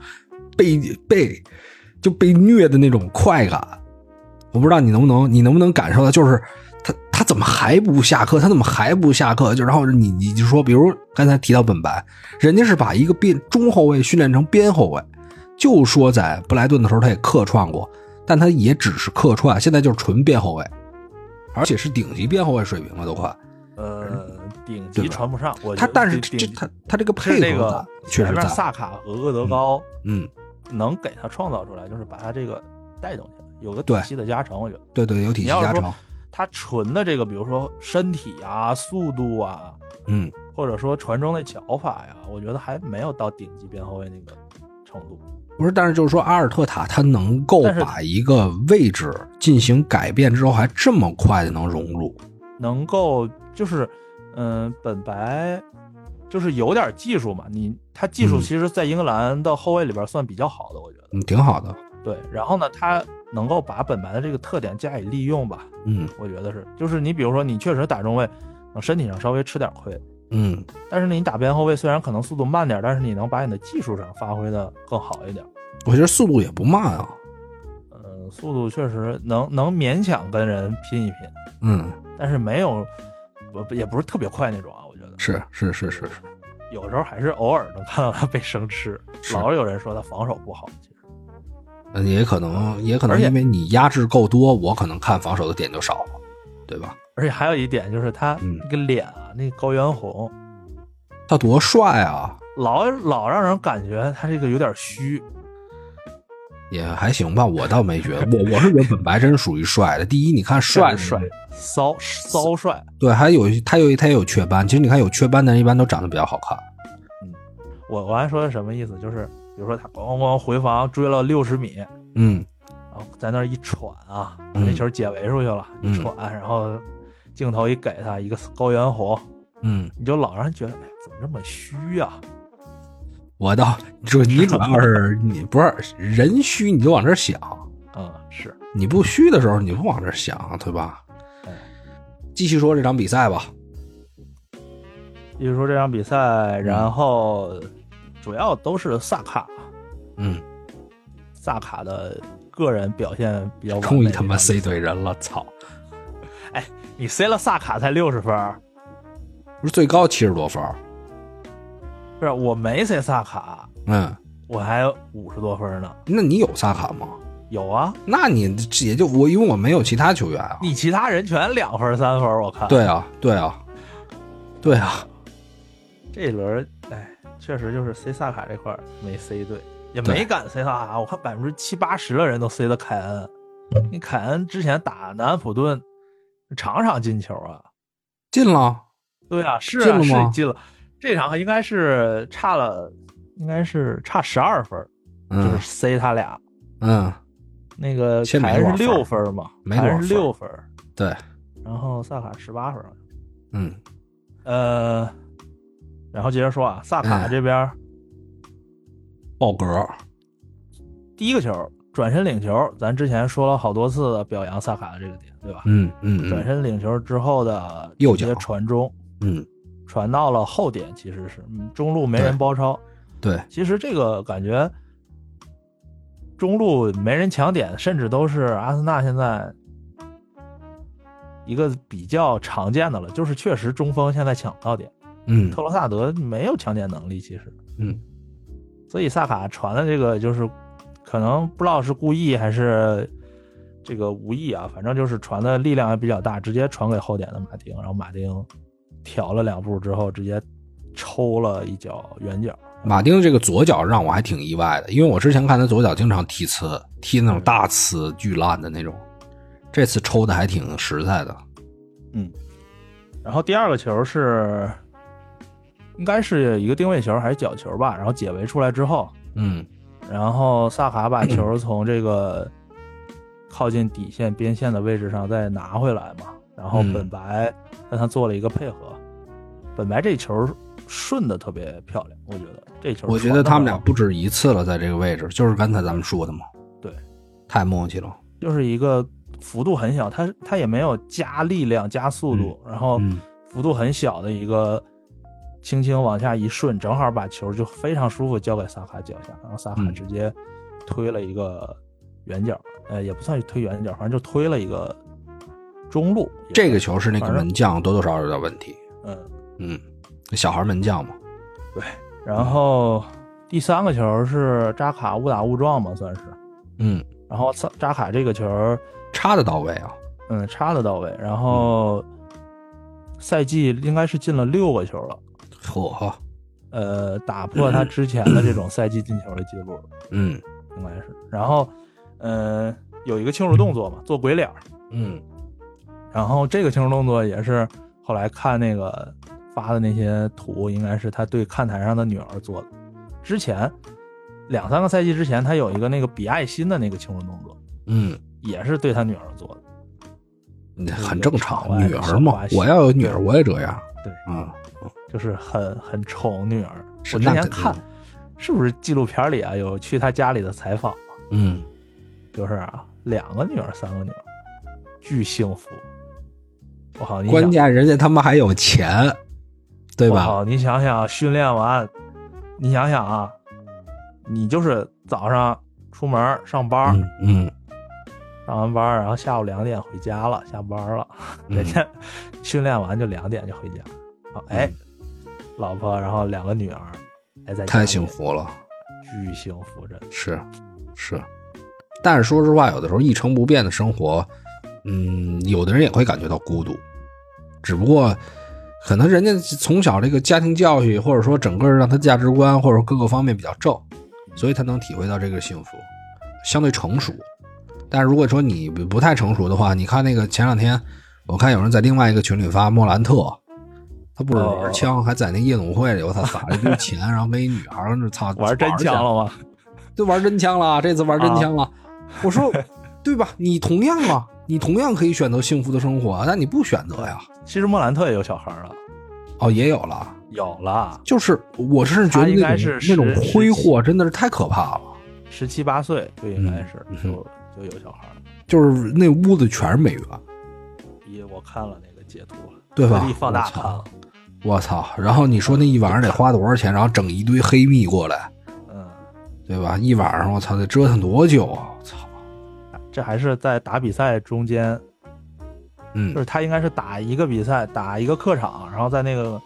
C: 被被就被虐的那种快感。我不知道你能不能，你能不能感受到，就是他他怎么还不下课？他怎么还不下课？就然后你你就说，比如刚才提到本白，人家是把一个边中后卫训练成边后卫，就说在布莱顿的时候他也客串过，但他也只是客串，现在就是纯边后卫，而且是顶级边后卫水平了都快。
D: 呃，顶
C: 对
D: 级
C: 吧
D: 传不上，我觉
C: 他
D: 得
C: 但是
D: 顶
C: 这
D: 顶
C: 他他这个
D: 是
C: 配
D: 这
C: 合
D: 个
C: 感确实
D: 前面
C: 在，
D: 萨卡和厄德高。
C: 嗯，
D: 能给他创造出来，就是把他这个带动起来，有个体
C: 对
D: 系的加成。我觉得
C: 对对，有体系
D: 你要是
C: 加
D: 说
C: 成，
D: 他纯的这个，比如说身体啊、速度啊，
C: 嗯，
D: 或者说传中的脚法呀，我觉得还没有到顶级边后卫那个程度。
C: 不是，但是就是说阿尔特塔他能够
D: 但是
C: 把一个位置进行改变之后，还这么快的能融入，
D: 能够就是，嗯、本白就是有点技术嘛，你他技术
C: 嗯
D: 其实在英格兰的后卫里边算比较好的，我觉得。
C: 嗯，挺好的，
D: 对，然后呢，他能够把本白的这个特点加以利用吧，
C: 嗯
D: 我觉得是，就是你比如说你确实打中卫，嗯身体上稍微吃点亏。
C: 嗯，
D: 但是你打边后卫虽然可能速度慢点，但是你能把你的技术上发挥的更好一点。
C: 我觉得速度也不慢啊，
D: 嗯，速度确实能能勉强跟人拼一拼，
C: 嗯，
D: 但是没有，呃不也不是特别快那种啊。我觉得
C: 是是是是是，
D: 有时候还是偶尔能看到他被生吃，
C: 是
D: 老是有人说他防守不好。其实
C: 嗯也可能也可能
D: 而且
C: 因为你压制够多，我可能看防守的点就少了，对吧？
D: 而且还有一点就是他
C: 嗯
D: 那个脸啊，那个高原红，
C: 他多帅啊，
D: 老老让人感觉他这个有点虚。
C: 也还行吧，我倒没觉得，我我是觉得本白真是属于帅的。第一，你看帅
D: 帅，骚骚帅，
C: 对，还有他有他也有雀斑，其实你看有雀斑的人一般都长得比较好看，
D: 我我还说的什么意思？就是比如说他咣咣回防追了六十米，
C: 嗯
D: 然后在那儿一喘啊，把
C: 嗯
D: 那球解围出去了，
C: 嗯
D: 一喘，然后镜头一给他一个高原红，
C: 嗯，
D: 你就老让人觉得，哎，怎么这么虚啊？
C: 我倒就你主要 是你不是人虚，你就往这儿想，
D: 嗯，是，
C: 你不虚的时候你不往这儿想，对吧
D: 哎？
C: 继续说这场比赛吧，
D: 一直说这场比赛，然后主要都是萨卡，
C: 嗯，
D: 萨卡的个人表现比较完美。
C: 终于他妈 C 对人了，操！
D: 你塞了萨卡才六十分儿，
C: 不是最高七十多分儿，
D: 不是我没塞萨卡，
C: 嗯，
D: 我还五十多分呢。
C: 那你有萨卡吗？
D: 有啊，
C: 那你这也就我，因为我没有其他球员啊。
D: 你其他人全两分三分，我看。，
C: 对啊，对啊，对啊，
D: 这一轮，哎，确实就是塞萨卡这块儿没塞对，也
C: 对
D: 没敢塞萨卡。我看百分之七八十的人都塞的凯恩，你凯恩之前打南安普顿，场场进球啊。
C: 进了，
D: 对啊，是
C: 进
D: 啊，
C: 了
D: 是
C: 吗
D: 进了。这场应该是差了，应该是差十二分儿，就
C: 嗯
D: 是塞他俩。
C: 嗯，
D: 那个
C: 其实没
D: 凯恩是
C: 多少
D: 六
C: 分
D: 分儿嘛，
C: 没
D: 凯
C: 多少
D: 恩是
C: 分儿
D: 六分儿，
C: 对，
D: 然后萨卡十八分儿。
C: 嗯
D: 呃，然后接着说啊，萨卡
C: 嗯
D: 这边儿
C: 爆格，
D: 第一个球转身领球，咱之前说了好多次表扬萨卡的这个点，对吧？
C: 嗯嗯
D: 转
C: 嗯
D: 身领球之后的
C: 右
D: 一些
C: 脚
D: 传中，
C: 嗯，
D: 传到了后点，其实是嗯中路没
C: 对
D: 人包抄。
C: 对，
D: 其实这个感觉中路没人抢点，甚至都是阿森纳现在一个比较常见的了，就是确实中锋现在抢不到点，
C: 嗯
D: 特罗萨德没有抢点能力，其实，
C: 嗯，
D: 所以萨卡传的这个就是可能不知道是故意还是。这个无意啊，反正就是传的力量也比较大，直接传给后点的马丁，然后马丁挑了两步之后，直接抽了一脚远角，
C: 马丁这个左脚让我还挺意外的，因为我之前看他左脚经常踢呲，踢那种大呲巨烂的那种，这次抽的还挺实在的，
D: 然后第二个球是，应该是一个定位球还是角球吧，然后解围出来之后，
C: 嗯
D: 然后萨卡把球从这个靠近底线边线的位置上再拿回来嘛，然后
C: 嗯
D: 本白跟他做了一个配合，本白这球顺的特别漂亮，我觉得这球
C: 我觉
D: 传
C: 得
D: 得
C: 他们
D: 好
C: 俩不止一次了，在这个位置，就是刚才咱们说的嘛，
D: 对，
C: 太默契了，
D: 就是一个幅度很小，他他也没有加力量加速度，然后
C: 嗯
D: 幅度很小的一个，轻轻往下一顺，正好把球就非常舒服交给萨卡脚下，然后萨卡
C: 嗯
D: 直接推了一个远角，呃，也不算是推远角，反正就推了一个中路。
C: 这个球是那个
D: 反正
C: 门将多多少少有点问题，
D: 嗯，
C: 嗯，小孩门将嘛，
D: 然后第三个球是扎卡误打误撞嘛，算是，
C: 嗯，
D: 然后萨扎卡这个球。
C: 插的到位啊，
D: 嗯，插的到位。然后赛季应该是进了六个球了，
C: 嚯，
D: 呃，打破他之前的这种赛季进球的记录了，
C: 嗯
D: 应该是。然后，呃，有一个庆祝动作嘛，做鬼脸儿。
C: 嗯
D: 然后这个庆祝动作也是后来看那个发的那些图，应该是他对看台上的女儿做的。之前两三个赛季之前，他有一个那个比爱心的那个庆祝动作，
C: 嗯，
D: 也是对他女儿做的。
C: 那很正常
D: 小，花
C: 女儿嘛，我要有女儿我也这样，
D: 对，
C: 嗯，
D: 就是很很宠女儿。
C: 是
D: 我之
C: 那
D: 前
C: 肯定
D: 看，是不是纪录片里啊有去他家里的采访啊，
C: 嗯，
D: 就是啊两个女儿三个女儿，巨幸福。我靠，你想
C: 关键人家他妈还有钱，对
D: 我
C: 吧？
D: 靠，你想想训练完，你想想啊，你就是早上出门上班，
C: 嗯嗯
D: 上完班然后下午两点回家了，下班了，
C: 嗯
D: 人家 训练完就两点就回家，啊哎，老婆，然后两个女儿，哎，在家
C: 嗯太
D: 里
C: 幸福了，
D: 巨幸福，真的。
C: 是是，但是说实话，有的时候一成不变的生活，嗯，有的人也会感觉到孤独，只不过可能人家从小这个家庭教育，或者说整个让他价值观或者各个方面比较正，所以他能体会到这个幸福，相对成熟。但是如果说你不不太成熟的话，你看那个前两天，我看有人在另外一个群里发莫兰特，他不是
D: 哦
C: 玩枪，还在那夜总会里，我操，撒了一堆 钱，然后跟一女孩儿，那操
D: 玩真
C: 儿去
D: 枪了吗？
C: 就玩真枪了，啊这次玩真
D: 啊
C: 枪了。我说，对吧？你同样啊，你同样可以选择幸福的生活，但你不选择呀。
D: 其实莫兰特也有小孩了，
C: 哦，也有了，
D: 有了，
C: 就是我是觉
D: 他
C: 得
D: 应
C: 那
D: 该
C: 种
D: 是
C: 那种
D: 十
C: 挥霍真的是太可怕了，
D: 十七八岁就应该是、
C: 嗯
D: 就就有小孩了。
C: 就是那屋子全是美元，
D: 也我看了那个截图了，
C: 对吧
D: 特地？放大
C: 我
D: 看
C: 操
D: 了，
C: 我操！然后你说那一晚上得花多少钱？然后整一堆黑币过来，
D: 嗯，
C: 对吧？一晚上我操，得折腾多久啊！我操，
D: 这还是在打比赛中间，
C: 嗯
D: 就是他应该是打一个比赛，打一个客场，然后在那个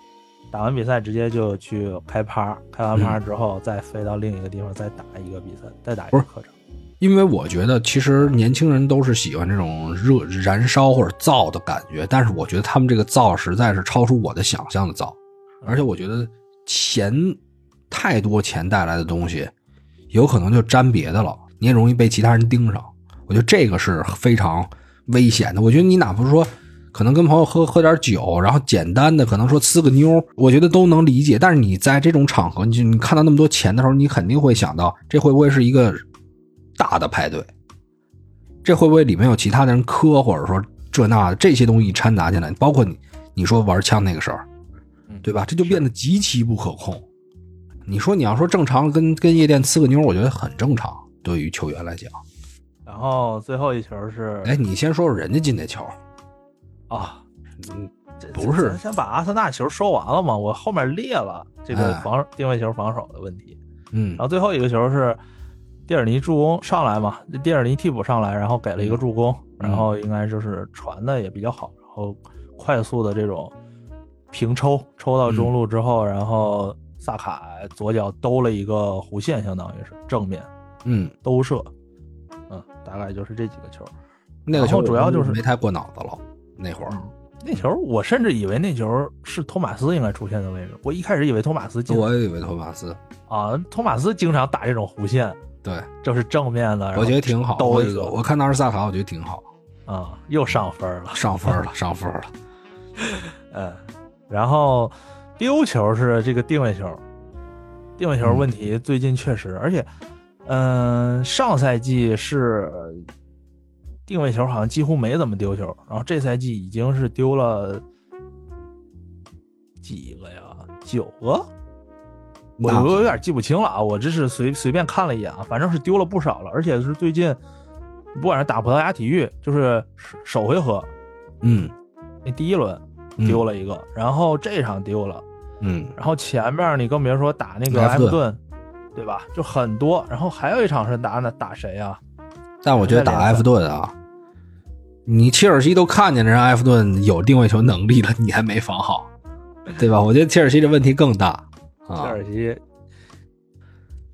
D: 打完比赛直接就去开趴，开完趴之后再飞到另一个地方再打一个比赛，再打一个客场。
C: 因为我觉得其实年轻人都是喜欢这种热燃烧或者燥的感觉，但是我觉得他们这个燥实在是超出我的想象的燥，而且我觉得钱太多钱带来的东西，有可能就沾别的了，你也容易被其他人盯上。我觉得这个是非常危险的。我觉得你哪怕说可能跟朋友喝喝点酒，然后简单的可能说呲个妞，我觉得都能理解。但是你在这种场合，你就你看到那么多钱的时候，你肯定会想到这会不会是一个大的派对？这会不会里面有其他的人磕，或者说这那的这些东西一掺杂进来，包括你你说玩枪那个事儿
D: 嗯，
C: 对吧？这就变得极其不可控。你说你要说正常跟跟夜店呲个妞，我觉得很正常，对于球员来讲。
D: 然后最后一球是
C: 哎，你先说说人家进那球，
D: 啊，
C: 嗯
D: 这
C: 不是
D: 咱先把阿森纳球说完了吗？我后面列了这个
C: 哎
D: 防定位球防守的问题。
C: 嗯
D: 然后最后一个球是蒂尔尼助攻上来嘛，蒂尔尼替补上来，然后给了一个助攻，
C: 嗯
D: 然后应该就是传的也比较好，然后快速的这种平抽抽到
C: 嗯
D: 中路之后，然后萨卡左脚兜了一个弧线，相当于是正面
C: 嗯，
D: 兜射，嗯，大概就是这几个球。
C: 那个
D: 然后
C: 球
D: 主要就是嗯
C: 没太过脑子了，那会儿
D: 那球我甚至以为那球是托马斯应该出现的位置，我一开始以为托马斯进
C: 我也以为托马斯，
D: 啊，托马斯经常打这种弧线，
C: 对
D: 就是正面的，然后
C: 我觉得挺好。
D: 兜
C: 我
D: 一个
C: 我看当时萨卡，我觉得挺好，
D: 啊、又上分了。
C: 上分了，上分 了。
D: 嗯，然后丢球是这个定位球，定位球
C: 嗯
D: 问题最近确实，而且，嗯、上赛季是定位球好像几乎没怎么丢球，然后这赛季已经是丢了几个呀？九个？我
C: 那
D: 我有点记不清了啊，我这是随随便看了一眼啊，反正是丢了不少了，而且是最近，不管是打葡萄牙体育，就是首首回合
C: 嗯，
D: 那第一轮，
C: 嗯
D: 丢，了一个，然后这场丢了，
C: 嗯
D: 然后前面你更别说打那个
C: 埃
D: 埃
C: 弗
D: 弗
C: 顿
D: 顿，对吧？就很多，然后还有一场是打哪打谁啊？
C: 但我觉得打埃弗顿啊，你切尔西都看见人家埃弗顿有定位球能力了，你还没防好，对吧？我觉得切尔西这问题更大
D: 切
C: 啊，
D: 尔西，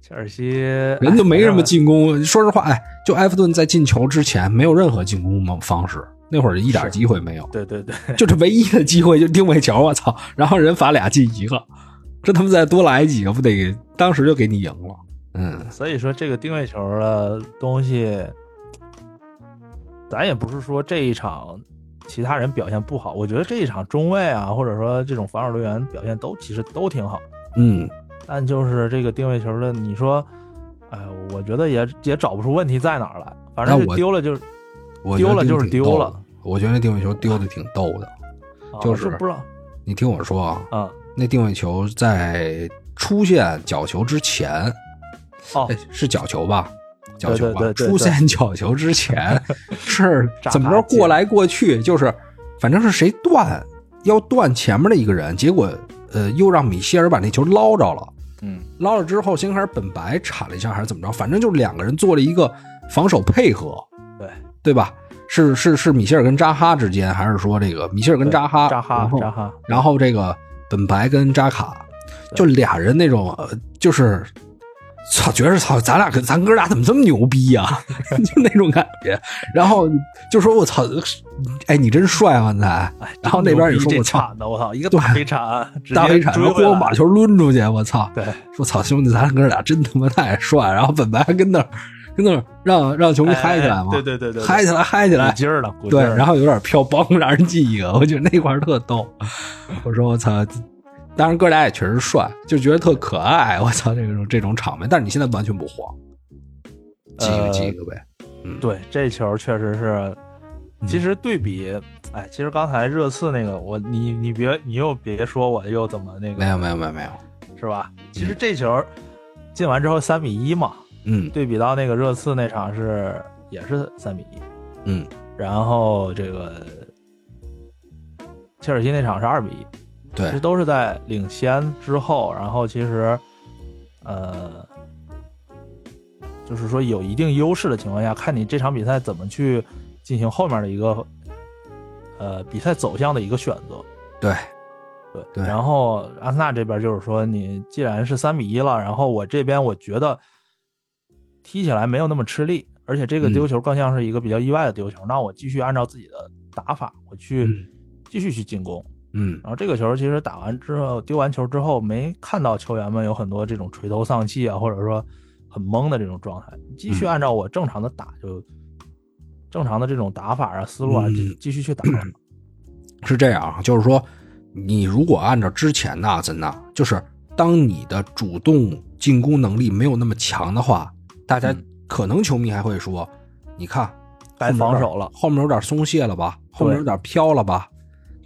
D: 切尔西哎
C: 人就没什么
D: 进，
C: 进攻。说实话，哎，就埃弗顿在进球之前没有任何进攻方方式，那会儿一点
D: 是
C: 机会没有，
D: 对对对，
C: 就是唯一的机会就定位球，我操！然后人罚俩进一个，这他妈再多来几个，不得给当时就给你赢了？嗯，
D: 所以说这个定位球的东西，咱也不是说这一场。其他人表现不好，我觉得这一场中卫啊，或者说这种防守队员表现都其实都挺好的
C: 嗯，
D: 但就是这个定位球的，你说，哎，我觉得也也找不出问题在哪儿来，反正
C: 那
D: 是
C: 我
D: 丢了就是，
C: 我觉得
D: 丢了就是
C: 挺逗
D: 丢
C: 的
D: 了。
C: 我觉得那定位球丢的挺逗的。
D: 啊
C: 就是
D: 不知道
C: 你听我说啊，
D: 啊，
C: 那定位球在出现角球之前，
D: 哦
C: 哎，是角球吧？角球吧，
D: 对对对对
C: 出现角球之 前是
D: 炸
C: 怎么
D: 卡
C: 着
D: 进
C: 过来过去，就是反正是谁断要断前面的一个人，结果呃又让米歇尔把那球捞着了。
D: 嗯，
C: 捞了之后，先开始本白铲了一下还是怎么着，反正就两个人做了一个防守配合，
D: 对
C: 对吧？是是是米歇尔跟扎哈之间，还是说这个米歇尔跟
D: 对
C: 扎哈
D: 扎哈
C: 然后
D: 扎哈，
C: 然后这个本白跟扎卡，
D: 对
C: 就俩人那种，呃、就是操，觉着操，咱俩跟咱哥俩怎么这么牛逼呀、 就那种感觉。然后就说我操，哎，你真帅万才。
D: 哎，
C: 然后那边也说
D: 这
C: 我操
D: 铲的，我操，一个
C: 对
D: 大飞铲，直接
C: 大黑铲，
D: 追
C: 然
D: 回
C: 后
D: 来
C: 把球抡出去，我操！
D: 对，
C: 我操，兄弟，咱哥俩真他妈太帅。然后本白还跟那儿跟那儿让让球迷
D: 哎
C: 嗨起来嘛，
D: 哎对对对对，对
C: 嗨起来，嗨起来
D: 鼓，劲儿了，鼓劲
C: 对，
D: 儿了
C: 然后有点飘，嘣，让人进一个，我觉得那块儿特逗。我说我操，当然哥俩也确实帅，就觉得特可爱。我操，这种这种场面，但是你现在完全不慌，进一个
D: 呃
C: 进一个呗。
D: 对，这球确实是，其实对比，哎，其实刚才热刺那个，我你你别你又别说我又怎么那
C: 没有
D: 个
C: 没有没有没有，
D: 是吧？其实这球进完之后三比一嘛，
C: 嗯
D: 对比到那个热刺那场是也是三比一，
C: 嗯
D: 然后这个切尔西那场是二比一，
C: 对
D: 其实都是在领先之后，然后其实，呃，就是说有一定优势的情况下，看你这场比赛怎么去进行后面的一个，呃，比赛走向的一个选择。
C: 对，
D: 对，
C: 对
D: 然后阿森纳这边就是说，你既然是三比一了，然后我这边我觉得踢起来没有那么吃力，而且这个
C: 嗯
D: 丢球更像是一个比较意外的丢球。那我继续按照自己的打法，我去、
C: 嗯
D: 继续去进攻。
C: 嗯，
D: 然后这个球其实打完之后，丢完球之后，没看到球员们有很多这种垂头丧气啊，或者说很懵的这种状态。继续
C: 嗯
D: 按照我正常的打，就正常的这种打法啊、思路啊，
C: 嗯
D: 继继续去打。
C: 是这样啊，就是说，你如果按照之前的阿森纳，就是当你的主动进攻能力没有那么强的话，大家可能球迷还会说，你看
D: 该防守了
C: 后面有点松懈了吧，
D: 对
C: 后面有点飘了吧。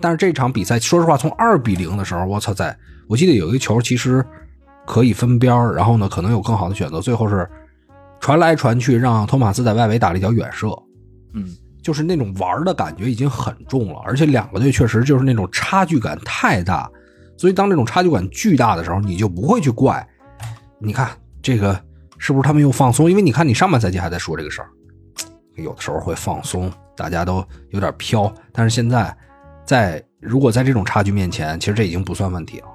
C: 但是这场比赛，说实话，从二比零的时候，我操在，我记得有一个球其实可以分边儿，然后呢，可能有更好的选择，最后是传来传去，让托马斯在外围打了一脚远射，
D: 嗯，
C: 就是那种玩儿的感觉已经很重了，而且两个队确实就是那种差距感太大，所以当这种差距感巨大的时候，你就不会去怪。你看这个是不是他们又放松？因为你看你上半赛季还在说这个事儿，有的时候会放松，大家都有点飘。但是现在在如果在这种差距面前，其实这已经不算问题了，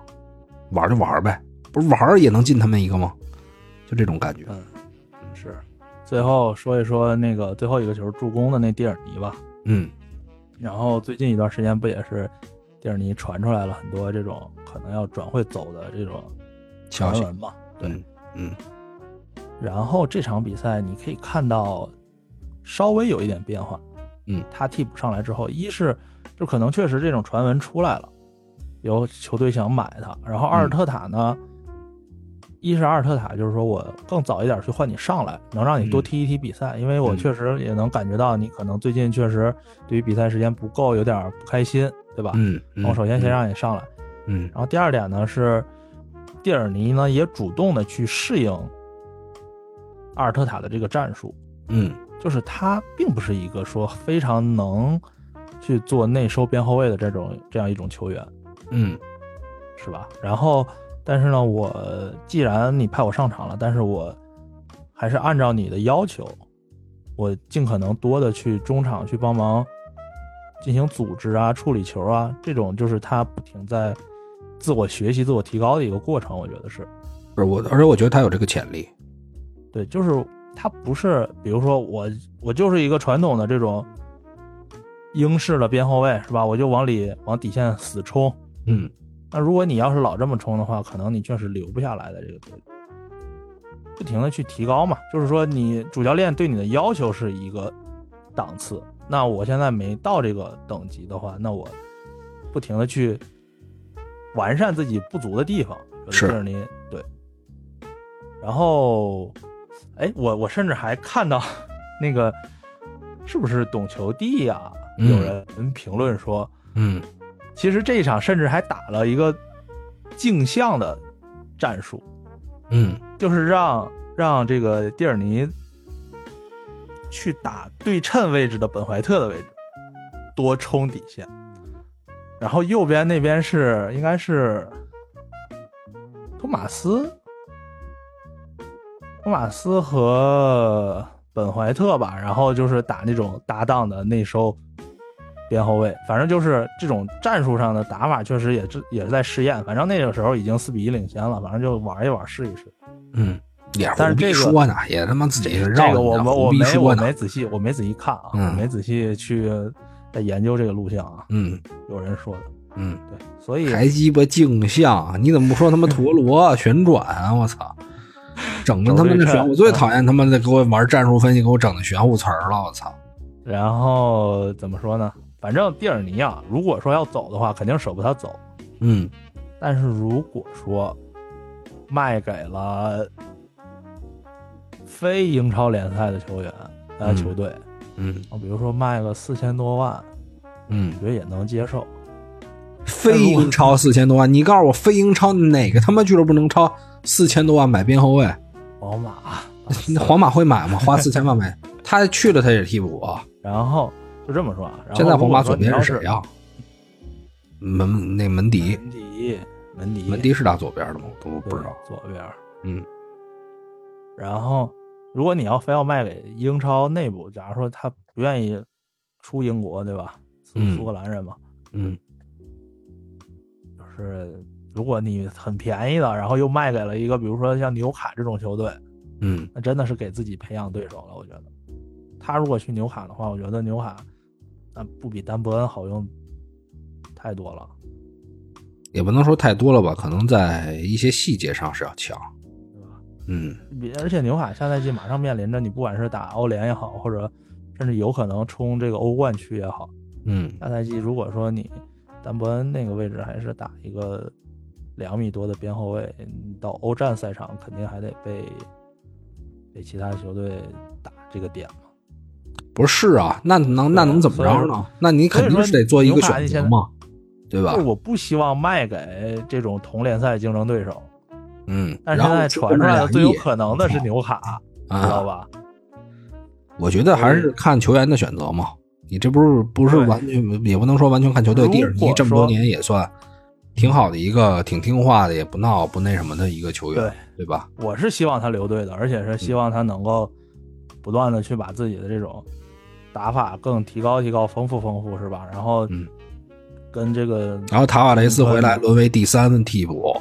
C: 玩儿就玩儿呗，不是玩儿也能进他们一个吗？就这种感觉。
D: 是。最后说一说那个最后一个球助攻的那蒂尔尼吧。
C: 嗯
D: 然后最近一段时间不也是蒂尔尼传出来了很多这种可能要转会走的这种
C: 消
D: 传
C: 息
D: 闻嘛？对，
C: 嗯嗯
D: 然后这场比赛你可以看到稍微有一点变化，
C: 嗯，
D: 他替补上来之后，一是就可能确实这种传闻出来了，有球队想买他，然后阿尔特塔呢，
C: 嗯
D: 一是阿尔特塔就是说我更早一点去换你上来，能让你多
C: 嗯
D: 踢一踢比赛，因为我
C: 嗯
D: 确实也能感觉到你可能最近确实对于比赛时间不够，有点不开心，对吧？
C: 嗯，嗯
D: 哦我首先先让你上来，
C: 嗯
D: 然后第二点呢是，蒂尔尼呢也主动的去适应阿尔特塔的这个战术，
C: 嗯
D: 就是他并不是一个说非常能去做内收边后卫的这种这样一种球员，
C: 嗯
D: 是吧？然后，但是呢，我既然你派我上场了，但是我还是按照你的要求，我尽可能多的去中场去帮忙进行组织啊、处理球啊，这种就是他不停在自我学习、自我提高的一个过程，我觉得是。
C: 不是我，而且我觉得他有这个潜力。
D: 对，就是他不是，比如说我我就是一个传统的这种英式的边后卫是吧？我就往里往底线死冲。
C: 嗯，
D: 那如果你要是老这么冲的话，可能你确实留不下来的这个队伍。不停的去提高嘛，就是说你主教练对你的要求是一个档次，那我现在没到这个等级的话，那我不停的去完善自己不足的地方，
C: 是
D: 就是你对。然后，哎，我我甚至还看到 那个是不是懂球帝呀、
C: 嗯
D: 有人评论说，
C: 嗯，
D: 其实这一场甚至还打了一个镜像的战术，
C: 嗯，
D: 就是让让这个蒂尔尼去打对称位置的本怀特的位置，多冲底线。然后右边那边是应该是托马斯，托马斯和本怀特吧，然后就是打那种搭档的内收边后卫，反正就是这种战术上的打法，确实也是也是在试验。反正那个时候已经四比一领先了，反正就玩一玩试一试。
C: 嗯，也
D: 但
C: 胡
D: 是这
C: 逼
D: 个
C: 说呢，也他妈自己是绕
D: 这个我
C: 着
D: 们我
C: 胡逼
D: 没
C: 说
D: 我
C: 呢
D: 没。仔细我没仔细看啊，
C: 嗯
D: 我没仔细去在研究这个录像啊，
C: 嗯
D: 有人说的
C: 嗯，
D: 对，所以
C: 还鸡巴镜像，你怎么不说他妈陀螺旋转啊？我操，整的他妈
D: 手
C: 的
D: 对称
C: 玄，我最讨厌他妈的给我玩战术分析，给我整的玄乎词儿了，我操。
D: 然后怎么说呢？反正蒂尔尼啊，如果说要走的话，肯定舍不得他走，
C: 嗯
D: 但是如果说卖给了非英超联赛的球员呃、
C: 嗯
D: 球队，
C: 嗯
D: 啊比如说卖个四千多万，
C: 嗯
D: 我，觉得也能接受。
C: 非英超四千多万，你告诉我非英超哪个他妈俱乐部能超四千多万买边后卫？
D: 皇马，啊
C: 那皇马会买吗？花四千万买？ 他去了他也替补啊。
D: 然后就这么说啊，然后
C: 现在
D: 如
C: 皇
D: 果
C: 马
D: 说
C: 左
D: 你
C: 边啊
D: 要
C: 是谁呀、门那门迪，
D: 门迪迪，文迪，
C: 文迪是打左边的吗？我
D: 对
C: 不知道。
D: 左边儿。
C: 嗯，
D: 然后如果你要非要卖给英超内部，假如说他不愿意出英国，对吧？苏
C: 嗯
D: 苏格兰人嘛，
C: 嗯，
D: 就是如果你很便宜的，然后又卖给了一个比如说像纽卡这种球队，
C: 嗯，
D: 那真的是给自己培养对手了。我觉得，他如果去纽卡的话，我觉得纽卡那不比丹伯恩好用太多了，
C: 也不能说太多了吧，可能在一些细节上是要强。
D: 对吧？
C: 嗯，
D: 比而且纽卡下赛季马上面临着你不管是打欧联也好，或者甚至有可能冲这个欧冠区也好，
C: 嗯，
D: 下赛季如果说你丹伯恩那个位置还是打一个两米多的边后卫，你到欧战赛场肯定还得被被其他球队打这个点嘛。
C: 不是啊，那能那能怎么着
D: 所以
C: 呢？那你肯定是得做一个
D: 所以说
C: 选
D: 你
C: 择嘛，对吧
D: 就是？我不希望卖给这种同联赛竞争对手，
C: 嗯，
D: 但是
C: 然
D: 现
C: 后
D: 在
C: 就
D: 传出来的
C: 两
D: 最有
C: 亿
D: 可能的是纽卡，知道
C: 啊，
D: 吧？
C: 我觉得还是看球员的选择嘛。你这不是不是
D: 对
C: 完全也不能说完全看球队，
D: 如果
C: 蒂尔尼这么多
D: 说
C: 年也算挺好的一个，挺听话的，也不闹不那什么的一个球员，对吧？
D: 我是希望他留队的，而且是希望他能够不断的去把自己的这种打法更提高、提高、丰富、丰富，是吧？然后
C: 嗯
D: 跟这个
C: 然后塔瓦雷斯回来
D: 嗯
C: 沦为第三替 补，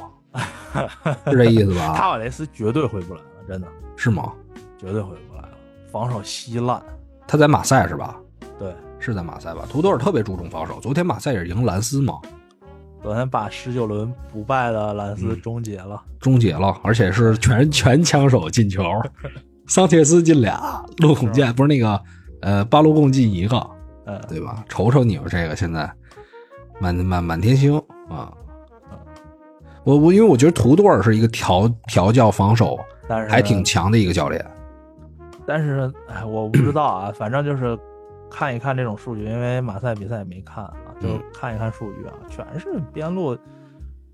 C: 是这意思吧？
D: 塔瓦雷斯绝对回不来了，真的
C: 是吗？
D: 绝对回不来了，防守稀烂，
C: 他在马赛是吧？
D: 对。
C: 是在马赛吧？图多尔特别注重防守，昨天马赛也是赢兰斯嘛，
D: 昨天把十九轮不败的兰斯
C: 嗯
D: 终结了，
C: 终结了，而且是全全枪手进 球，桑切斯进俩，陆孔健不是那个呃巴洛贡进一个，
D: 嗯，
C: 对吧？瞅瞅你们这个现在满满满天星啊！我我因为我觉得图多尔是一个调调教防守
D: 但是
C: 还挺强的一个教练，
D: 但是，哎，我不知道啊，反正就是看一看这种数据，因为马赛比赛也没看啊，就
C: 嗯
D: 看一看数据啊，全是边路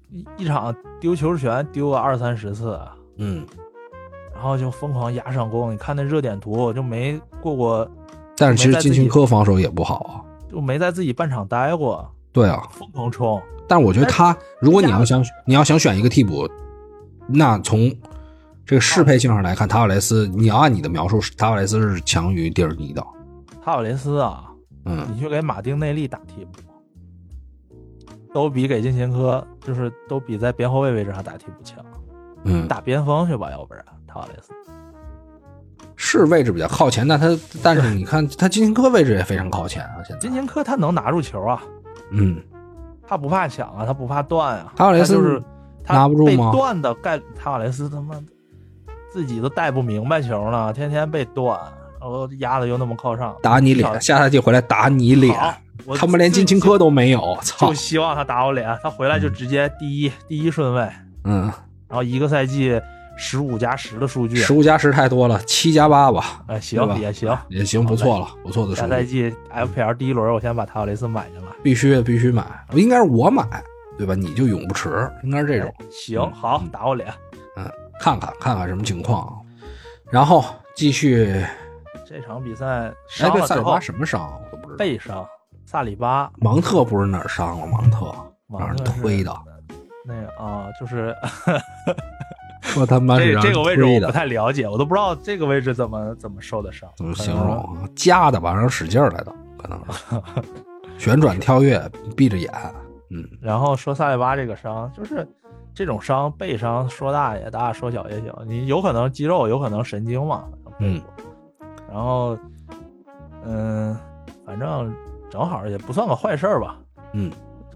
D: 一一场丢球权丢个二三十次，啊
C: 嗯，
D: 然后就疯狂压上攻。你看那热点图，我就没过过，
C: 但是其实
D: 没在
C: 金
D: 自
C: 琴
D: 己
C: 科防守也不好啊，
D: 就没在自己半场待过，
C: 对啊，
D: 疯狂冲。
C: 但我觉得
D: 呃
C: 他，如果你
D: 压
C: 要
D: 了
C: 想你要想选一个替补，那从这个适配性上来看，塔瓦雷斯，你要按你的描述，塔瓦雷斯是强于蒂尔尼的。
D: 塔瓦雷斯啊，
C: 嗯，
D: 你去给马丁内利打替补，都比给金琴科，就是都比在边后卫位置上打替补强。
C: 嗯，
D: 打边锋去吧，要不然塔瓦雷斯。
C: 是位置比较靠前，但他但是你看他金琴科位置也非常靠前啊，现
D: 金
C: 在。
D: 琴科他能拿住球啊，
C: 嗯，
D: 他不怕抢啊，他不怕断啊。
C: 塔瓦雷斯
D: 他就是他
C: 拿不住
D: 被
C: 吗
D: 断的概率，塔瓦雷斯他妈自己都带不明白球呢，天天被断，然后压的又那么靠上，
C: 打你
D: 好
C: 脸，下赛季回来打你脸，
D: 好我
C: 他们连金琴科都没有，
D: 就
C: 操
D: 就！希望他打我脸，他回来就直接第一、第一顺位，
C: 嗯，
D: 然后一个赛季十五加十的数据，
C: 十五加十太多了，七加八吧，
D: 哎
C: 对吧
D: 行也行，
C: 也行，不错了，不错的数
D: 下
C: 据
D: 赛。季 FPL 第一轮我先把塔瓦雷斯买进来，
C: 必须必须买，应该是我买，对吧？你就永不迟，应该是这种。
D: 行好打我脸，
C: 嗯，看看看看什么情况啊，然后继续。
D: 这场比赛
C: 哎，
D: 伤
C: 对，
D: 了
C: 萨
D: 之
C: 里
D: 后
C: 巴什么伤啊我都不知道。
D: 背伤，萨里巴
C: 芒特不是哪儿伤了？啊芒 特哪
D: 马
C: 儿
D: 上
C: 推的？
D: 那个啊，就是
C: 说他妈是
D: 这
C: 让
D: 这
C: 人
D: 个位置
C: 推
D: 我不
C: 的，
D: 太了解，我都不知道这个位置怎么怎么受的伤，
C: 怎么形容啊？夹的吧，让人使劲儿来的，可能是 旋转跳跃，闭着眼。嗯，
D: 然后说萨里巴这个伤，就是这种伤背伤，说大也大，说小也小，你有可能肌肉，有可能神经嘛。
C: 嗯，
D: 然后嗯，反正正好也不算个坏事儿吧。
C: 嗯，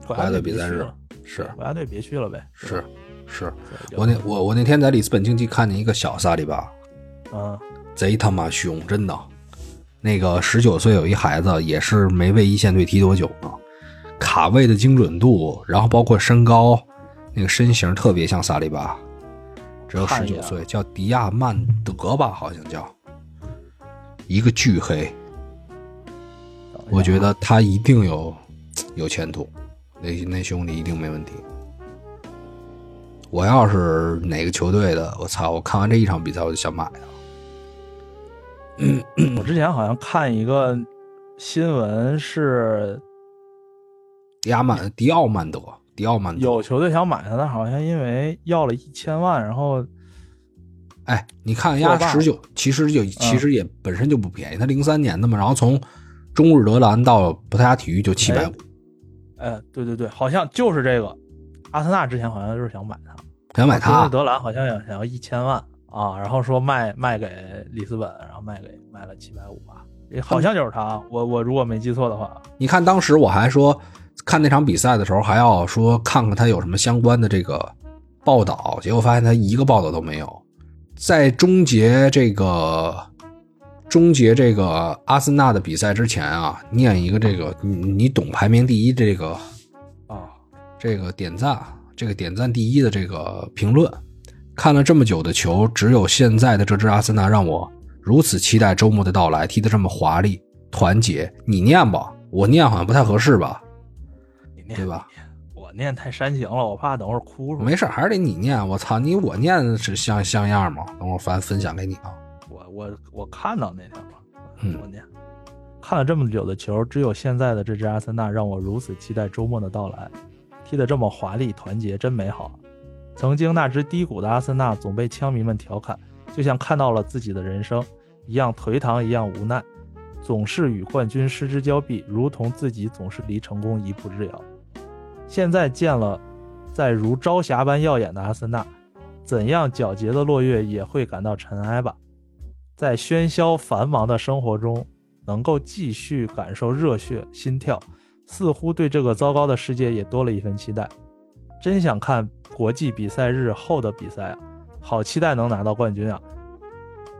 D: 国
C: 国家
D: 家
C: 队比
D: 队别
C: 赛
D: 去
C: 日
D: 了，
C: 是
D: 国家队别去了呗。
C: 是是，
D: 对，
C: 我那我我那天在里斯本竞技看见一个小萨里巴，
D: 嗯
C: 贼他妈凶，真的。那个十九岁有一孩子，也是没为一线队踢多久呢，卡位的精准度，然后包括身高，那个身形特别像萨利巴，只有十
D: 看一
C: 九
D: 眼
C: 岁，叫迪亚曼德吧，好像叫，一个巨黑，我觉得他一定有有前途，那那兄弟一定没问题。我要是哪个球队的，我操！我看完这一场比赛我就想买了。
D: 我之前好像看一个新闻是
C: 迪亚曼迪奥曼德迪奥曼德。
D: 有球队想买他，但好像因为要了一千万，然后
C: 哎，你看人家
D: 作罢
C: 十九，其实就其实也本身就不便宜，他零三年的嘛，然后从中日德兰到葡萄牙体育就七百五，
D: 呃，对对对，好像就是这个。阿森纳之前好像就是想买他，
C: 想买
D: 中日
C: 他。
D: 德兰好像想想要一千万啊，然后说卖卖给里斯本，然后卖给卖了七百五吧，也好像就是他。我我如果没记错的话，
C: 你看当时我还说看那场比赛的时候还要说看看他有什么相关的这个报道，结果发现他一个报道都没有。在终结这个终结这个阿森纳的比赛之前啊，念一个这个你你懂排名第一这个
D: 啊，
C: 这个点赞，这个点赞第一的这个评论。看了这么久的球，只有现在的这支阿森纳让我如此期待周末的到来，踢得这么华丽团结。你念吧，我念好像不太合适吧？
D: 你念
C: 对吧？
D: 你念我念太煽情了，我怕等会儿哭出来。
C: 没事，还是得你念。我操，你我念是像像样吗？等会儿翻分享给你啊。
D: 我我我看到那条了，
C: 嗯
D: 我念。看了这么久的球，只有现在的这支阿森纳让我如此期待周末的到来，踢得这么华丽团结，真美好。曾经那支低谷的阿森纳总被枪迷们调侃，就像看到了自己的人生一样颓唐，一样无奈，总是与冠军失之交臂，如同自己总是离成功一步之遥。现在见了在如朝霞般耀眼的阿森纳，怎样皎洁的落月也会感到尘埃吧。在喧嚣繁忙的生活中，能够继续感受热血心跳，似乎对这个糟糕的世界也多了一份期待。真想看国际比赛日后的比赛啊！好期待能拿到冠军啊！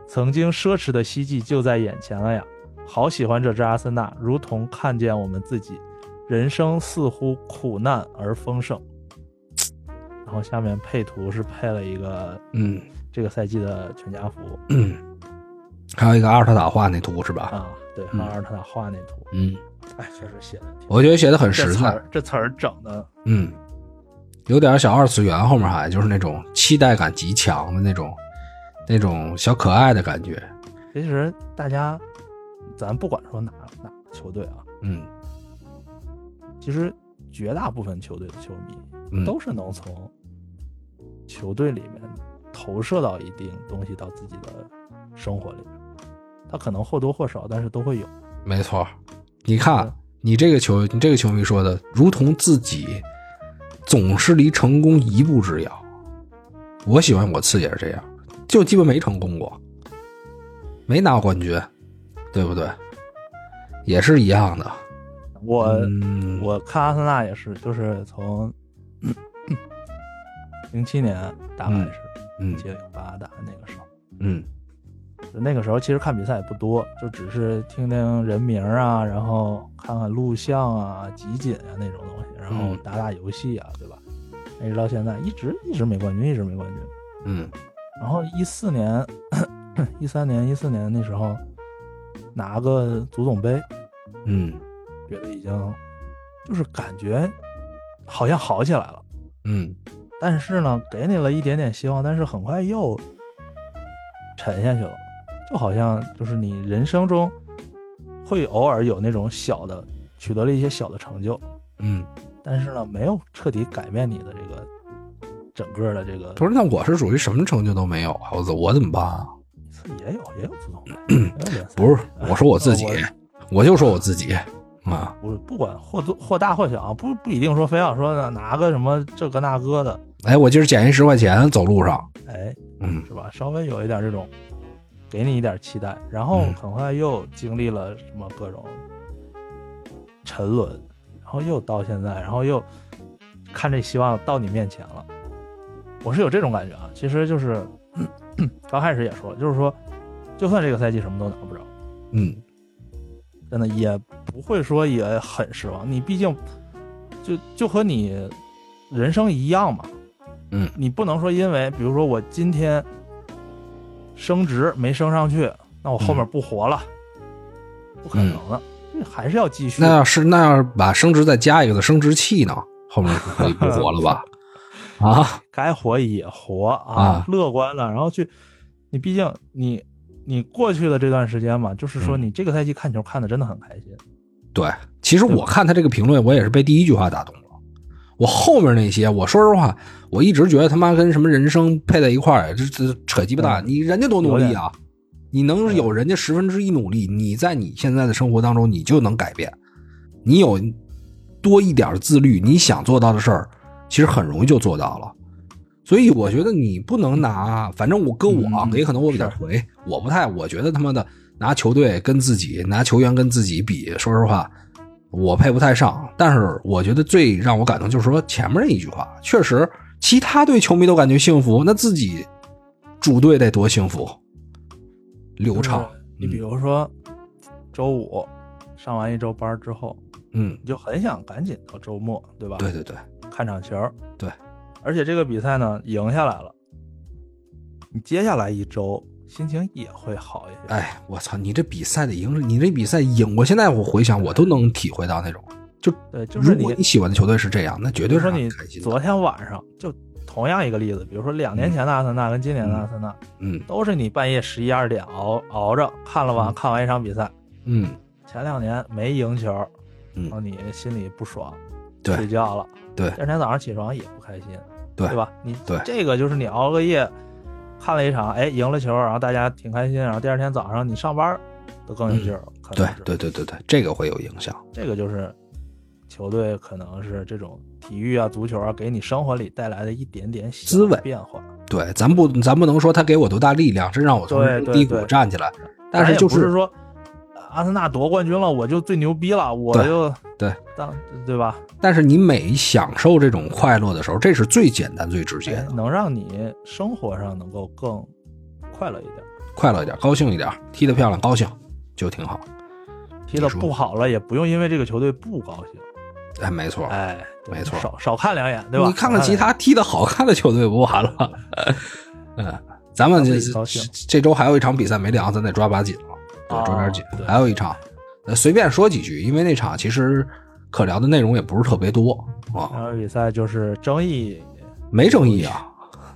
D: 曾经奢侈的希冀就在眼前了呀！好喜欢这支阿森纳，如同看见我们自己，人生似乎苦难而丰盛。然后下面配图是配了一个
C: 嗯
D: 这个赛季的全家福
C: 嗯，还有一个阿尔特塔画那图是吧？
D: 啊，对，还有阿尔特塔画那图，
C: 嗯，
D: 哎，确实写的挺。
C: 我觉得写的很
D: 这
C: 实
D: 词
C: 在。
D: 儿这词儿整的，
C: 嗯，有点小二次元，后面还就是那种期待感极强的那种，那种小可爱的感觉。
D: 其实大家，咱不管说哪哪个球队啊，
C: 嗯
D: 其实绝大部分球队的球迷
C: 嗯，
D: 都是能从球队里面投射到一定东西到自己的生活里面，他可能或多或少，但是都会有。
C: 没错。你看，你这个球，你这个球迷说的，如同自己总是离成功一步之遥。我喜欢我次也是这样，就鸡巴没成功过，没拿过冠军，对不对？也是一样的。
D: 我、
C: 嗯，
D: 我看阿森纳也是，就是从零七年大概是
C: 嗯
D: 接零八打那个时候，
C: 嗯
D: 那个时候其实看比赛也不多，就只是听听人名啊，然后看看录像啊、集锦啊那种东西，然后
C: 嗯
D: 打打游戏啊，对吧？一直到现在，一直一直没冠军，一直没冠军。
C: 嗯
D: 然后一四年、一三年、一四年那时候拿个足总杯，
C: 嗯
D: 觉得已经就是感觉好像好起来了，
C: 嗯
D: 但是呢，给你了一点点希望，但是很快又沉下去了，就好像就是你人生中会偶尔有那种小的取得了一些小的成就，
C: 嗯。
D: 但是呢，没有彻底改变你的这个整个的这个，
C: 不是，那我是属于什么成就都没有啊？我怎我怎么办啊？
D: 也有也有足总杯，也有联赛
C: 不是，我说我自己，我就说我自己啊，
D: 不不管或多或大或小，不不一定说非要说拿拿个什么这个那个的，
C: 哎，我今儿捡一十块钱走路上，
D: 哎，
C: 嗯
D: 是吧？稍微有一点这种，给你一点期待，然后
C: 嗯
D: 很快又经历了什么各种沉沦，然后又到现在，然后又看这希望到你面前了，我是有这种感觉啊。其实就是 咳咳刚开始也说了，就是说，就算这个赛季什么都拿不着，
C: 嗯
D: 真的也不会说也很失望。你毕竟就就和你人生一样嘛，
C: 嗯，
D: 你不能说因为比如说我今天升职没升上去，那我后面不活了，不可能的，这还是要继
C: 嗯
D: 续。
C: 那要是那要是把升职再加一个的升职器呢，后面就可以不活了吧？ 啊，
D: 该活也活
C: 啊
D: 乐观了，然后去，你毕竟你你过去的这段时间嘛，就是说
C: 嗯
D: 你这个赛季看球看的真的很开心，
C: 对，其实我看他这个评论，我也是被第一句话打动了。我后面那些，我说实话，我一直觉得他妈跟什么人生配在一块儿，这这扯鸡巴蛋。你人家多努力啊，你能有人家十分之一努力，你在你现在的生活当中，你就能改变。你有多一点自律，你想做到的事儿，其实很容易就做到了。所以我觉得你不能拿，反正我跟我啊，
D: 嗯
C: 也可能我比较
D: 是
C: 回，我不太，我觉得他妈的拿球队跟自己，拿球员跟自己比，说实话，我配不太上。但是我觉得最让我感动就是说前面那一句话，确实其他队球迷都感觉幸福，那自己主队得多幸福，流畅，
D: 你比如说，周五上完一周班之后，
C: 嗯，
D: 你就很想赶紧到周末，对吧？
C: 对，对对，
D: 看场球。
C: 对，
D: 而且这个比赛呢赢下来了，你接下来一周心情也会好一些。
C: 哎，我操，你这比赛得赢，你这比赛赢，我现在我回想，我都能体会到那种。
D: 对，就是
C: 如
D: 你
C: 果，你喜欢的球队是这样，那绝
D: 比
C: 对是
D: 如说
C: 让
D: 你
C: 开心的。
D: 昨天晚上就同样一个例子，比如说两年前的阿森纳跟今年的阿森纳，
C: 嗯
D: 都是你半夜十一二点熬熬着看了完、
C: 嗯
D: 看完一场比赛，
C: 嗯，
D: 前两年没赢球，
C: 嗯
D: 然后你心里不爽，
C: 对
D: 睡觉了，
C: 对
D: 第二天早上起床也不开心，
C: 对
D: 吧？你
C: 对
D: 这个就是你熬个夜，看了一场，哎，赢了球，然后大家挺开心，然后第二天早上你上班都更有劲儿了，可
C: 对
D: 能是
C: 嗯对对对对，这个会有影响。
D: 这个就是球队可能是这种体育啊、足球啊，给你生活里带来的一点点小
C: 滋味
D: 变化，
C: 对，咱不咱不能说他给我多大力量，真让我从
D: 对对
C: 低谷
D: 对
C: 站起来。但是
D: 咱也
C: 就
D: 不是说。阿森纳夺冠军了，我就最牛逼了，我
C: 对
D: 就
C: 对
D: 当对吧？
C: 但是你每享受这种快乐的时候，这是最简单、最直接
D: 哎
C: 的，
D: 能让你生活上能够更快乐一点。
C: 快乐一点，高兴一点，踢得漂亮，高兴就挺好。
D: 踢得
C: 说
D: 不好了，也不用因为这个球队不高兴。
C: 哎，没错，
D: 哎，对
C: 没错
D: 少少看两眼，对吧？哎
C: 你看看其他踢得好看的球队不完 了？嗯，咱们这
D: 让自己高兴
C: 这周还有一场比赛没聊，咱得抓把紧了，对，抓点紧
D: 哦。对
C: 还有一场，呃随便说几句，因为那场其实可聊的内容也不是特别多
D: 看两眼，然
C: 啊，
D: 后比赛就是争议
C: 没争议 啊，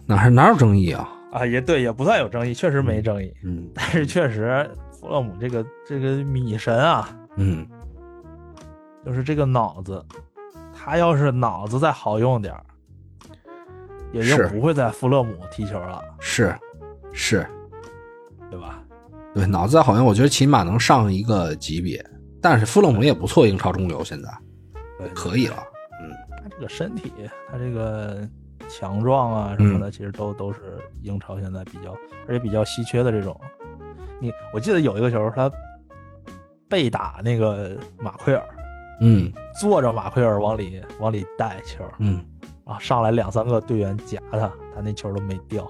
C: 哪是哪有争议啊？
D: 啊，也对，也不算有争议，确实没争议，
C: 嗯
D: 但是确实弗洛姆这个这个米神啊，
C: 嗯，
D: 就是这个脑子，他要是脑子再好用点儿，也就是不会在弗洛姆踢球了，
C: 是是，
D: 对吧？
C: 对，脑子好像我觉得起码能上一个级别，但是弗洛姆也不错，英超中游现在
D: 对
C: 可以了。
D: 他这个身体，他这个强壮啊什
C: 嗯
D: 么的，其实都都是英超现在比较而且比较稀缺的这种。你我记得有一个球，他被打那个马奎尔，
C: 嗯
D: 坐着马奎尔往里往里带球，
C: 嗯，
D: 啊，上来两三个队员夹他，他那球都没掉，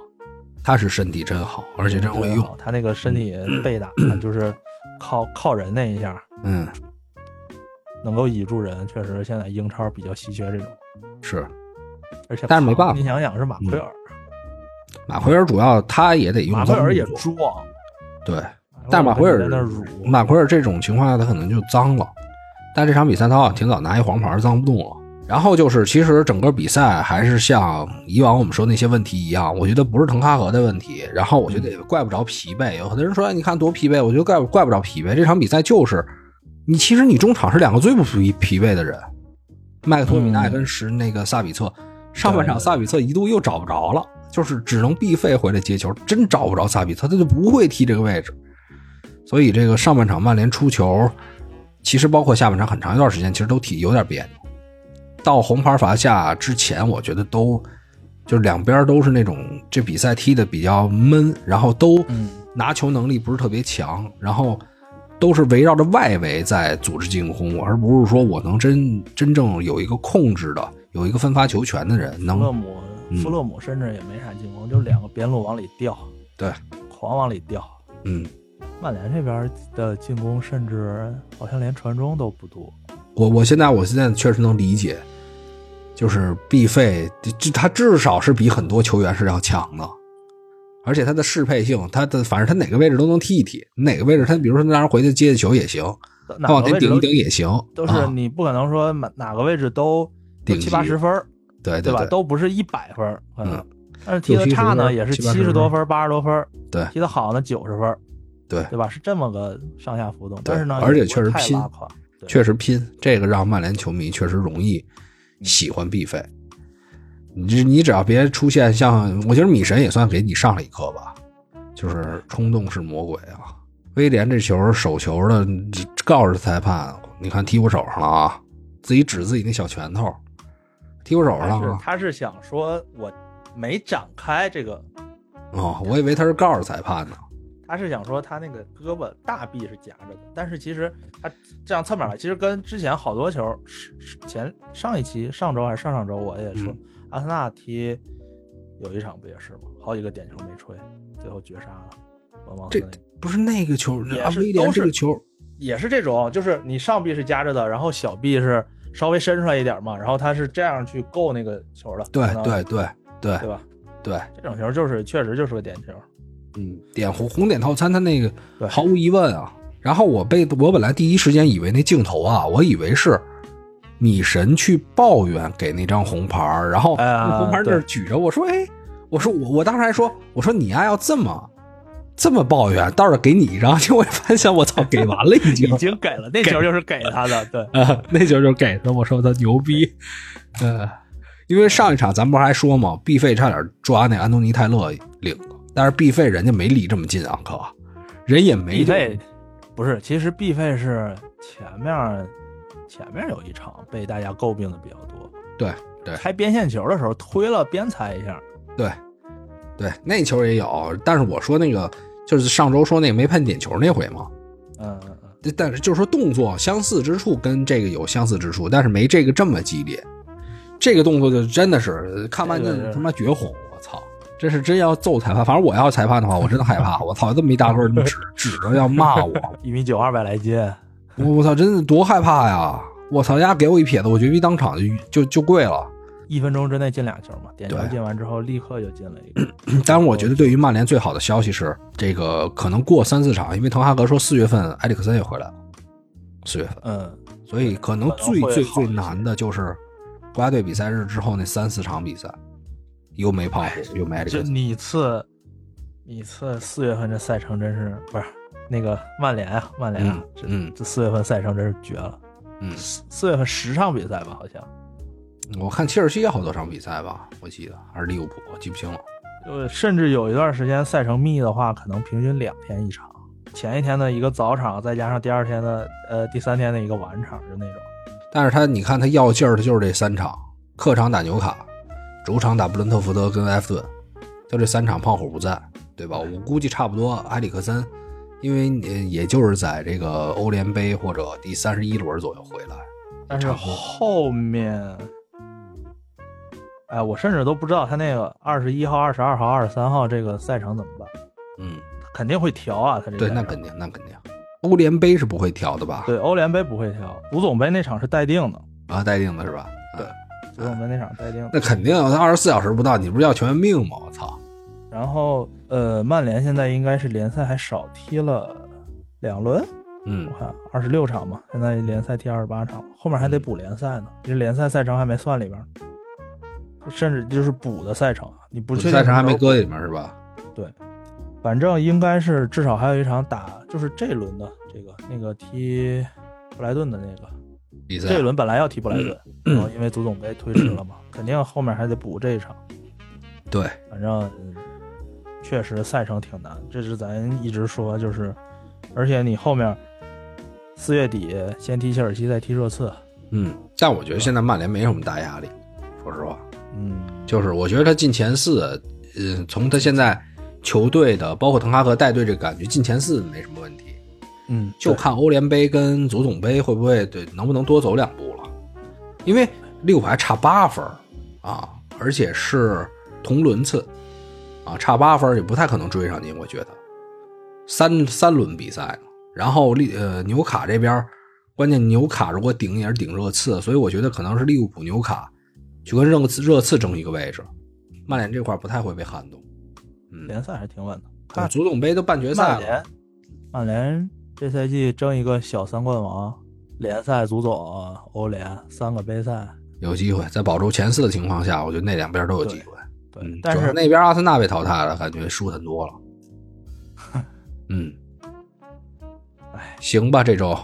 C: 他是身体真好，而且真会用。。
D: 他那个身体被打，就是靠靠人那一下，
C: 嗯，
D: 能够倚住人，确实现在英超比较稀缺这种。
C: 是。
D: 而且
C: 但是没办法
D: 你想想是马奎尔，
C: 马奎尔主要他也得用
D: 马
C: 脏
D: 奎尔也
C: 动作
D: 壮。
C: 对，但马奎尔
D: 在那儿辱
C: 马奎尔这种情况下他可能就脏了，但这场比赛他好像挺早拿一黄牌，脏不动了。然后就是，其实整个比赛还是像以往我们说那些问题一样，我觉得不是滕哈格的问题，然后我觉得也怪不着疲惫。有的人说哎你看多疲惫，我觉得怪怪不着疲惫。这场比赛就是，你其实你中场是两个最不疲疲惫的人，麦克托米
D: 嗯
C: 奈跟什那个萨比策，上半场
D: 对
C: 萨比策一度又找不着了，就是只能必费回来接球，真找不着萨比策，他就不会踢这个位置。所以这个上半场曼联出球，其实包括下半场很长一段时间，其实都踢有点别扭。到红牌罚下之前，我觉得都就是两边都是那种这比赛踢的比较闷，然后都
D: 嗯
C: 拿球能力不是特别强，然后都是围绕着外围在组织进攻，而不是说我能真真正有一个控制的、有一个分发球权的人
D: 弗洛
C: 能嗯
D: 姆，弗洛姆甚至也没啥进攻，就两个边路往里掉，
C: 对，
D: 狂往里掉。
C: 嗯。
D: 曼联这边的进攻甚至好像连传中都不多，
C: 我我现在我现在确实能理解，就是毕费，这他至少是比很多球员是要强的，而且他的适配性，他的反正他哪个位置都能踢一踢，哪个位置他比如说让人回去接接球也行，
D: 哪
C: 他往
D: 个
C: 前
D: 位置
C: 顶
D: 都
C: 一顶也行，
D: 都是
C: 啊、
D: 你不可能说哪哪个位置都都
C: 顶级
D: 七八十分儿，
C: 对
D: 对吧？
C: 对
D: 都不是一百分儿，可能
C: 嗯。
D: 但是踢得差呢，
C: 60
D: 也是
C: 70
D: 七十多分儿、八十多分儿，
C: 对
D: 踢得好呢，九十分儿，
C: 对
D: 对吧？是这么个上下浮动。但是呢，
C: 而且
D: 也不
C: 确实
D: 太
C: 拼
D: 拉垮，对
C: 确实拼，这个让曼联球迷确实容易
D: 嗯
C: 喜欢必费。你这你只要别出现像，我觉得米神也算给你上了一课吧，就是冲动是魔鬼啊。威廉这球手球的，告诉裁判，你看踢我手上了啊，自己指自己那小拳头，踢我手
D: 他
C: 上
D: 是
C: 了。啊
D: 他是想说我没展开这个，
C: 哦，我以为他是告诉裁判呢。
D: 他是想说他那个胳膊大臂是夹着的，但是其实他这样侧面来，其实跟之前好多球是是前上一期上周还是上上周我也
C: 嗯
D: 说，阿森纳踢有一场不也是吗？好几个点球没吹，最后绝杀了。文王
C: 这
D: 斯那个
C: 不是那个球，
D: 也
C: 啊
D: 是
C: 威廉
D: 都是
C: 这个球，
D: 也是这种，就是你上臂是夹着的，然后小臂是稍微伸出来一点嘛，然后他是这样去够那个球的，
C: 对
D: 可能
C: 对对对
D: 啊对吧？
C: 对，
D: 这种球就是确实就是个点球，
C: 嗯，点红红点套餐，他那个
D: 对
C: 毫无疑问啊。然后我被我本来第一时间以为那镜头啊，我以为是米神去抱怨给那张红牌儿，然后
D: 哎啊
C: 那红牌儿那儿举着，我说哎，我说我我当时还说，我说你呀、要这么这么抱怨，倒是给你一张，结果我发现我操，给完了已经
D: 已经给了，那球就是给他的，对，
C: 啊，那球就给他，我说他牛逼，呃，因为上一场咱不是还说嘛，毕费差点抓那安东尼泰勒领了，但是毕费人家没离这么近啊，可人也 没
D: 必
C: 这
D: 费不是，其实必费是前面前面有一场被大家诟病的比较多，
C: 对对
D: 开边线球的时候推了边裁一下，
C: 对对，那球也有，但是我说那个就是上周说那个没判点球那回嘛，
D: 嗯嗯嗯，
C: 但但是就是说动作相似之处跟这个有相似之处，但是没这个这么激烈，这个动作就真的是看半
D: 这
C: 顿
D: 个
C: 他妈绝红，我操！这是真要揍裁判，反正我要裁判的话，我真的害怕。我操，这么一大个儿，你指指着要骂我，
D: 一米九二百来斤，
C: 我我操，真的多害怕呀！我操，丫给我一撇子，我绝逼当场就就就跪了。
D: 一分钟之内进俩球嘛，点球
C: 对
D: 进完之后立刻就进了一个。
C: 但是我觉得对于曼联最好的消息是，这个可能过三四场，因为滕哈格说四月份埃里克森也回来了，四月份。
D: 嗯，
C: 所以可能
D: 可能
C: 最
D: 会
C: 最
D: 好
C: 最
D: 一些
C: 难的就是国家队比赛日之后那三四场比赛，又没胖
D: 哎
C: 虎，又没埃里
D: 这
C: 克森，
D: 你次，你次四月份这赛程真是不是那个曼联啊，曼联啊，这
C: 嗯嗯
D: 这四月份赛程真是绝了。
C: 嗯
D: 四四月份十场比赛吧，好像
C: 我看切尔西也好多场比赛吧，我记得还是利物浦，我记不清了。
D: 呃，甚至有一段时间赛程密的话，可能平均两天一场，前一天的一个早场，再加上第二天的呃第三天的一个晚场，就那种。
C: 但是他你看他要劲儿的就是这三场，客场打纽卡，主场打布伦特福德跟埃弗顿，就这三场胖虎不在，对吧？我估计差不多埃里克森，因为你也就是在这个欧联杯或者第三十一轮左右回来，
D: 但是
C: 差不多
D: 后面，哎，我甚至都不知道他那个二十一号、二十二号、二十三号这个赛程怎么办，
C: 嗯，
D: 肯定会调啊，他这
C: 对，
D: 赛
C: 那
D: 程
C: 肯定，那肯定，欧联杯是不会调的吧？
D: 对，欧联杯不会调，足总杯那场是待定的，
C: 啊，待定的是吧？
D: 对
C: 嗯，
D: 足总杯那场待定的。
C: 那肯定，啊他二十四小时不到，你不是要全员命吗？我操！
D: 然后呃，曼联现在应该是联赛还少踢了两轮，
C: 嗯
D: 我，看二十六场嘛，现在联赛踢二十八场，后面还得补联赛呢，这联赛赛程还没算里边儿，甚至就是补的赛程，啊你不
C: 我
D: 确定
C: 赛程还没
D: 什么时候
C: 搁里面是吧？
D: 补，反正应该是至少还有一场打，就是这轮的这个那个踢布莱顿的那个，
C: 比赛
D: 这一轮本来要踢布莱 顿，然后因为足总杯推迟了嘛，肯定后面还得补这一场。
C: 对，
D: 反正嗯确实赛程挺难，这是咱一直说，就是，而且你后面四月底先踢切尔西，再踢热刺，
C: 嗯，但我觉得现在曼联没什么大压力，说实话，
D: 嗯，
C: 就是我觉得他进前四，嗯，从他现在球队的，包括滕哈格带队这个感觉，进前四没什么问题，
D: 嗯，
C: 就看欧联杯跟足总杯会不会对能不能多走两步了，因为利物浦还差八分儿啊，而且是同轮次啊，差八分儿也不太可能追上您，我觉得三三轮比赛呢，然后利呃纽卡这边儿，关键纽卡如果顶也是顶热刺，所以我觉得可能是利物浦纽卡去跟热刺热刺争一个位置，曼联这块儿不太会被撼动，嗯，
D: 联赛还挺稳的。
C: 对
D: 看
C: 足总杯都半决赛
D: 曼
C: 了
D: 联，，曼联这赛季争一个小三冠王，联赛、足总、欧联三个杯赛，
C: 有机会在保住前四的情况下，我觉得那两边都有机会。
D: 对，
C: 嗯，
D: 但
C: 主要
D: 是
C: 那边阿森纳被淘汰了，感觉输很 多了。嗯，
D: 哎，
C: 行吧，这周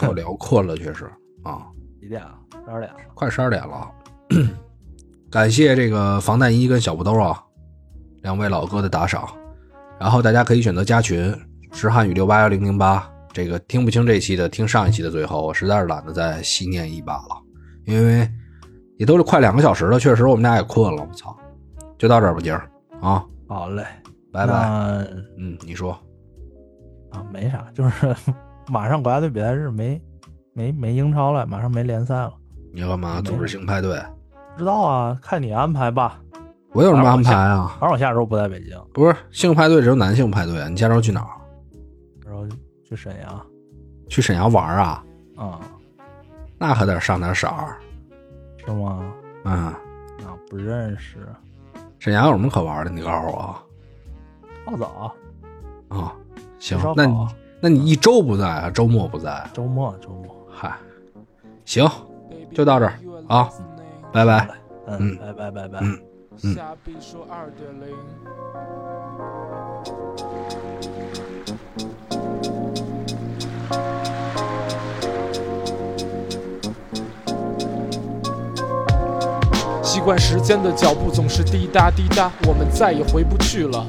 C: 可辽阔了，确实啊。
D: 几点啊？十二点了。
C: 快十二点了，感谢这个防弹衣跟小布兜啊，两位老哥的打赏。然后大家可以选择加群，是汉语六八幺零零八。这个听不清这期的，听上一期的最后，我实在是懒得再细念一把了，因为也都是快两个小时了，确实我们俩也困了。我操，就到这儿吧，今儿啊，
D: 好嘞，
C: 拜拜。
D: 那
C: 嗯，你说
D: 啊，没啥，就是 马上国家队比赛日没没没英超了，马上没联赛了，
C: 你要干嘛？组织性派对？
D: 不知道啊，看你安排吧。
C: 我有什么安排啊？
D: 反正我下周不在北京，
C: 不是性派对只有男性派对啊，你下周去哪儿？
D: 然后去沈阳
C: 去沈阳玩啊？
D: 啊、
C: 那可得上点色儿。
D: 是吗？
C: 嗯，
D: 啊，不认识，
C: 沈阳有什么可玩的？你告诉我啊。
D: 泡澡，
C: 啊，行
D: 吃烧，
C: 那
D: 烤
C: 你那你一周不在啊？周末不在？
D: 啊周末周末，
C: 嗨，行，就到这儿啊，拜拜。
D: 嗯，
C: 嗯
D: 拜拜拜拜。
C: 嗯嗯
A: 下必说二点零。习惯时间的脚步总是滴答滴答，我们再也回不去了。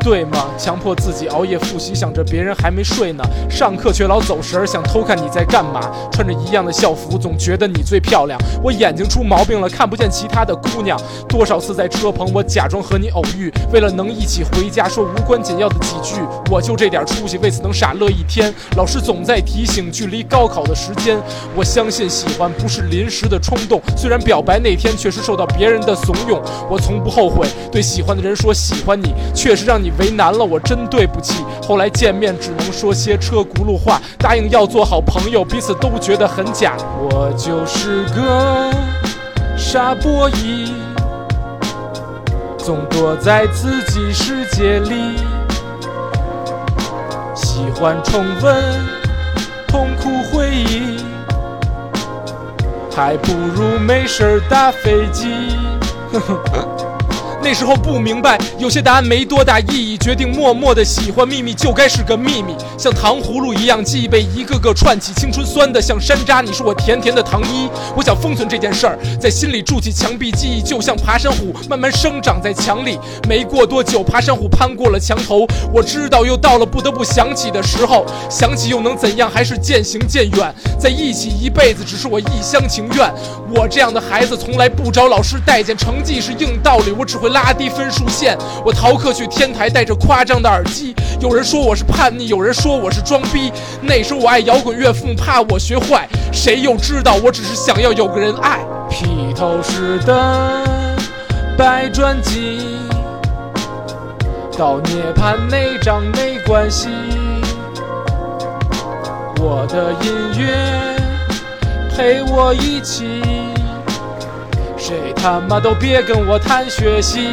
A: 对吗？强迫自己熬夜复习，想着别人还没睡呢，上课却老走神儿，想偷看你在干嘛。穿着一样的校服，总觉得你最漂亮。我眼睛出毛病了，看不见其他的姑娘。多少次在车棚，我假装和你偶遇，为了能一起回家，说无关紧要的几句。我就这点出息，为此能傻乐一天。老师总在提醒，距离高考的时间，我相信喜欢不是临时的冲动。虽然表白那天确实受到别人的怂恿，我从不后悔。对喜欢的人说喜欢你，确实让你为难了，我真对不起。后来见面只能说些车轱辘话，答应要做好朋友，彼此都觉得很假。我就是个傻波一，总躲在自己世界里，喜欢重温痛苦回忆，还不如没事儿打飞机。 那时候不明白，有些答案没多大意义，决定默默的喜欢秘密就该是个秘密，像糖葫芦一样，记忆被一个个串起，青春酸的像山楂，你是我甜甜的糖衣。我想封存这件事儿，在心里筑起墙壁，记忆就像爬山虎，慢慢生长在墙里。没过多久，爬山虎攀过了墙头，我知道又到了不得不想起的时候，想起又能怎样？还是渐行渐远，在一起一辈子，只是我一厢情愿。我这样的孩子从来不找老师待见，成绩是硬道理，我只会拉低分数线。我逃课去天台，戴着夸张的耳机，有人说我是叛逆，有人说我是装逼。那时候我爱摇滚乐，父母怕我学坏，谁又知道我只是想要有个人爱。披头士的白专辑，到涅槃那张没关系。我的音乐。陪我一起。谁他妈都别跟我谈学习。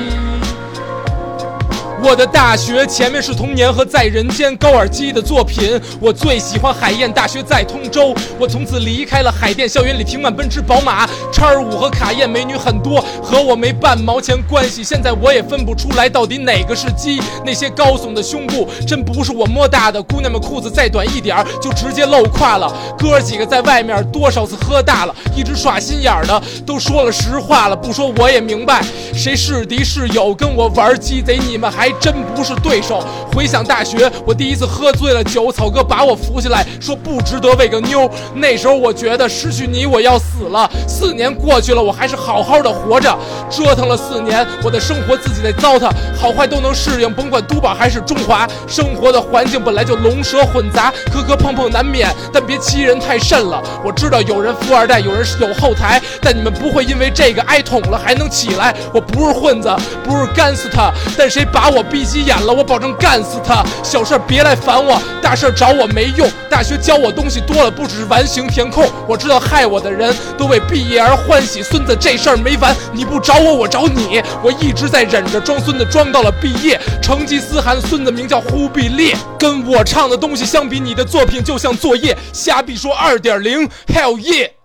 A: 我的大学前面是童年和在人间高尔基的作品，我最喜欢海燕大学在通州。我从此离开了海淀校园里停满奔驰、宝马、叉五和卡宴，美女很多，和我没半毛钱关系。现在我也分不出来到底哪个是鸡。那些高耸的胸部，真不是我摸大的。姑娘们裤子再短一点儿，就直接露胯了。哥儿几个在外面多少次喝大了，一直耍心眼儿的，都说了实话了，不说我也明白，谁是敌是友，跟我玩鸡贼，你们还真不是对手。回想大学，我第一次喝醉了酒，草哥把我扶起来，说不值得为个妞。那时候我觉得失去你我要死了。四年过去了，我还是好好的活着，折腾了四年，我的生活自己在糟蹋，好坏都能适应，甭管都宝还是中华，生活的环境本来就龙蛇混杂，磕磕碰碰难免，但别欺人太甚了。我知道有人富二代，有人是有后台，但你们不会因为这个挨捅了还能起来。我不是混子，不是干死他，但谁把我逼急眼了，我保证干死他。小事儿别来烦我，大事儿找我没用。大学教我东西多了，不只是完形填空。我知道害我的人都为毕业而欢喜，孙子这事儿没完，你不找我，我找你。我一直在忍着装孙子，装到了毕业。成吉思汗孙子名叫忽必烈，跟我唱的东西相比，你的作品就像作业。瞎逼说二点零，Hell yeah！